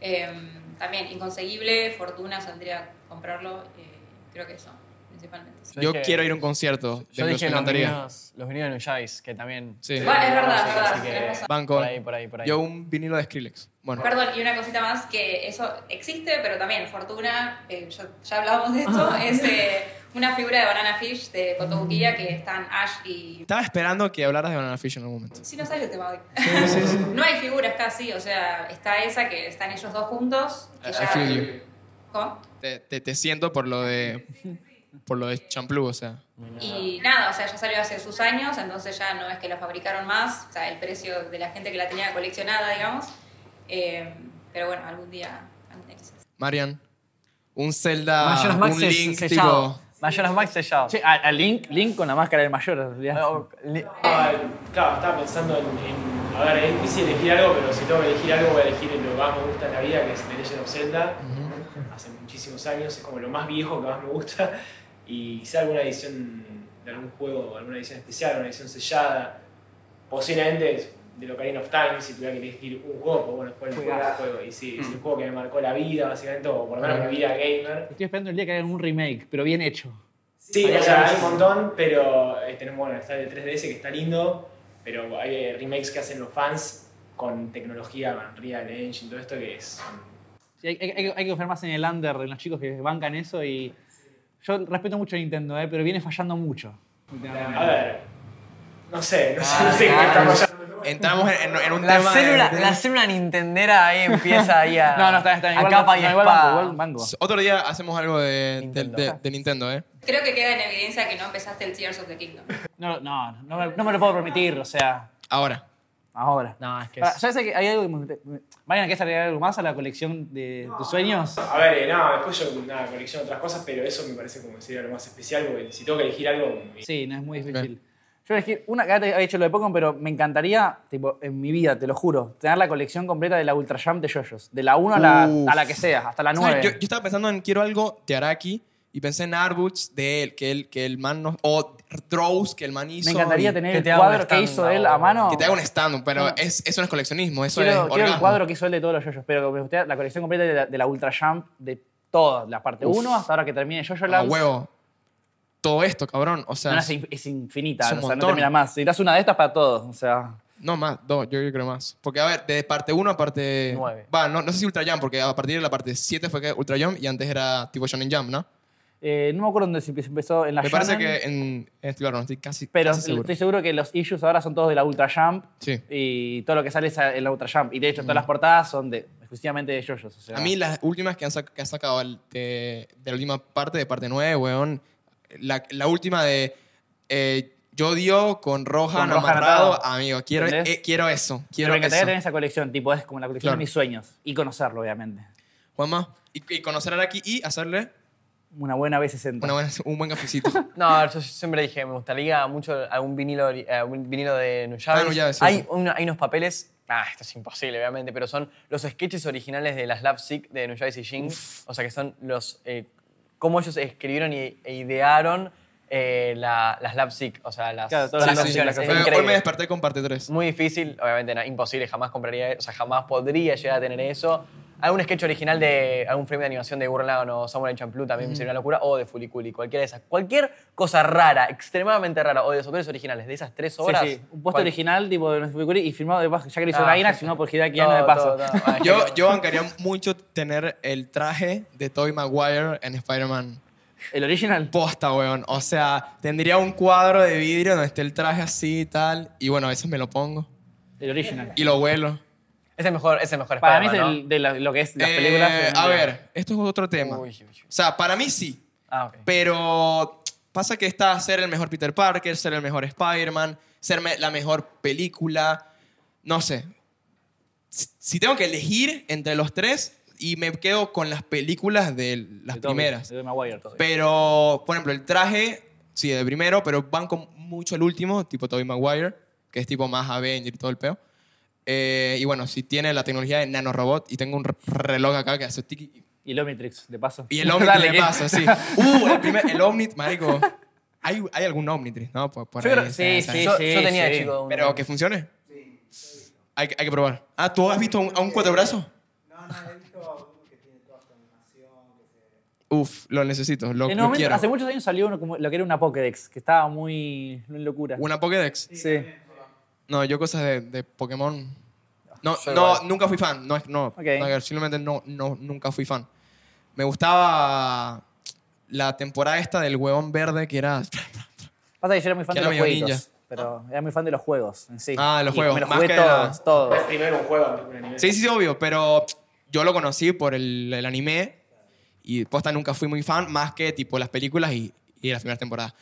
Speaker 9: Em, también inconseguible, fortuna, saldría a comprarlo. eh, creo que eso, principalmente. sí.
Speaker 1: Yo
Speaker 2: dije-
Speaker 1: quiero ir a un concierto.
Speaker 2: Yo
Speaker 1: de
Speaker 2: dije los
Speaker 1: Encantaría.
Speaker 2: vinilos, los vinilos de Nujabes, que también.
Speaker 1: Sí.
Speaker 9: Bueno, es verdad, es verdad.
Speaker 2: Así que-
Speaker 9: tenés razón.
Speaker 1: Banco.
Speaker 2: Por ahí, por ahí, por ahí.
Speaker 1: Yo un vinilo de Skrillex. Bueno.
Speaker 9: Perdón, y una cosita más, que eso existe, pero también Fortuna, eh, yo- ya hablábamos de esto, es eh, una figura de Banana Fish de Cotobuquilla que están Ash y...
Speaker 1: Estaba esperando que hablaras de Banana Fish en algún momento.
Speaker 9: Si no sale el tema hoy. No hay figuras casi, o sea, está esa que están ellos dos juntos. que
Speaker 1: I
Speaker 9: ya-
Speaker 1: feel you.
Speaker 8: ¿Cómo?
Speaker 1: Te, te, te siento por lo de. Por lo de champlú, o sea.
Speaker 8: Y nada, o sea, ya salió hace sus años, entonces ya no es que la fabricaron más, o sea, el precio de la gente que la tenía coleccionada, digamos. Eh, pero bueno, algún día. algún día quizás.
Speaker 1: Marian, un Zelda.
Speaker 2: Majora's Max
Speaker 1: un
Speaker 2: se-
Speaker 1: Link,
Speaker 2: sellado.
Speaker 1: tipo.
Speaker 2: Majora's Max sellado.
Speaker 3: Che, a, a Link, Link con la máscara del mayor. en realidad.
Speaker 2: Oh, li-
Speaker 6: Ah, claro, estaba pensando en, en- A ver, es difícil elegir algo, pero si tengo que elegir algo, voy a elegir lo que más me gusta en la vida, que es The Legend of Zelda. Hace muchísimos años, es como lo más viejo que más me gusta. Y quizá alguna edición de algún juego, alguna edición especial, una edición sellada. Posiblemente de Locarina of Time, si tuviera que elegir un juego, pues bueno, fue el juego,
Speaker 3: Juegazo.
Speaker 6: juego. Y sí, es
Speaker 1: Mm.
Speaker 6: el juego que me marcó la vida, básicamente, o por lo menos mi vida gamer.
Speaker 3: Estoy esperando el día que hagan un remake, pero bien hecho.
Speaker 6: Sí, o sea, hay un montón, pero eh, tenemos, bueno, está el 3DS que está lindo, pero hay eh, remakes que hacen los fans con tecnología, con Unreal Engine, todo esto que es...
Speaker 3: Sí, hay, hay- hay que- hay que confiar más en el under, en los chicos que bancan eso y... Yo respeto mucho a Nintendo, eh, pero viene fallando mucho. Ah,
Speaker 6: A ver, no sé, no sé, no sé qué está pasando.
Speaker 1: Entramos en, en un
Speaker 2: La
Speaker 1: tema. de-
Speaker 2: célula,
Speaker 1: de-
Speaker 2: la célula nintendera ahí empieza ahí a,
Speaker 3: No, no, está, está.
Speaker 2: a
Speaker 3: Igual,
Speaker 2: capa y
Speaker 3: no, igual
Speaker 2: espada.
Speaker 3: banco, igual banco.
Speaker 1: Otro día hacemos algo de de- de- de Nintendo, ¿eh?
Speaker 8: Creo que queda en evidencia que no empezaste el Tears of the Kingdom.
Speaker 3: No, no, no, me, no me lo puedo permitir, o sea,
Speaker 1: Ahora.
Speaker 3: ahora.
Speaker 2: No, es que
Speaker 3: Ahora,
Speaker 2: es-
Speaker 3: ¿Sabes que hay algo que me- Mariana, ¿quieres agregar algo más a la colección de tus sueños?
Speaker 6: A ver, eh, no, después yo nada, colecciono otras cosas, pero eso me parece como sería lo más especial, porque si tengo que elegir algo... me-
Speaker 3: Sí, no es muy difícil. Yo elegí una que había hecho lo de Pokémon, pero me encantaría, tipo, en mi vida, te lo juro, tener la colección completa de la Ultra Jam de Yoyos. De la 1 a la,
Speaker 1: Uf.
Speaker 3: a la que sea, hasta la 9.
Speaker 1: ¿Sabes? Yo, yo estaba pensando en quiero algo de Araki y pensé en Arbuts de él, que el, que el man no. O Draws que el man hizo.
Speaker 3: me encantaría
Speaker 1: y-
Speaker 3: tener
Speaker 2: que
Speaker 3: el
Speaker 2: te haga un
Speaker 3: cuadro que
Speaker 2: stand
Speaker 3: hizo
Speaker 2: ahora.
Speaker 3: él a mano. Ah.
Speaker 1: Que te haga un stand, pero es, eso no es coleccionismo, eso
Speaker 3: quiero,
Speaker 1: es.
Speaker 3: quiero el
Speaker 1: orgasmo.
Speaker 3: cuadro que hizo él de todos los yoyos, pero me gustaría la colección completa de la, de la Ultra Jump de todas, la parte 1 hasta ahora que termine Yoyo
Speaker 1: Toma
Speaker 3: Land.
Speaker 1: huevo. Todo esto, cabrón. O sea,
Speaker 3: No, no, es, in- es infinita,
Speaker 1: Es un
Speaker 3: o sea, no
Speaker 1: montón.
Speaker 3: termina más. Si das una de estas para todos, o sea.
Speaker 1: no más, dos, yo, yo creo más. Porque, a ver, de parte 1 a parte.
Speaker 2: Nueve.
Speaker 1: Va, no, no sé si Ultra Jam, porque a partir de la parte 7 fue que Ultra Jam y antes era tipo Shonen Jam, ¿no?
Speaker 3: eh, no me acuerdo dónde se empe- empezó en la
Speaker 1: Me parece
Speaker 3: Shonen,
Speaker 1: que en, en claro, no estoy casi,
Speaker 3: Pero
Speaker 1: casi seguro.
Speaker 3: estoy seguro que los issues ahora son todos de la Ultra Jump.
Speaker 1: Sí.
Speaker 3: Y todo lo que sale es a- en la Ultra Jump. Y de hecho, todas las portadas son de, exclusivamente de yoyos. O sea,
Speaker 1: A mí las últimas que han, sac- que han sacado el- de, de la última parte, de parte 9, weón, la, la última de eh, Yo odio con Rohan
Speaker 3: Con Rohan
Speaker 1: amarrado,
Speaker 3: atado.
Speaker 1: amigo, quiero,
Speaker 3: ¿Entendés?
Speaker 1: eh, quiero eso,
Speaker 3: Pero
Speaker 1: quiero
Speaker 3: me encantaría
Speaker 1: eso.
Speaker 3: tener esa colección, tipo, es como la colección
Speaker 1: Claro.
Speaker 3: de mis sueños. Y conocerlo, obviamente.
Speaker 1: Juanma, y, y conocer a Araki y hacerle
Speaker 3: Una buena B60.
Speaker 1: una buena- un buen cafecito.
Speaker 2: No, yo siempre dije, me gustaría mucho algún vinilo, ori- eh, algún vinilo de Nuyaves.
Speaker 1: Ah, Nuyaves, sí.
Speaker 2: hay, una- hay unos papeles, ah, esto es imposible, obviamente, pero son los sketches originales de las Love Sick de Nuyaves y Jing. O sea, que son los. eh, cómo ellos escribieron y, e idearon eh, la- las Love Sick. O sea, las.
Speaker 3: Claro, todas
Speaker 2: las
Speaker 3: las canciones,
Speaker 2: canciones, es
Speaker 1: Hoy- Hoy me
Speaker 2: increíble.
Speaker 1: desperté con parte 3.
Speaker 2: Muy difícil, obviamente no, imposible, jamás compraría, o sea, jamás podría llegar a tener eso. Algún sketch original de algún frame de animación de Gurren o Samurai Champloo también me sería una locura, o de Fuliculi, cualquiera de esas. Cualquier cosa rara, extremadamente rara, o de los autores originales, de esas tres
Speaker 3: Sí,
Speaker 2: obras.
Speaker 3: sí. Un post
Speaker 2: cual-
Speaker 3: original, tipo, de Nofumi Kuri y firmado de Bas- ya que lo hizo
Speaker 2: Ah,
Speaker 3: Gainax,
Speaker 2: sí,
Speaker 3: sino por Hideaki
Speaker 2: Todo,
Speaker 3: Anno de paso.
Speaker 2: todo, todo. Ah, es
Speaker 1: Yo,
Speaker 2: que-
Speaker 1: yo bancaría mucho tener el traje de Tobey Maguire en Spider-Man.
Speaker 3: El original.
Speaker 1: Posta, weón. O sea, tendría un cuadro de vidrio donde esté el traje así y tal. Y bueno, a veces me lo pongo.
Speaker 3: El original.
Speaker 1: Y lo vuelo.
Speaker 2: Es el mejor, es el mejor
Speaker 3: Para mí es
Speaker 2: Spider-Man,
Speaker 3: el- de la- lo que es las
Speaker 1: Eh,
Speaker 3: películas.
Speaker 1: a ver, esto es otro tema.
Speaker 2: ¿no? Uy,
Speaker 1: O
Speaker 2: uy, uy.
Speaker 1: sea, para mí sí.
Speaker 2: Ah, ok.
Speaker 1: Pero pasa que está ser el mejor Peter Parker, ser el mejor Spider-Man, ser me- la mejor película. No sé. Si- Si tengo que elegir entre los tres y me quedo con las películas de las
Speaker 3: De Tobey,
Speaker 1: primeras.
Speaker 3: De Tobey Maguire.
Speaker 1: Pero, por ejemplo, el traje, sí, de primero, pero banco mucho el último, tipo Tobey Maguire, que es tipo más Avenger y todo el peo. Eh, y bueno, si tiene la tecnología de nanorobot y tengo un re- reloj acá que hace tiki.
Speaker 3: Y Lomitrix, de paso.
Speaker 1: Y el Omnit
Speaker 3: Dale,
Speaker 1: le
Speaker 3: que-
Speaker 1: pasa, sí. Uh, el, primer, el Omnit, marico. Hay, hay algún Omnitrix, ¿no? Por, por
Speaker 3: Yo
Speaker 1: ahí,
Speaker 3: creo- sí, sí.
Speaker 2: yo, yo tenía de
Speaker 3: sí.
Speaker 2: chico un-
Speaker 1: Pero que funcione. Sí. Hay, que- hay que probar. Ah, ¿tú has visto un- a un cuatro brazos?
Speaker 7: No, no, he visto uno que tiene toda su animación. Que se...
Speaker 1: Uf, lo necesito, lo,
Speaker 3: En
Speaker 1: lo
Speaker 3: un momento,
Speaker 1: quiero.
Speaker 3: hace muchos años salió uno como lo que era una Pokédex, que estaba muy, muy locura.
Speaker 1: ¿Una Pokédex?
Speaker 3: Sí.
Speaker 1: No, yo cosas de, de Pokémon. No,
Speaker 2: Soy
Speaker 1: no
Speaker 2: igual.
Speaker 1: nunca fui fan. No, es- no, no, simplemente no, no, nunca fui fan. Me gustaba la temporada esta del huevón verde que era.
Speaker 3: Pasa que yo era muy fan
Speaker 1: Que
Speaker 3: de
Speaker 1: era
Speaker 3: los
Speaker 1: medio
Speaker 3: juegos. Pero era muy fan de los juegos en sí.
Speaker 1: Ah, de los
Speaker 3: Y
Speaker 1: juegos,
Speaker 3: Me los
Speaker 1: más
Speaker 3: jugué
Speaker 1: que de
Speaker 3: todos,
Speaker 1: la-
Speaker 3: todos.
Speaker 6: Es primero un juego antes que un anime.
Speaker 1: Sí, sí, sí, obvio, pero yo lo conocí por el, el anime y posta nunca fui muy fan, más que tipo las películas y, y las primeras temporadas.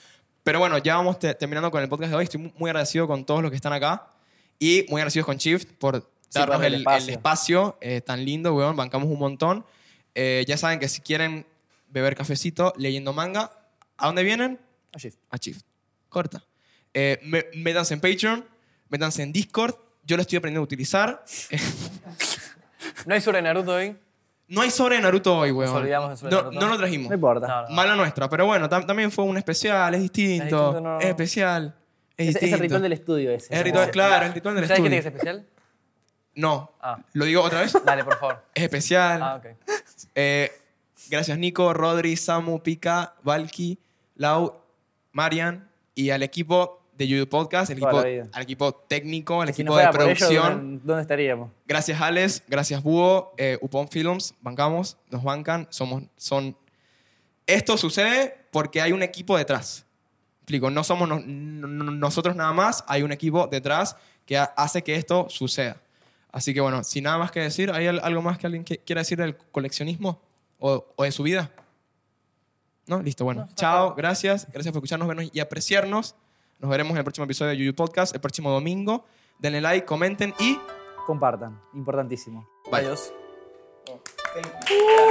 Speaker 1: Pero bueno, ya vamos te- terminando con el podcast de hoy. Estoy mu- muy agradecido con todos los que están acá y muy agradecidos con Shift por darnos
Speaker 3: por el
Speaker 1: el, el espacio,
Speaker 3: espacio.
Speaker 1: eh, tan lindo, weón. Bancamos un montón. Eh, ya saben que si quieren beber cafecito leyendo manga, ¿a dónde vienen?
Speaker 3: Así.
Speaker 1: a Shift. Corta. Eh, me- métanse en Patreon, métanse en Discord. Yo lo estoy aprendiendo a utilizar.
Speaker 2: ¿No hay sobre Naruto hoy?
Speaker 1: No hay sobre de Naruto hoy, weón.
Speaker 2: olvidamos de sobre
Speaker 1: no,
Speaker 2: Naruto.
Speaker 1: no lo trajimos.
Speaker 3: No importa.
Speaker 2: No, no.
Speaker 1: Mala nuestra, pero bueno, tam- también fue un especial, es distinto. Es,
Speaker 2: Es distinto, no.
Speaker 1: especial. Es,
Speaker 3: Es, es
Speaker 1: distinto.
Speaker 3: el ritual del estudio ese.
Speaker 1: Es el ritual, claro, el ritual del
Speaker 2: ¿Sabes qué
Speaker 1: estudio.
Speaker 2: tiene que ser especial?
Speaker 1: No.
Speaker 2: Ah.
Speaker 1: ¿Lo digo otra vez?
Speaker 2: Dale, por favor.
Speaker 1: Es especial.
Speaker 2: Ah, ok.
Speaker 1: Eh, gracias, Nico, Rodri, Samu, Pica, Valky, Lau, Marian y al equipo de YouTube Podcast, el
Speaker 3: Toda
Speaker 1: equipo,
Speaker 3: la vida.
Speaker 1: al equipo técnico, al
Speaker 3: Si no
Speaker 1: equipo de
Speaker 3: fuera por ellos,
Speaker 1: producción.
Speaker 3: ¿dónde- ¿dónde estaríamos?
Speaker 1: Gracias, Alex. Gracias, Búho. eh, Upon Films. Bancamos, nos bancan. Somos, son... Esto sucede porque hay un equipo detrás. Explico, no somos no- no- nosotros nada más, hay un equipo detrás que ha- hace que esto suceda. Así que bueno, sin nada más que decir, ¿hay al- algo más que alguien que- quiera decir del coleccionismo o, o de su vida? ¿No? Listo, bueno. Chao, gracias. Gracias por escucharnos, vernos y apreciarnos. Nos veremos en el próximo episodio de Yuyu Podcast, el próximo domingo. Denle like, comenten y
Speaker 3: Compartan. Importantísimo.
Speaker 1: Bye.
Speaker 2: Adiós.
Speaker 6: Thank you.
Speaker 1: Uh.